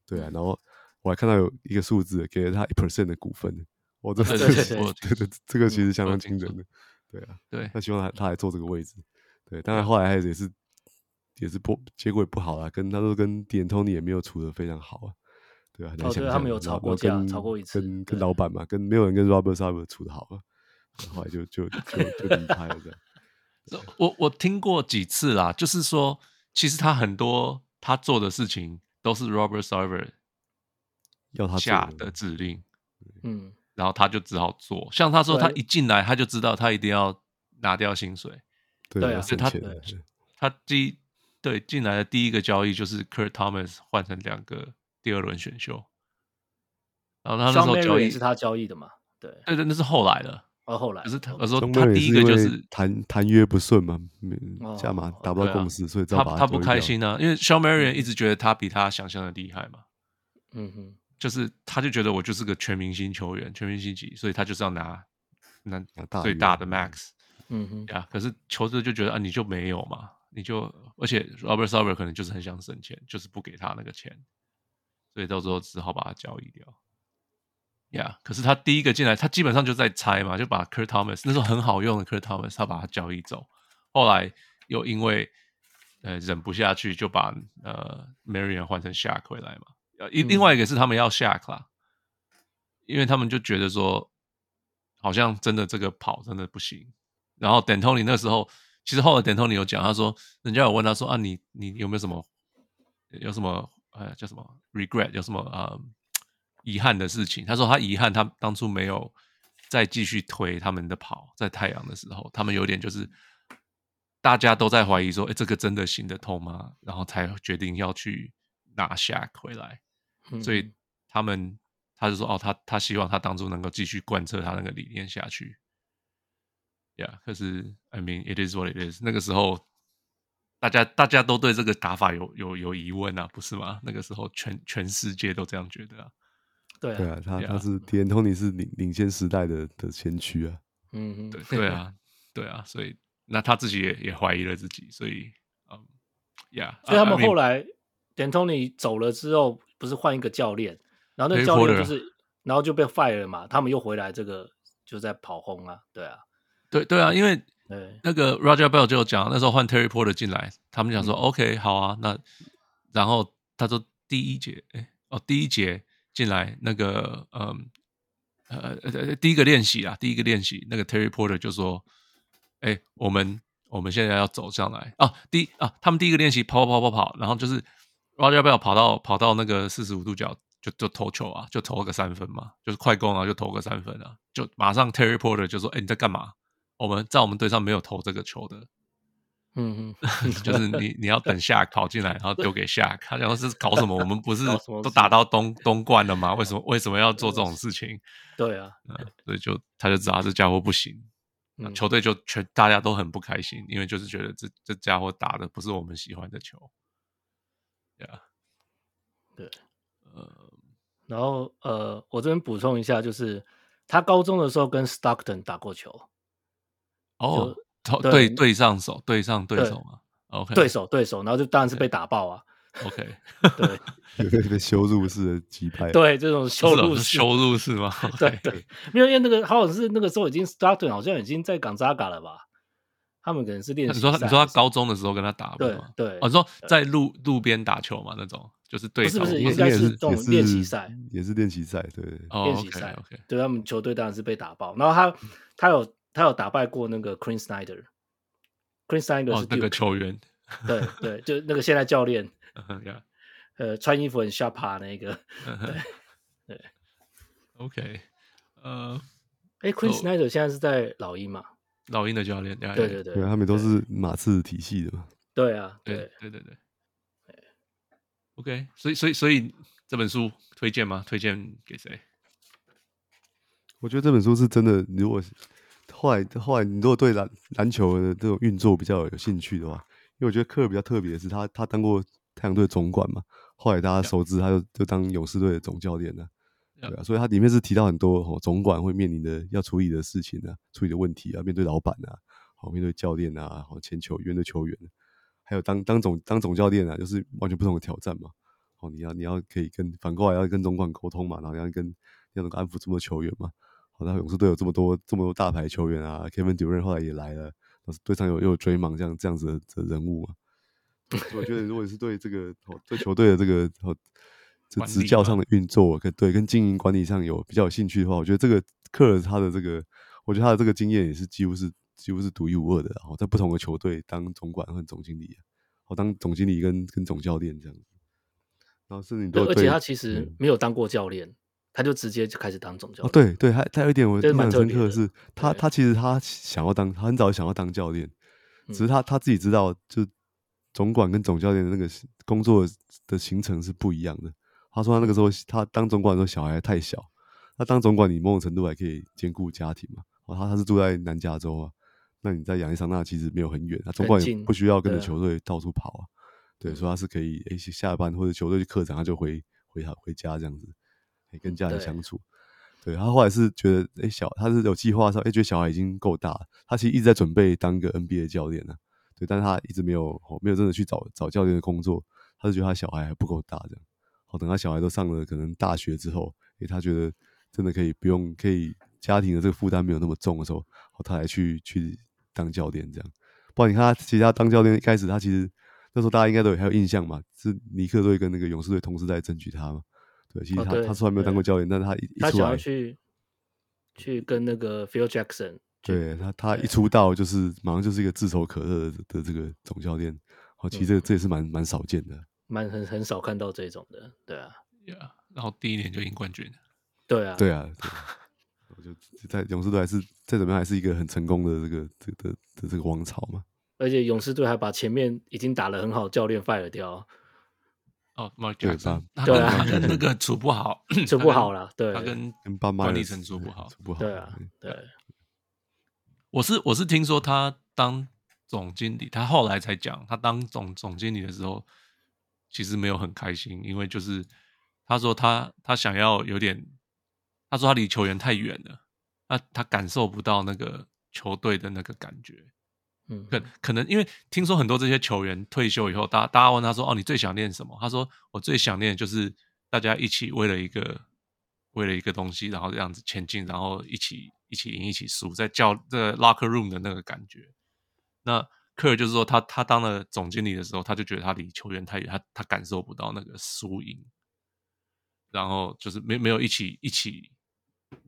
Speaker 1: 对啊，
Speaker 2: 嗯
Speaker 1: 然后我还看到有一个数字，给了他一 percent 的股份，我这
Speaker 3: 对
Speaker 1: 这
Speaker 2: 对
Speaker 1: 个
Speaker 2: 对
Speaker 1: 是
Speaker 2: 对
Speaker 1: 我 对对，这个其实相
Speaker 3: 我有
Speaker 1: 当
Speaker 3: 听
Speaker 1: 惊人
Speaker 3: 说
Speaker 1: 的，对啊。
Speaker 3: 对
Speaker 1: 那希望他他来坐这个位置。对，当然后来还也是也是不结果也不好啦，跟他都跟点 Tony 也没有处的非常好啊，对啊，很难
Speaker 2: 哦
Speaker 1: 想
Speaker 2: 对
Speaker 1: 象
Speaker 2: 他们有
Speaker 1: 然后
Speaker 2: 吵
Speaker 1: 然
Speaker 2: 过
Speaker 1: 后
Speaker 2: 架
Speaker 1: 跟
Speaker 2: 吵过一次
Speaker 1: 跟
Speaker 2: 对
Speaker 1: 跟老板嘛，跟没有人跟 Robert Sarver 处的好啊，然后后来就就就就离开了这样。
Speaker 3: So，我我听过几次啦，就是说，其实他很多他做的事情都是 Robert Server
Speaker 1: 要他做
Speaker 3: 下
Speaker 1: 的
Speaker 3: 的指令，
Speaker 2: 嗯
Speaker 3: 然后他就只好做。像他说，他
Speaker 2: 对
Speaker 3: 一进来他就知道他一定要拿掉薪水。
Speaker 1: 对
Speaker 2: 对啊
Speaker 1: 要省
Speaker 3: 他
Speaker 1: 钱
Speaker 2: 对
Speaker 1: 对
Speaker 3: 他第一对进来的第一个交易就是 Kurt Thomas 换成两个第二轮选秀，然后他那时
Speaker 2: ，Sean
Speaker 3: 候交
Speaker 2: Marion
Speaker 3: 易
Speaker 2: 也是，他交易的嘛，对，
Speaker 3: 对对，那是后来的。
Speaker 2: 而后来哦
Speaker 3: 可是他
Speaker 2: OK
Speaker 3: 我说
Speaker 1: 中
Speaker 3: 他
Speaker 1: 间也
Speaker 3: 第一
Speaker 1: 是
Speaker 3: 个
Speaker 1: 因
Speaker 3: 就
Speaker 1: 为
Speaker 3: 是
Speaker 1: 谈谈约不顺嘛，没
Speaker 2: 哦
Speaker 1: 价码达不
Speaker 3: 对
Speaker 1: 到
Speaker 3: 啊
Speaker 1: 共识，所以只好
Speaker 3: 他
Speaker 1: 把
Speaker 3: 他
Speaker 1: 交
Speaker 3: 不
Speaker 1: 易
Speaker 3: 开
Speaker 1: 掉嗯
Speaker 3: 心啊，因为 Sean Marion 一直觉得他比他想象的厉害嘛。
Speaker 2: 嗯哼，
Speaker 3: 就是他就觉得我就是个全明星球员，全明星级，所以他就是要拿拿
Speaker 1: 拿大啊
Speaker 3: 最
Speaker 1: 约
Speaker 3: 大的 max
Speaker 2: 嗯哼，
Speaker 3: 呀。可是球队就觉得啊，你就没有嘛，你就而且 Robert Sarver 可能就是很想省钱，就是不给他那个钱，所以到时候只好把他交易掉。呀、可是他第一个进来，他基本上就在猜嘛，就把 Kurt Thomas 那时候很好用的 Kurt Thomas，他把他交易走，后来又因为呃忍不下去，就把呃 Marion 换成 Shark 回来嘛。呃，一另
Speaker 2: 嗯
Speaker 3: 外一个是他们要 Shark 啦，因为他们就觉得说，好像真的这个跑真的不行。然后 Dantoni 那时候，其实后来 Dantoni 有讲，他说人家有问他说啊，你你有没有什么有什么呃叫什么 regret 有什么呃遗憾的事情？他说他遗憾他当初没有再继续推他们的跑，在太阳的时候，他们有点就是大家都在怀疑说，哎，这个真的行得通吗？然后才决定要去拿下回来。
Speaker 2: 嗯
Speaker 3: 所以他们他就说哦，他他希望他当初能够继续贯彻他那个理念下去。Yeah，可是 I mean it is what it is。那个时候大家大家都对这个打法有有有疑问啊，不是吗？那个时候全全世界都这样觉得啊。
Speaker 2: 对
Speaker 1: 对
Speaker 2: 啊，
Speaker 1: 啊，他他
Speaker 3: Yeah
Speaker 1: 是 d a n Tony 是领领先时代的的先驱啊，
Speaker 2: 嗯哼，
Speaker 3: 对对啊，对啊，所以那他自己也也怀疑了自己，所以嗯，Yeah，
Speaker 2: 所以他们
Speaker 3: 啊 I mean-
Speaker 2: 后来 D'Antoni 走了之后，不是换一个教练，然后那个
Speaker 3: Dave
Speaker 2: 教练就
Speaker 3: Porter
Speaker 2: 是，然后就被 fire 了嘛，他们又回来这个就在跑轰啊，对啊，
Speaker 3: 对对啊，因为
Speaker 2: 对，
Speaker 3: 那个 Roger Bell 就有讲，那时候换 Terry Porter 进来，他们讲说、OK 好啊，那然后他说第一节，哎哦第一节进来那个嗯呃呃呃第一个练习啊，第一个练习那个 Terry Porter 就说，哎我们我们现在要走上来啊，第啊他们第一个练习跑跑跑跑跑，然后就是 Roger Bell 跑到跑到那个四十五度角。就就投球啊，就投个三分嘛，就是快攻啊，就投个三分啊，就马上 Terry Porter 就说：“哎、你在干嘛？我们在我们队上没有投这个球的，
Speaker 2: 嗯
Speaker 3: 就是你你要等下跑进来，然后丢给下。他讲这是搞什么？我们不是
Speaker 2: 搞什么
Speaker 3: 都
Speaker 2: 事啊
Speaker 3: 打到东东冠了吗？为 什么为什么要做这种事情？
Speaker 2: 对啊，
Speaker 3: 嗯，所以就他就知道这家伙不行，那
Speaker 2: 嗯
Speaker 3: 球队就全大家都很不开心，因为就是觉得这这家伙打的不是我们喜欢的球。对啊，
Speaker 2: 对，
Speaker 3: 呃，
Speaker 2: 然后呃，我这边补充一下，就是他高中的时候跟 Stockton 打过球，
Speaker 3: 哦，投
Speaker 2: 对
Speaker 3: 对对上手，对上对
Speaker 2: 对
Speaker 3: 手嘛。OK，
Speaker 2: 对手对手，然后就当然是被打爆啊。
Speaker 3: OK，
Speaker 2: 对
Speaker 1: 有那个羞辱式的击 败，，啊
Speaker 2: 对，这种羞辱
Speaker 3: 是
Speaker 2: 式
Speaker 3: 羞辱是吗？
Speaker 2: 对对，没有，因为那个好像是那个时候已经 Stockton 好像已经在 Gonzaga 了吧？他们可能是练
Speaker 3: 你
Speaker 2: 习
Speaker 3: 说
Speaker 2: 赛
Speaker 3: 你说他
Speaker 2: 还是
Speaker 3: 高中的时候跟他打
Speaker 2: 对
Speaker 3: 吗？
Speaker 2: 对
Speaker 3: 哦，你说在路路边打球嘛，那种就是对
Speaker 2: 不
Speaker 1: 哦
Speaker 2: 是
Speaker 3: 手
Speaker 2: 不是
Speaker 3: 或
Speaker 2: 应
Speaker 3: 者
Speaker 2: 该
Speaker 1: 也
Speaker 2: 是
Speaker 1: 是
Speaker 2: 这种
Speaker 1: 也是
Speaker 2: 练习赛，
Speaker 1: 也是练习赛，对对。
Speaker 3: 哦
Speaker 2: 练习
Speaker 3: OK
Speaker 2: 赛
Speaker 3: OK，
Speaker 2: 对他们球队当然是被打爆。然后
Speaker 3: 嗯
Speaker 2: 他他有他有打败过那个 Queen Snyder，Queen Snyder
Speaker 3: 哦
Speaker 2: 是 Duke、
Speaker 3: 那个球员，
Speaker 2: 对对，就那个现在教练，
Speaker 3: 嗯呀
Speaker 2: 呃，穿衣服很下趴那个。
Speaker 3: 嗯哼，OK，呃，
Speaker 2: 哎，Queen
Speaker 3: 哦
Speaker 2: Snyder 现在是在老鹰嘛？
Speaker 3: 老鹰的教练，呀
Speaker 2: 对
Speaker 3: 呀
Speaker 2: 对对
Speaker 1: 对，啊他们都是马刺体系的嘛，
Speaker 2: 对啊，
Speaker 3: 对
Speaker 2: 对，
Speaker 3: 对对对。OK，所以所以所以这本书推荐吗？推荐给谁？
Speaker 1: 我觉得这本书是真的，如果后来后来你如果对篮篮球的这种运作比较有兴趣的话，因为我觉得科尔比较特别的是他他当过太阳队总管嘛，后来大家熟知他就就当勇士队的总教练了、
Speaker 3: Yeah.
Speaker 1: 对啊，所以他里面是提到很多哦总管会面临的要处理的事情啊，处理的问题啊，面对老板啊，好面对教练啊，好前球面对球员，还有当当总当总教练啊，就是完全不同的挑战嘛。哦，你要你要可以跟反过来要跟总管沟通嘛，然后你要跟要能够安抚这么多球员嘛。好，那勇士队有这么多这么多大牌球员啊，Kevin Durant 后来也来了，那队上有又有追梦这样这样子的的人物 嘛。所以我觉得如果你是对这个哦对球队的这个哦这
Speaker 3: 管
Speaker 1: 执
Speaker 3: 理
Speaker 1: 教
Speaker 3: 嘛
Speaker 1: 上的运作跟对跟经营管理上有比较有兴趣的话，我觉得这个克尔他的这个，我觉得他的这个经验也是几乎是几乎是独一无二的啊，然后在不同的球队当总管和总经理、啊，哦当总经理跟跟总教练这样子。然后甚至你都
Speaker 2: 而且他其
Speaker 1: 嗯
Speaker 2: 实没有当过教练，他就直接就开始当总教
Speaker 1: 哦，
Speaker 2: 练。
Speaker 1: 对对，还还有一点我
Speaker 2: 这
Speaker 1: 印
Speaker 2: 是蛮
Speaker 1: 象深
Speaker 2: 特别
Speaker 1: 刻
Speaker 2: 的
Speaker 1: 的是，他
Speaker 2: 对
Speaker 1: 他其实他想要当，他很早就想要当教练，只是
Speaker 2: 嗯
Speaker 1: 他他自己知道，就总管跟总教练的那个是工作的行程是不一样的。他说他那个时
Speaker 2: 嗯
Speaker 1: 候他当总管的时候小孩还太小，他当总管你某种程度还可以兼顾家庭嘛。哦，他他是住在南加州啊，那你在亚利桑那其实没有很远，啊，总
Speaker 2: 很
Speaker 1: 管也
Speaker 2: 近
Speaker 1: 不需要跟着
Speaker 2: 对啊
Speaker 1: 球队到处跑啊。对，所以他是可以诶、下班或者球队去客场，他就回回他回家这样子，诶跟家人
Speaker 2: 对
Speaker 1: 相处。对他后来是觉得，诶，小他是有计划上，诶，觉得小孩已经够大了，他其实一直在准备当一个 NBA 教练呢、啊。对，但是他一直没有、哦、没有真的去找找教练的工作，他就觉得他小孩还不够大这样。好、等他小孩都上了可能大学之后，诶，他觉得真的可以不用，可以家庭的这个负担没有那么重的时候，哦，他才去去当教练这样。不然你看他，其实他当教练一开始，他其实那时候大家应该都有还有印象嘛，是尼克队跟那个勇士队同时在争取他嘛。对，其实
Speaker 2: 哦
Speaker 1: 他、
Speaker 2: 对
Speaker 1: 他虽然没有当过
Speaker 2: 对
Speaker 1: 教练，但是他一
Speaker 2: 他
Speaker 1: 一出
Speaker 2: 想
Speaker 1: 来
Speaker 2: 要，去去跟那个 Phil Jackson 去
Speaker 1: 对他他一
Speaker 2: 对
Speaker 1: 出道就是马上就是一个炙手可热的的这个总教练。哦，其实
Speaker 2: 嗯
Speaker 1: 这个这也是蛮蛮少见的。
Speaker 2: 蛮很很少看到这种的，对啊，
Speaker 3: Yeah，然后第一年就赢冠军，
Speaker 2: 对啊，
Speaker 1: 对啊，对啊我就在勇士队还是再怎么样还是一个很成功的这个这个的的这个王朝嘛。
Speaker 2: 而且勇士队还把前面已经打得很好的教练 fire 掉，
Speaker 3: 哦，Mark
Speaker 1: 对
Speaker 3: Jackson，
Speaker 1: 把
Speaker 3: 他跟
Speaker 2: 对啊
Speaker 3: 他跟 那个处不好，
Speaker 2: 这
Speaker 3: 他
Speaker 2: 不
Speaker 3: 跟
Speaker 2: 好啦，对
Speaker 3: 他跟
Speaker 1: 跟巴马
Speaker 3: 管
Speaker 1: 尔
Speaker 3: 理层处不好。
Speaker 1: 不好。
Speaker 2: 对啊，对
Speaker 3: 我是我是听说他当总经理，他后来才讲，他当总总经理的时候，其实没有很开心，因为就是他说他他想要有点，他说他离球员太远了，那他感受不到那个球队的那个感觉，
Speaker 2: 嗯，
Speaker 3: 可可能因为听说很多这些球员退休以后，大大家问他说：“哦，你最想念什么？”他说：“我最想念的就是大家一起为了一个为了一个东西，然后这样子前进，然后一起一起赢，一起输，在教在 locker room 的那个感觉。”那科尔就是说他，他当了总经理的时候，他就觉得他离球员太远，他他感受不到那个输赢，然后就是没没有一起一起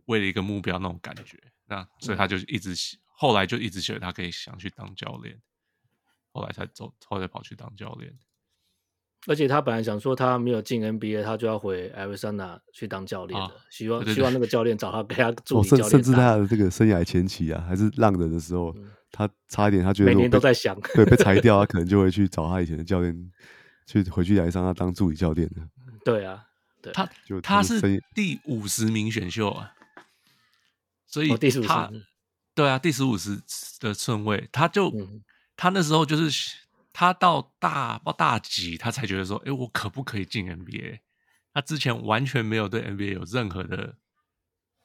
Speaker 3: 为了一个目标那种感觉，那所
Speaker 2: 嗯
Speaker 3: 以他就一直、后来就一直觉得他可以想去当教练，后来才走，后来跑去当教练。
Speaker 2: 而且他本来想说他没有进 NBA，他就要回 Arizona 去当教练
Speaker 3: 啊
Speaker 2: 的，希望
Speaker 3: 对对
Speaker 2: 希望那个教练找他给他助
Speaker 1: 哦，
Speaker 2: 理
Speaker 1: 甚
Speaker 2: 教练
Speaker 1: 甚至
Speaker 2: 打
Speaker 1: 他的这个生涯前期啊，还是浪人的时候，他差一点，他觉得
Speaker 2: 每
Speaker 1: 如果
Speaker 2: 年都
Speaker 1: 被
Speaker 2: 在想，
Speaker 1: 对被裁掉，他可能就会去找他以前的教练，去回去来上他当助理教练的。
Speaker 2: 对啊，
Speaker 3: 他
Speaker 1: 就
Speaker 3: 他
Speaker 1: 就生意
Speaker 3: 是第五十名选秀啊，所以
Speaker 2: 哦第15
Speaker 3: 他
Speaker 2: 名
Speaker 3: 对啊，第十五十的顺位，他就、
Speaker 2: 嗯
Speaker 3: 他那时候就是他到大到大几，他才觉得说，哎，我可不可以进 NBA？他之前完全没有对 NBA 有任何的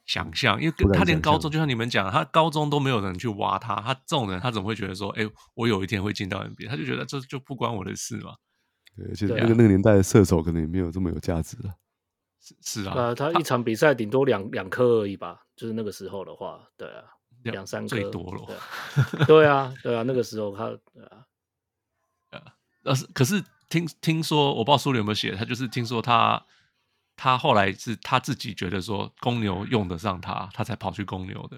Speaker 3: 想象，因为
Speaker 1: 不敢
Speaker 3: 他连
Speaker 1: 想
Speaker 3: 高
Speaker 1: 象
Speaker 3: 中，就像你们讲，他高中都没有人去挖他，他这种人他怎么会觉得说，哎，我有一天会进到 NBA？他就觉得这就不关我的事嘛。
Speaker 1: 对，而且
Speaker 2: 对
Speaker 1: 那个
Speaker 2: 啊
Speaker 1: 那个年代的射手可能也没有这么有价值了。
Speaker 3: 是是啊，
Speaker 2: 啊，他一场比赛顶多两两颗而已吧，就是那个时候的话，对啊，
Speaker 3: 两
Speaker 2: 两三颗
Speaker 3: 最多了。
Speaker 2: 对啊 对啊，对啊，那个时候他，对啊，
Speaker 3: 但是可是听听说，我不知道书里有没有写，他就是听说他他后来是他自己觉得说公牛用得上他，他才跑去公牛的。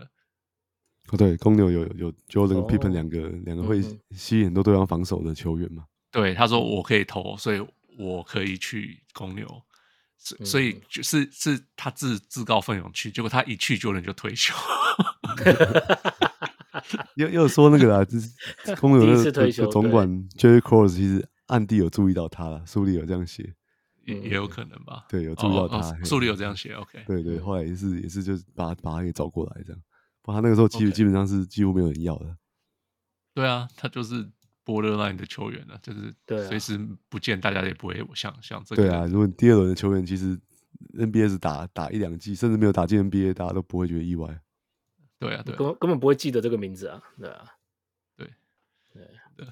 Speaker 1: 哦，对，公牛有有 Jordan 跟
Speaker 2: 哦
Speaker 1: Pippen 两个两个会
Speaker 2: 嗯
Speaker 1: 吸引很多对方防守的球员嘛。
Speaker 3: 对，他说我可以投，所以我可以去公牛。所所以
Speaker 2: 嗯
Speaker 3: 就是是他自自告奋勇去，结果他一去 Jordan 就退休，
Speaker 1: 又又说那个啦， 就是公牛
Speaker 2: 第一
Speaker 1: 那
Speaker 2: 次
Speaker 1: 个
Speaker 2: 退
Speaker 1: 的
Speaker 2: 休
Speaker 1: 的总管 Jerry Cross 其实暗地有注意到他了，书里有这样写。
Speaker 3: 也
Speaker 2: 嗯
Speaker 3: 也有可能吧。
Speaker 1: 对有注意到
Speaker 3: 哦哦
Speaker 1: 他嘿
Speaker 3: 书里有这样写，OK。
Speaker 1: 对对，
Speaker 2: 嗯
Speaker 1: 后来也是也是就是把把他给找过来这样。不过他那个时候基
Speaker 3: OK
Speaker 1: 基本上是几乎没有人要的。
Speaker 3: 对啊，他就是 borderline 的球员了、就是
Speaker 2: 对啊
Speaker 3: 随时不见，大家也不会想想这个。
Speaker 1: 对啊，如果你第二轮的球员其实 NBA 是打打一两季，甚至没有打进 NBA，大家都不会觉得意外。
Speaker 3: 对啊，对啊，
Speaker 2: 根根本不会记得这个名字啊，对啊，
Speaker 3: 对
Speaker 2: 对
Speaker 3: 对。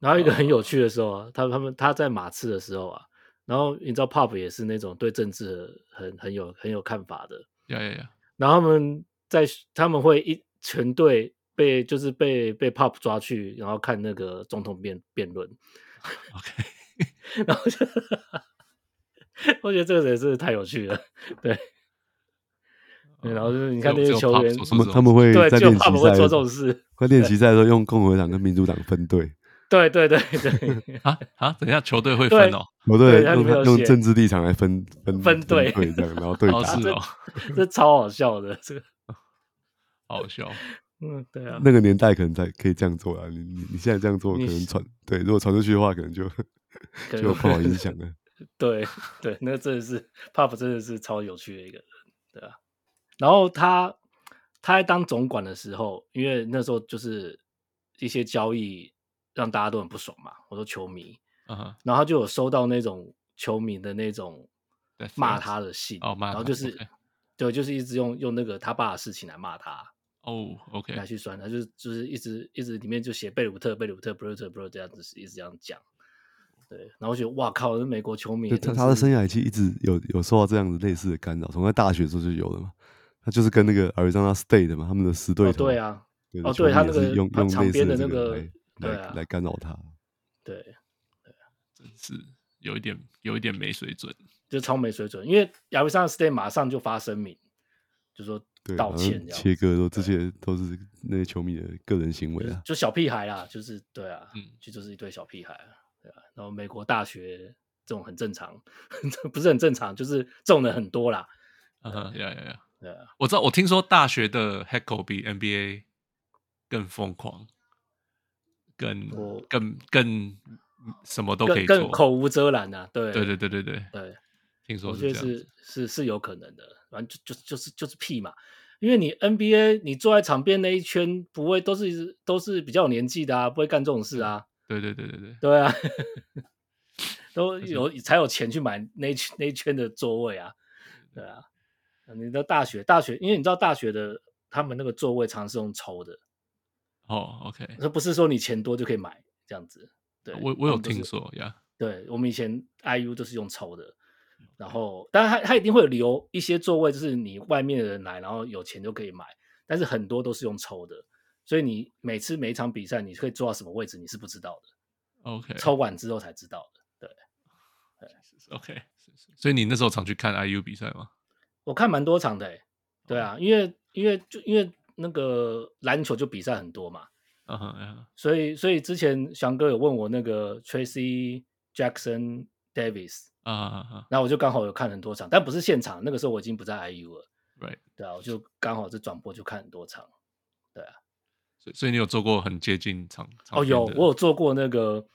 Speaker 2: 然后一个很有趣的时候啊，他他们他在马刺的时候啊，然后你知道 Pop 也是那种对政治很很有很有看法的，
Speaker 3: 呀呀呀，
Speaker 2: 然后他们在他们会一全队被就是被被 Pop 抓去，然后看那个总统辩辩论，OK，然 后就我觉得这个人真是太有趣了，对，对然后就是你看那
Speaker 3: 哦只有
Speaker 2: 些
Speaker 3: 只有 Pop
Speaker 2: 球员，
Speaker 3: 做出
Speaker 1: 他们
Speaker 3: 这种
Speaker 1: 他们会
Speaker 2: 对，
Speaker 1: 在
Speaker 2: 只有
Speaker 1: 练习
Speaker 2: Pop 会做这种
Speaker 1: 赛，
Speaker 2: 事，
Speaker 1: 在练 习赛的时候用共和党跟民主党分队，
Speaker 2: 对对对对，
Speaker 3: 啊啊，等一下球队会
Speaker 2: 对
Speaker 3: 分哦，
Speaker 1: 有的
Speaker 2: 对它
Speaker 1: 人
Speaker 2: 里
Speaker 1: 用
Speaker 2: 面有
Speaker 1: 他用
Speaker 2: 写
Speaker 1: 政治立场来分分
Speaker 2: 分队
Speaker 1: 队这样，然后 对
Speaker 3: 哦
Speaker 1: 打
Speaker 3: 是哦，
Speaker 2: 这超好笑的，这个，
Speaker 3: 好笑，
Speaker 2: 嗯，对啊，
Speaker 1: 那个年代可能才可以这样做啊，你你你现在这样做可
Speaker 2: 你
Speaker 1: 能传对，如果传出去的话，可能就
Speaker 2: 可能
Speaker 1: 就不好影响了。
Speaker 2: 对对，那真的是 Pop 真的是超有趣的一个人，对啊。然后他他在当总管的时候，因为那时候就是一些交易让大家都很不爽嘛，我说球迷，
Speaker 3: 嗯，
Speaker 2: 然后他就有收到那种球迷的那种
Speaker 3: Death
Speaker 2: 骂
Speaker 3: threats
Speaker 2: 他的信，
Speaker 3: 哦骂
Speaker 2: 然后
Speaker 3: 他
Speaker 2: 就是
Speaker 3: OK
Speaker 2: 对，就是一直用用那个他爸的事情来骂他，
Speaker 3: 哦，OK，
Speaker 2: 来去酸他，就是就是一直一直里面就写贝鲁特贝鲁特布鲁特布鲁特这样子一直这样讲，对，然后我觉得哇靠，那美国球迷
Speaker 1: 就
Speaker 2: 也
Speaker 1: 他
Speaker 2: 真
Speaker 1: 他的
Speaker 2: 是
Speaker 1: 生涯其实一直有有受到这样子类似的干扰，从他大学的时候就有了嘛。他就是跟那个 Arizona State 嘛，他们的十队
Speaker 2: 哦
Speaker 1: 头、
Speaker 2: 对啊，
Speaker 1: 对，
Speaker 2: 哦
Speaker 1: 球
Speaker 2: 对
Speaker 1: 迷
Speaker 2: 他
Speaker 1: 也
Speaker 2: 那
Speaker 1: 是
Speaker 2: 个
Speaker 1: 用
Speaker 2: 他
Speaker 1: 用
Speaker 2: 场
Speaker 1: 类似
Speaker 2: 边
Speaker 1: 的
Speaker 2: 的
Speaker 1: 这
Speaker 2: 那
Speaker 1: 个
Speaker 2: 个
Speaker 1: 来
Speaker 2: 对
Speaker 1: 来、
Speaker 2: 啊
Speaker 1: 来干扰他。
Speaker 2: 对，
Speaker 3: 真是有一点有一点没水准，
Speaker 2: 就超没水准。因为亚历山大 State 马上就发声明，就说
Speaker 1: 对，
Speaker 2: 道
Speaker 1: 好像
Speaker 2: 歉这样
Speaker 1: 切割都这些都是那些球迷的个人行为
Speaker 2: 就是
Speaker 1: 啊。
Speaker 2: 就小屁孩啦，就是对啊，
Speaker 3: 嗯
Speaker 2: 就就是一堆小屁孩啊，对啊。然后美国大学这种很正常， 不是很正常，就是这种人很多啦，
Speaker 3: 嗯哼，呀呀呀，
Speaker 2: 对啊，
Speaker 3: 我知道，我听说大学的 heckle 比 NBA 更疯狂，更
Speaker 2: 我
Speaker 3: 更更什么都可
Speaker 2: 更
Speaker 3: 以做，
Speaker 2: 更口无遮拦啊，对
Speaker 3: 对对对对对，
Speaker 2: 对，
Speaker 3: 听说
Speaker 2: 我觉
Speaker 3: 是
Speaker 2: 得
Speaker 3: 这样
Speaker 2: 是
Speaker 3: 子，
Speaker 2: 是是有可能的，反正就就就是就是屁嘛，因为你 NBA 你坐在场边那一圈，不会都是都是比较有年纪的啊，不会干这种事啊，
Speaker 3: 对对对对对，
Speaker 2: 对啊， 都有才有钱去买那一圈那一圈的座位啊，对啊，你的大学大学，因为你知道大学的他们那个座位常是用抽的，
Speaker 3: 哦，OK，
Speaker 2: 这不是说你钱多就可以买这样子，对，
Speaker 3: 呃我我
Speaker 2: 他
Speaker 3: 有
Speaker 2: 们都
Speaker 3: 听
Speaker 2: 是
Speaker 3: 说呀，
Speaker 2: 对，我们以前 IU 都是用抽的，然后当然它它一定会有留一些座位，就是你外面的人来，然后有钱就可以买，但是很多都是用抽的，所以你每次每一场比赛你可以坐到什么位置你是不知道的，
Speaker 3: ，OK，
Speaker 2: 抽完之后才知道的。
Speaker 3: OK，所以你那时候常去看 IU 比赛吗？
Speaker 2: 我看蛮多场的、欸，对啊，因为因为就因为那个篮球就比赛很多嘛，
Speaker 3: 嗯哼，嗯哼
Speaker 2: 所以所以之前翔哥有问我那个 Tracy Jackson Davis，
Speaker 3: 啊啊
Speaker 2: 然后我就刚好有看很多场，但不是现场，那个时候我已经不在 IU 了。
Speaker 3: ，Right，
Speaker 2: 对啊，我就刚好是转播就看很多场。
Speaker 3: 所以所以你有做过很接近场场
Speaker 2: 哦，有
Speaker 3: 边的
Speaker 2: 我有做过那个，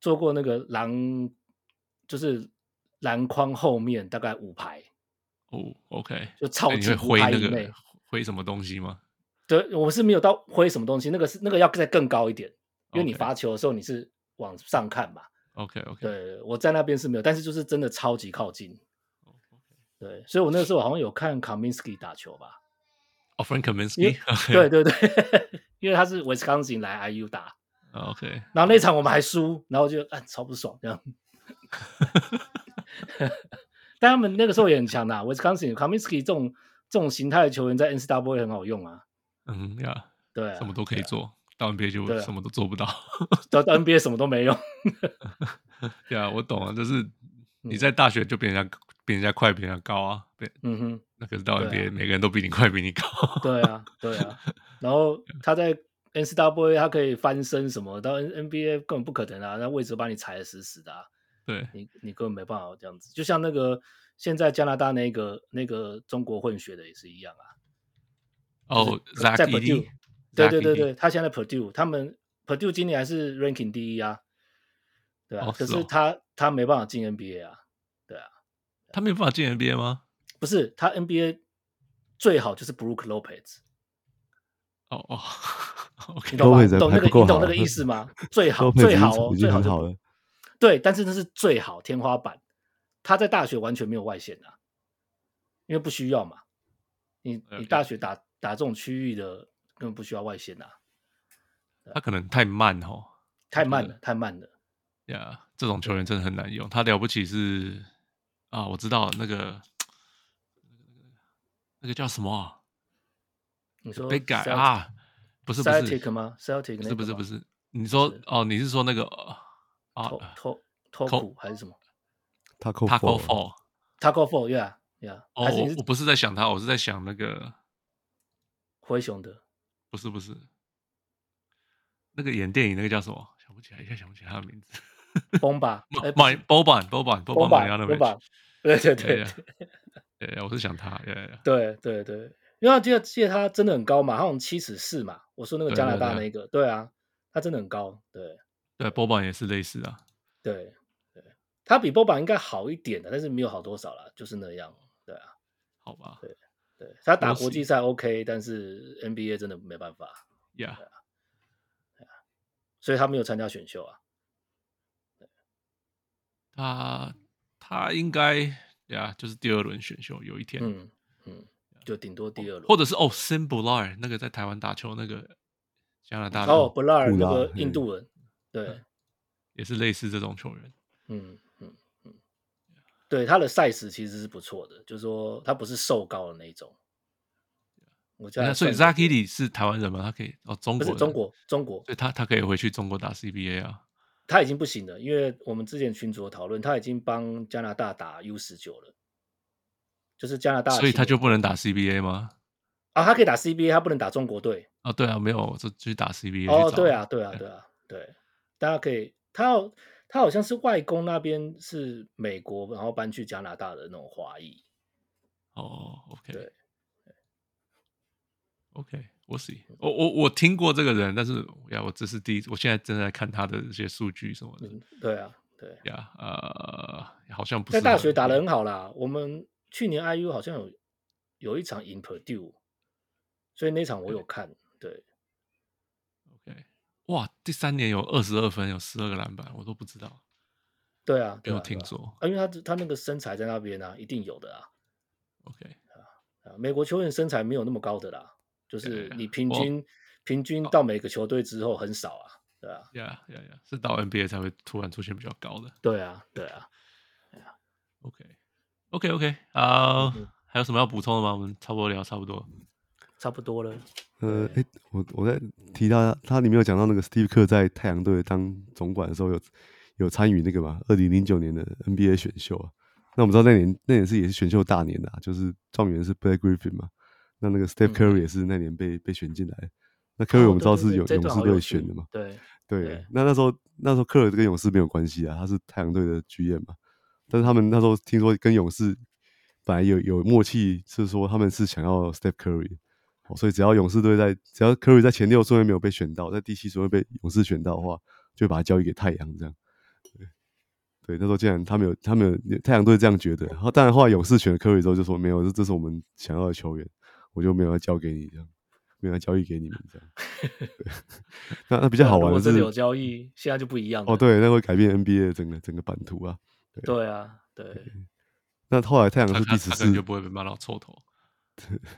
Speaker 2: 做过那个篮，就是篮筐后面大概五排，
Speaker 3: 哦，OK，
Speaker 2: 就超
Speaker 3: 那你
Speaker 2: 级
Speaker 3: 会
Speaker 2: 五
Speaker 3: 挥
Speaker 2: 排
Speaker 3: 那
Speaker 2: 以内
Speaker 3: 个。挥什么东西吗？
Speaker 2: 对，我是没有到挥什么东西，那个是那个要再更高一点，因为你
Speaker 3: 哦 OK
Speaker 2: 罚球的时候你是往上看嘛。
Speaker 3: OK OK，
Speaker 2: 对，我在那边是没有，但是就是真的超级靠近。
Speaker 3: 哦
Speaker 2: 对，所以我那时候好像有看 Kaminsky 打球 吧。
Speaker 3: 哦，Frank
Speaker 2: 因为
Speaker 3: Kaminsky，OK，
Speaker 2: 对对对，因为他是 Wisconsin 来 IU 打，
Speaker 3: 啊 OK，
Speaker 2: 然后那场我们还输，然后就啊超不爽这样。 但他们那个时候也很强的、啊、，Wisconsin Kaminsky 这种这种形态的球员在 NCAA 很好用啊，
Speaker 3: 嗯呀，
Speaker 2: 对啊，
Speaker 3: 什么都可以做，到 NBA
Speaker 2: 对
Speaker 3: 就
Speaker 2: 啊
Speaker 3: 什么都做不到。
Speaker 2: 到到 NBA 什么都没用。
Speaker 3: 对啊，我懂啊，就是你在大学就比人家比人家快，比人家高啊，比
Speaker 2: 嗯哼，
Speaker 3: 那可是到
Speaker 2: 对啊
Speaker 3: NBA 每个人都比你快，比你高。
Speaker 2: 对啊，对啊。然后他在 NCAA 他可以翻身什么，到 N- NBA 根本不可能啊，那位置都把你踩得死死的、啊，
Speaker 3: 对，
Speaker 2: 你你根本没办法这样子。就像那个现在加拿大那个那个中国混血的也是一样啊，
Speaker 3: 哦
Speaker 2: 就是在
Speaker 3: ，Zach
Speaker 2: 在
Speaker 3: e d
Speaker 2: Purdue
Speaker 3: y
Speaker 2: 对对对对，他现在 Purdue 他们 Purdue 今年还是 ranking 第一啊，对啊，
Speaker 3: 哦
Speaker 2: 可
Speaker 3: 是
Speaker 2: 是
Speaker 3: 哦
Speaker 2: 他、他没办法进 NBA 啊，
Speaker 3: 他没有办法进 NBA 吗？
Speaker 2: 不是他 NBA 最好就是 Brook Lopez。
Speaker 3: 哦哦 ，OK，
Speaker 2: 你懂吧？
Speaker 1: Lopez
Speaker 2: 懂那
Speaker 1: 还
Speaker 2: 个
Speaker 1: 不够
Speaker 2: 你懂那
Speaker 1: 好
Speaker 2: 个意思吗？最好
Speaker 1: Lopez 已
Speaker 2: 最
Speaker 1: 经
Speaker 2: 好
Speaker 1: 成
Speaker 2: 哦，
Speaker 1: 已经
Speaker 2: 最好
Speaker 1: 很
Speaker 2: 就
Speaker 1: 好了。
Speaker 2: 对，但是那是最好天花板。他在大学完全没有外线啊，因为不需要嘛。你你
Speaker 3: OK
Speaker 2: 大学打打这种区域的根本不需要外线啊，
Speaker 3: 他可能太慢哦。
Speaker 2: 太慢了，太慢了。
Speaker 3: 呀这种球员真的很难用。他了不起是啊，我知道那个那个叫什么啊
Speaker 2: 你说
Speaker 3: Big guy
Speaker 2: Celt-
Speaker 3: 啊，不是不是
Speaker 2: ，Celtic 吗？Celtic
Speaker 3: 不
Speaker 2: 那
Speaker 3: 是
Speaker 2: 个
Speaker 3: 不是
Speaker 2: 吗
Speaker 3: 不是，你说
Speaker 2: 是
Speaker 3: 哦，你是说那个呃啊
Speaker 2: 托托托
Speaker 3: 托
Speaker 2: 库还是什么
Speaker 1: 他扣
Speaker 3: Taco Fall？
Speaker 2: ？Taco Fall yeah yeah，
Speaker 3: 哦，
Speaker 2: 还是
Speaker 3: 我
Speaker 2: 你是
Speaker 3: 我不是在想他，我是在想那个
Speaker 2: 灰熊的？
Speaker 3: 不是不是那个演电影那个叫什么？想不起来，一下想不起来他的名字。
Speaker 2: 崩吧
Speaker 3: Ma-
Speaker 2: 哎不
Speaker 3: Ma-
Speaker 2: 是
Speaker 3: Boban Boban
Speaker 2: 崩
Speaker 3: Boban
Speaker 2: 吧
Speaker 3: Marjanovic
Speaker 2: 崩吧，对对对
Speaker 3: Yeah,
Speaker 2: 对
Speaker 3: yeah.。对，对我是想他， 对对对
Speaker 2: 对对对，因为我记得记得他真的很高嘛，好像七尺四嘛。我说那个
Speaker 3: 对
Speaker 2: 加拿
Speaker 3: 对
Speaker 2: 大
Speaker 3: 对
Speaker 2: 那个，对啊，他真的很高。对
Speaker 3: 对，Boban 也是类似啊。
Speaker 2: 对对，他比 Boba 应该好一点的，但是没有好多少啦，就是那样。对啊，
Speaker 3: 好吧
Speaker 2: 对他打国
Speaker 3: We'll
Speaker 2: 际
Speaker 3: see
Speaker 2: 赛 OK，但是 NBA 真的没办法，
Speaker 3: ，Yeah，
Speaker 2: 所以他没有参加选秀啊。
Speaker 3: 他他应该呀就是第二轮选秀有一天，
Speaker 2: 嗯嗯，就顶多第二轮。
Speaker 3: 或者是哦 s i m b u l a r 那个在台湾打球那个加拿大的
Speaker 2: 哦，布拉尔
Speaker 1: 布
Speaker 2: 那
Speaker 1: 拉
Speaker 2: 个
Speaker 1: 嘿
Speaker 2: 印度人，对，
Speaker 3: 也是类似这种球员。
Speaker 2: 嗯嗯嗯，对，他的 size 其实是不错的，就是说他不是瘦高的那一种。我觉
Speaker 3: 等一
Speaker 2: 得还
Speaker 3: 下所以
Speaker 2: 啊算不错
Speaker 3: Zakiri 是台湾人吗？他可以哦，中
Speaker 2: 不
Speaker 3: 国
Speaker 2: 是
Speaker 3: 人
Speaker 2: 中，国，中国
Speaker 3: 所以他他可以回去中国打 CBA 啊。
Speaker 2: 他已经不行了，因为我们之前群组有讨论，他已经帮加拿大打 U 十九了，就是加拿大的青
Speaker 3: 所以
Speaker 2: 年，
Speaker 3: 他就不能打 CBA 吗？
Speaker 2: 啊，他可以打 CBA，他不能打中国队。
Speaker 3: 啊，对啊，没有，我就去打 CBA 去
Speaker 2: 哦，
Speaker 3: 找
Speaker 2: 对啊，对啊，
Speaker 3: 对
Speaker 2: 对啊，对，大家可以，他好他好像是外公那边是美国，然后搬去加拿大的那种华裔，
Speaker 3: 哦，OK
Speaker 2: 对
Speaker 3: OK，我 see，我
Speaker 2: 嗯
Speaker 3: 我我听过这个人，但是呀，我这是第一，我现在正在看他的这些数据什么的。
Speaker 2: 嗯，对啊，对，
Speaker 3: 呀，呃，好像不
Speaker 2: 在
Speaker 3: 是
Speaker 2: 大学
Speaker 3: 很
Speaker 2: 打的很好啦，我们去年 IU 好像有有一场赢 Purdue，所以那场我有看，对，
Speaker 3: OK。哇，第三年有二十二分，有十二个篮板，我都不知道，
Speaker 2: 对啊，
Speaker 3: 没
Speaker 2: 对
Speaker 3: 有
Speaker 2: 啊对
Speaker 3: 听
Speaker 2: 啊
Speaker 3: 说。
Speaker 2: 啊，因为他他那个身材在那边啊，一定有的啊。
Speaker 3: OK，
Speaker 2: 啊，美国球员身材没有那么高的啦，就是
Speaker 3: 对啊
Speaker 2: 你平
Speaker 3: 我哦
Speaker 2: 均平均到每个球队之后很少啊，对啊，
Speaker 3: 呀呀呀，是到 NBA 才会突然出现比较高的。
Speaker 2: 对啊，对啊。
Speaker 3: OK，OK OK 啊、
Speaker 2: 嗯
Speaker 3: 还有什么要补充的吗？我们差不多聊差不多了。
Speaker 2: 差不多了，
Speaker 1: 呃，哎、我我在提他，他里面有讲到那个 Steve Kerr 在太阳队当总管的时候有有参与那个嘛，二零零九年的 NBA 选秀啊。那我们知道那年那年是也是选秀大年啊，就是状元是 Blake Griffin 嘛，那那个 Steve
Speaker 3: 嗯
Speaker 1: Curry 也是那年被、被选进来。那 Curry 我们知道
Speaker 2: 哦对对
Speaker 1: 是
Speaker 2: 对
Speaker 1: 勇、
Speaker 2: 这
Speaker 1: 勇
Speaker 2: 段
Speaker 1: 士
Speaker 2: 好有
Speaker 1: 队
Speaker 2: 趣
Speaker 1: 选的嘛，
Speaker 2: 对，
Speaker 1: 对，
Speaker 2: 对
Speaker 1: 那那时候那时候科尔跟勇士没有关系啊，他是太阳队的 GM 嘛。但是他们那时候听说跟勇士本来有有默契，是说他们是想要 Steph Curry，、哦、所以只要勇士队在只要 Curry 在前六顺位没有被选到，在第七顺位被勇士选到的话，就把他交易给太阳这样。对，对，那时候竟然他们有他们有太阳队这样觉得，然后当然后来勇士选了 Curry 之后就说没有，这这是我们想要的球员，我就没有要交给你这样，没有要交易给你们这样。 对那那比较好
Speaker 2: 啊如
Speaker 1: 玩
Speaker 2: 果
Speaker 1: 的
Speaker 2: 真的
Speaker 1: 是
Speaker 2: 有交易，现在就不一样
Speaker 1: 哦，
Speaker 2: 了，
Speaker 1: 对，那会改变 NBA 整个整个版图啊。
Speaker 2: 对啊，对，
Speaker 1: 那后来太阳
Speaker 3: 他
Speaker 1: 是
Speaker 3: 他
Speaker 1: 第十
Speaker 3: 他可能就
Speaker 1: 四，
Speaker 3: 不会被骂到臭头。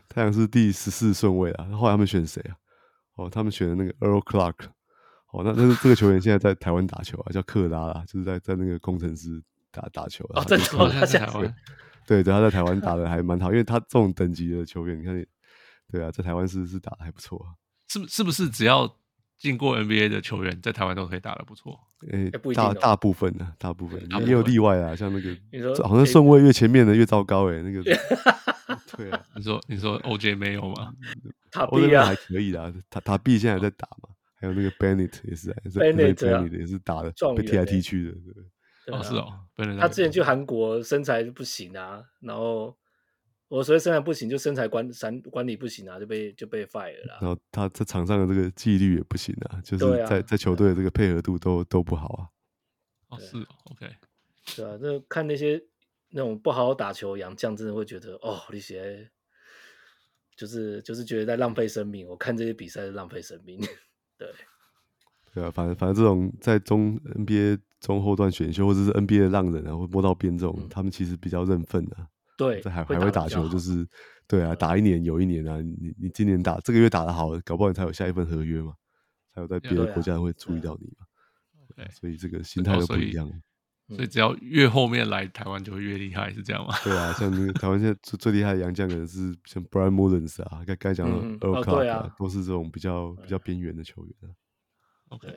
Speaker 1: 太阳是第十四顺位啊。那后来他们选谁啊？哦，他们选了那个 Earl Clark，哦，那但是这个球员现在在台湾打球啊，叫克拉啦，就是在在那个工程师打打球啊。
Speaker 2: 哦，真
Speaker 1: 他
Speaker 2: 的
Speaker 1: 就是
Speaker 2: 吗，
Speaker 3: 他
Speaker 2: 他
Speaker 3: 在
Speaker 2: 现在
Speaker 3: 台湾
Speaker 1: 对对，他在台湾打的还蛮好，因为他这种等级的球员，你看，对啊，在台湾是是打的还不错啊。
Speaker 3: 是不是不是只要进过 NBA 的球员在台湾都可以打得不错？
Speaker 1: 诶、
Speaker 2: 哎不一定
Speaker 1: 大
Speaker 2: 哦
Speaker 1: 大部分啊，大部分
Speaker 3: 大部
Speaker 1: 也有
Speaker 3: 分
Speaker 1: 例外啊，像那个
Speaker 2: 你说
Speaker 1: 这好像顺位越前面的越糟糕诶、那 个对啊，
Speaker 3: 你说你说 OJ 没有吗？
Speaker 2: 塔
Speaker 1: 欧文
Speaker 2: 比
Speaker 1: 哦那 还
Speaker 2: 啊，
Speaker 1: 可以啦，塔塔币现在还在打嘛，还有那个 Bennett 也是在
Speaker 2: Bennett 啊
Speaker 1: Bennett 也是打的
Speaker 2: 状
Speaker 1: 被
Speaker 2: 元
Speaker 1: 踢来
Speaker 2: 欸
Speaker 1: 踢去的，对
Speaker 2: 对啊
Speaker 3: 哦，是哦，本人
Speaker 2: 他之前去韩国身材就不行啊，然后我所谓身材不行，就身材管管管理不行啊，就被就被 fire 了
Speaker 1: 然
Speaker 2: 啦。
Speaker 1: 后他在场上的这个纪律也不行啊，就是
Speaker 2: 对啊
Speaker 1: 在、在球队的这个配合度都都不好啊。
Speaker 3: 哦是哦，OK，
Speaker 2: 对啊，那看那些那种不好好打球的洋将，真的会觉得哦，你些就是就是觉得在浪费生命。我看这些比赛是浪费生 命。对，
Speaker 1: 对啊，反正反正这种在中 NBA 中后段选秀或者是 NBA 的浪人啊，会摸到边这种，
Speaker 2: 嗯
Speaker 1: 他们其实比较认份啊。
Speaker 2: 对，
Speaker 1: 在海
Speaker 2: 会
Speaker 1: 还会
Speaker 2: 得比
Speaker 1: 打
Speaker 2: 较
Speaker 1: 球，
Speaker 2: 好嗯
Speaker 1: 就是对啊，打一年有一年啊。你你你今年打这个月打得好，搞不好你才有下一份合约嘛，才有在别的
Speaker 2: 对啊
Speaker 1: 国家会注意
Speaker 2: 对啊
Speaker 1: 到你嘛。啊
Speaker 3: 对
Speaker 1: 所以这个心态
Speaker 3: 哦
Speaker 1: 又
Speaker 3: 所
Speaker 1: 不一
Speaker 3: 以
Speaker 1: 样。
Speaker 3: 所以只要越后面来台湾就会越厉害，是这样吗？
Speaker 1: 对啊，像那个台湾现在最最厉害的洋将可能是像 Brian Mullins 啊，刚刚才讲
Speaker 2: 嗯嗯
Speaker 1: 的 Earl
Speaker 2: 哦
Speaker 1: Clark
Speaker 2: 对啊
Speaker 1: 都是这种比较比较边缘的球员啊。
Speaker 3: OK，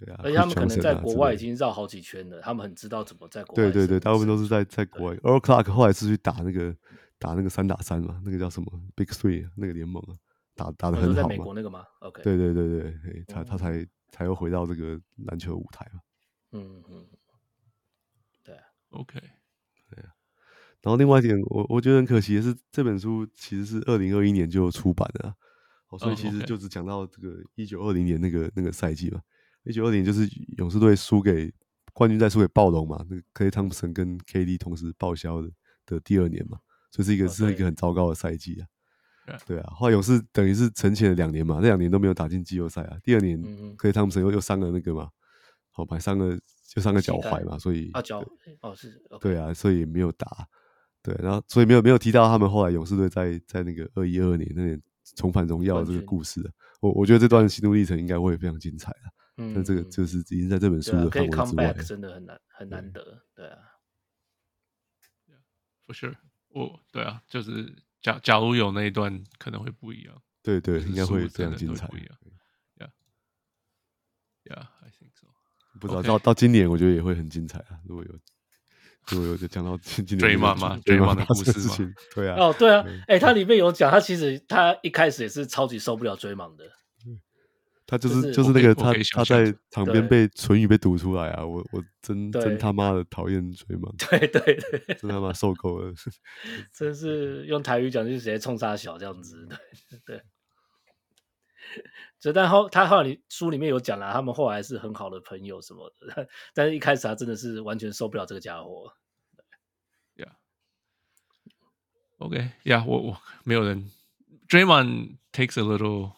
Speaker 1: 对啊，
Speaker 2: 而且他们可
Speaker 1: Chris
Speaker 2: 能
Speaker 1: Johnson
Speaker 2: 在
Speaker 1: 啊
Speaker 2: 国
Speaker 1: 之
Speaker 2: 外
Speaker 1: 类
Speaker 2: 已
Speaker 1: 的
Speaker 2: 经绕好几圈了，他们很知道怎么在国外
Speaker 1: 对
Speaker 2: 生
Speaker 1: 对
Speaker 2: 存。
Speaker 1: 对，大部分都是在在国外。Earl Clark 后来是去打那个打那个三打三嘛，那个叫什么 Big Three 啊那个联盟啊，打打的
Speaker 2: 我说
Speaker 1: 很
Speaker 2: 哦在
Speaker 1: 好
Speaker 2: 美
Speaker 1: 嘛
Speaker 2: 国。那个吗？OK，，
Speaker 1: 对对对对，嘿他他
Speaker 2: 哦
Speaker 1: 才才又回到这个篮球舞台嘛。
Speaker 2: 嗯嗯，对啊，
Speaker 3: OK，
Speaker 1: 然后另外一点，我我觉得很可惜的是，这本书其实是二零二一年就出版了啊、哦，所以
Speaker 3: 嗯
Speaker 1: 其实
Speaker 3: OK
Speaker 1: 就只讲到这个一九二零年那个那个赛季嘛。一九二零就是勇士队输给冠军赛输给暴龙嘛，那个 Clay Thompson 跟 KD 同时报销的的第二年嘛，所以是一个、
Speaker 2: 哦
Speaker 1: 是一
Speaker 2: 对
Speaker 1: 个很糟糕的赛季啊。
Speaker 3: Yeah
Speaker 1: 对啊，后来勇士等于是沉潜了两年嘛，那两年都没有打进季后赛啊。第二年
Speaker 2: 嗯哼
Speaker 1: Clay Thompson 又又伤了那个嘛，好、吧，伤了就伤了
Speaker 2: 膝
Speaker 1: 脚
Speaker 2: 盖
Speaker 1: 踝嘛，所以
Speaker 2: 啊脚哦是，OK，
Speaker 1: 对啊，所以也没有打。对，然后所以没有没有提到他们后来勇士队在在那个二一二年那年重返荣耀的这个
Speaker 2: 冠军
Speaker 1: 故事、啊。我我觉得这段心路历程应该会非常精彩啊。
Speaker 2: 嗯，
Speaker 1: 但这个
Speaker 2: 嗯
Speaker 1: 就
Speaker 2: 嗯
Speaker 1: 是已经在这本书
Speaker 2: 对啊
Speaker 1: 的
Speaker 2: 可
Speaker 1: 范
Speaker 2: 以
Speaker 1: 围
Speaker 2: come
Speaker 1: 之外
Speaker 2: back
Speaker 1: 了。
Speaker 2: 真的很难很难得，对啊，
Speaker 3: for sure，我对啊，就是假假如有那一段可能会不一样，
Speaker 1: 对对，
Speaker 3: 就是
Speaker 1: 应该
Speaker 3: 书
Speaker 1: 会非
Speaker 3: 真
Speaker 1: 常
Speaker 3: 的
Speaker 1: 精
Speaker 3: 会
Speaker 1: 彩
Speaker 3: 不。一样，Yeah，I think so。
Speaker 1: 不知道
Speaker 3: OK
Speaker 1: 到到今年，我觉得也会很精彩啊。如果有如果有就讲到今今年
Speaker 3: Draymond 吗
Speaker 1: 追
Speaker 3: Draymond
Speaker 1: 漫
Speaker 3: 的故事
Speaker 1: 事
Speaker 3: 吗
Speaker 1: 情，对啊，
Speaker 2: 哦对啊
Speaker 1: 嗯，
Speaker 2: 哎，它里面有讲，他其实他一开始也是超级受不了追梦的，
Speaker 1: 他就
Speaker 2: 就是是
Speaker 1: 就是
Speaker 3: 我
Speaker 1: 那
Speaker 3: 可以
Speaker 1: 个
Speaker 3: 我
Speaker 1: 他
Speaker 3: 可以想
Speaker 1: 他
Speaker 3: 象
Speaker 1: 在场边被唇语被读出来啊，我我真真
Speaker 2: 对
Speaker 1: 他妈的讨厌追梦，
Speaker 2: 对对对，
Speaker 1: 真他妈受够了。
Speaker 2: 真是用台语讲就是直接冲杀小这样子，
Speaker 1: 嗯
Speaker 2: 对对。所以，但后他后来书里面有讲啦，他们后来是很好的朋友什么的，但是一开始他真的是完全受不了这个家伙。
Speaker 3: Yeah. Okay. Yeah. 我我没有人。Draymond takes a little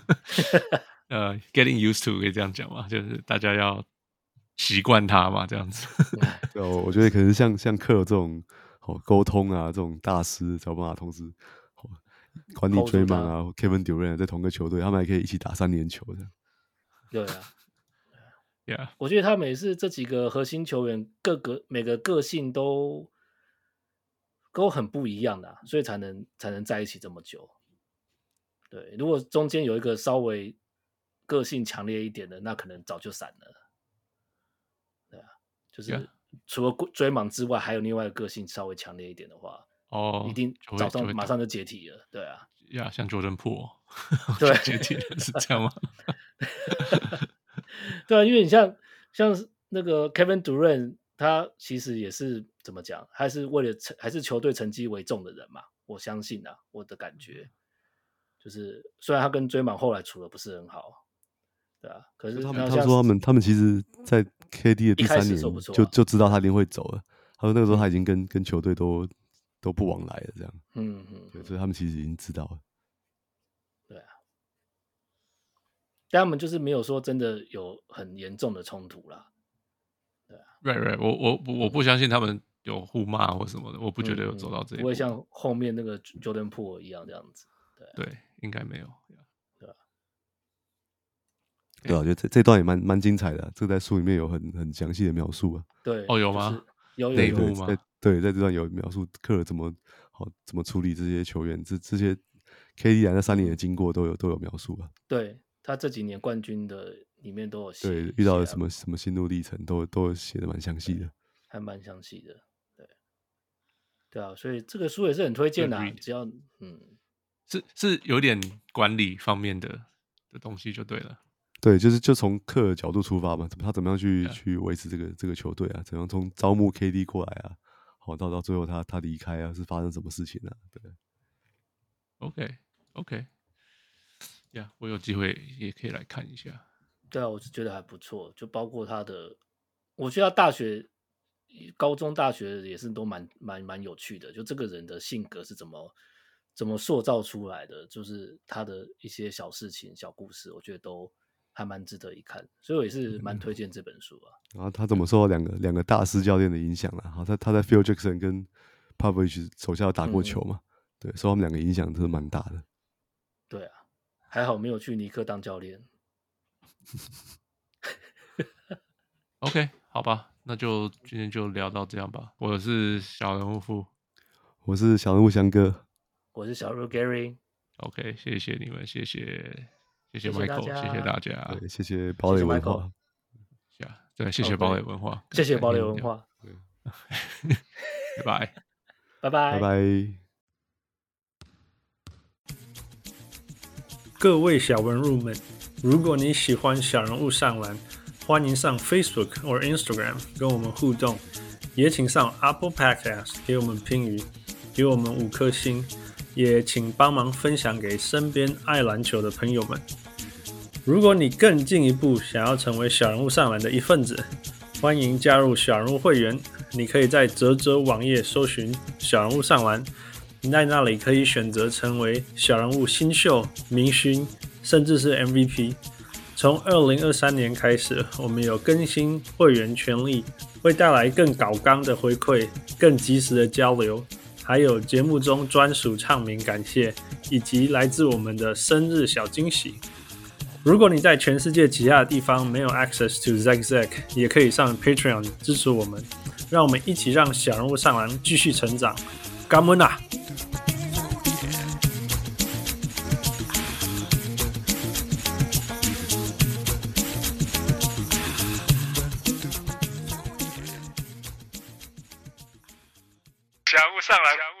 Speaker 3: 呃、getting used to 可以这样讲嘛，就是大家要习惯他嘛，这样子。
Speaker 1: 对啊，我我觉得可能像像克这种好沟通啊，这种大师才有办法同时好管理
Speaker 2: Hold 住
Speaker 1: 追
Speaker 2: 他
Speaker 1: 梦啊或，Kevin Durant 在同个球队，他们还可以一起打三连球的。
Speaker 2: 对啊，
Speaker 3: yeah.
Speaker 2: 我觉得他们也是这几个核心球员各个每个个性都都很不一样的啊、所以才能才能在一起这么久。对，如果中间有一个稍微个性强烈一点的，那可能早就散了。对啊，就是
Speaker 3: Yeah
Speaker 2: 除了追追莽之外，还有另外一个个性稍微强烈一点的话，
Speaker 3: 哦，
Speaker 2: 一定
Speaker 3: 就会
Speaker 2: 早
Speaker 3: 就会
Speaker 2: 上马
Speaker 3: 打
Speaker 2: 上就解体了。对啊，
Speaker 3: 呀，像 Jordan Poole，
Speaker 2: 对
Speaker 3: 具体的是这样吗？
Speaker 2: 对啊，因为你像像是那个 Kevin Durant，他其实也是怎么讲，还是为了成还是球队成绩为重的人嘛。我相信啊，我的感觉就是，虽然他跟追满后来处的不是很好，对啊，可是
Speaker 1: 他们
Speaker 2: 然后
Speaker 1: 他们
Speaker 2: 像
Speaker 1: 说他
Speaker 2: 是
Speaker 1: 们他们其实，在 KD 的第
Speaker 2: 一开
Speaker 1: 三
Speaker 2: 始
Speaker 1: 年
Speaker 2: 说不错
Speaker 1: 就
Speaker 2: 啊
Speaker 1: 就知道他一定会走了。他说那个时候他已经跟跟球队都都不往来了，这样，
Speaker 2: 嗯嗯，
Speaker 1: 对，所以他们其实已经知道了。
Speaker 2: 对啊，但他们就是没有说真的有很严重的冲突啦。
Speaker 3: right right，我我不我不相信他们有互骂或什么的，我不觉得有走到这
Speaker 2: 嗯
Speaker 3: 一
Speaker 2: 不
Speaker 3: 步。
Speaker 2: 会像后面那个 Jordan Poole 一样这样子。
Speaker 3: 对，应该没有。
Speaker 1: 对啊，我觉得这这段也蛮蛮精彩的啊、这在书里面有很很详细的描述啊。
Speaker 2: 对，
Speaker 3: 哦有
Speaker 2: 就
Speaker 3: 吗
Speaker 2: 是？有有
Speaker 3: 内
Speaker 2: 有
Speaker 3: 幕
Speaker 1: 对，
Speaker 3: 吗
Speaker 1: 在对，在这段有描述克尔怎么好怎么处理这些球员，这这些 KD 来那三年的经过都有都有描述啊。
Speaker 2: 对他这几年冠军的里面都有写，啊
Speaker 1: 对，遇到了
Speaker 3: 啊
Speaker 1: 什
Speaker 2: 么
Speaker 1: 么什么心路历程都都写的蛮详细的。
Speaker 2: 还蛮详细的，对，对啊，所以这个书也是很推荐的啊
Speaker 3: Agreed，
Speaker 2: 只要嗯，
Speaker 3: 是是有点管理方面的的东西就对了。
Speaker 1: 对，就是就从克尔角度出发嘛，怎么他怎么样去
Speaker 3: Yeah.
Speaker 1: 去维持这个这个球队啊？怎样从招募 KD 过来啊？好，到到最后他他离开啊，是发生什么事情啊？对，
Speaker 3: OK OK，呀、我有机会也可以来看一下。
Speaker 2: 对啊，我是觉得还不错，就包括他的，我觉得他大学、高中、大学也是都蛮蛮蛮有趣的，就这个人的性格是怎么怎么塑造出来的，就是他的一些小事情、小故事，我觉得都还蛮值得一看，所以我也是蛮
Speaker 1: 嗯
Speaker 2: 推荐这本书啊。
Speaker 1: 然后他怎么受到两个两个大师教练的影响啊？好，他他在 Phil Jackson 跟 Popovich 手下有打过
Speaker 2: 嗯
Speaker 1: 球嘛？对，受他们两个影响真的蛮大的。
Speaker 2: 对啊，还好没有去尼克当教练。
Speaker 3: OK，好吧，那就今天就聊到这样吧。我是小人物富
Speaker 1: 我是小人物翔哥，
Speaker 2: 我是小 鹿 Gary，
Speaker 3: ，OK，谢谢你们，谢谢谢谢
Speaker 2: 谢谢大
Speaker 3: Michael，谢谢
Speaker 2: 家
Speaker 3: 大家，
Speaker 1: 对，谢谢堡垒文
Speaker 2: Michael
Speaker 1: 化，
Speaker 3: 呀对，谢
Speaker 2: 哦
Speaker 3: 谢堡
Speaker 2: 对
Speaker 3: 垒文化，
Speaker 2: 谢谢堡垒文
Speaker 3: 感谢你们，
Speaker 2: 化，
Speaker 3: 拜拜。
Speaker 2: 拜
Speaker 1: 拜
Speaker 2: 拜
Speaker 1: 拜。
Speaker 4: 各位小文入们，如果你喜欢小人物上篮，欢迎上 Facebook 或 Instagram 跟我们互动，也请上 Apple Podcast 给我们评语，给我们五颗星，也请帮忙分享给身边爱篮球的朋友们。如果你更进一步想要成为小人物上篮的一份子，欢迎加入小人物会员。你可以在泽泽网页搜寻“小人物上篮”，你在那里可以选择成为小人物新秀、明星，甚至是 MVP。从二零二三年开始，我们有更新会员权利，会带来更搞纲的回馈、更及时的交流，还有节目中专属唱名感谢，以及来自我们的生日小惊喜。如果你在全世界其他的地方没有 access to z a c z a c 也可以上 Patreon 支持我们，让我们一起让小人物上篮继续成长。干们啊！
Speaker 5: 小人物上来，小人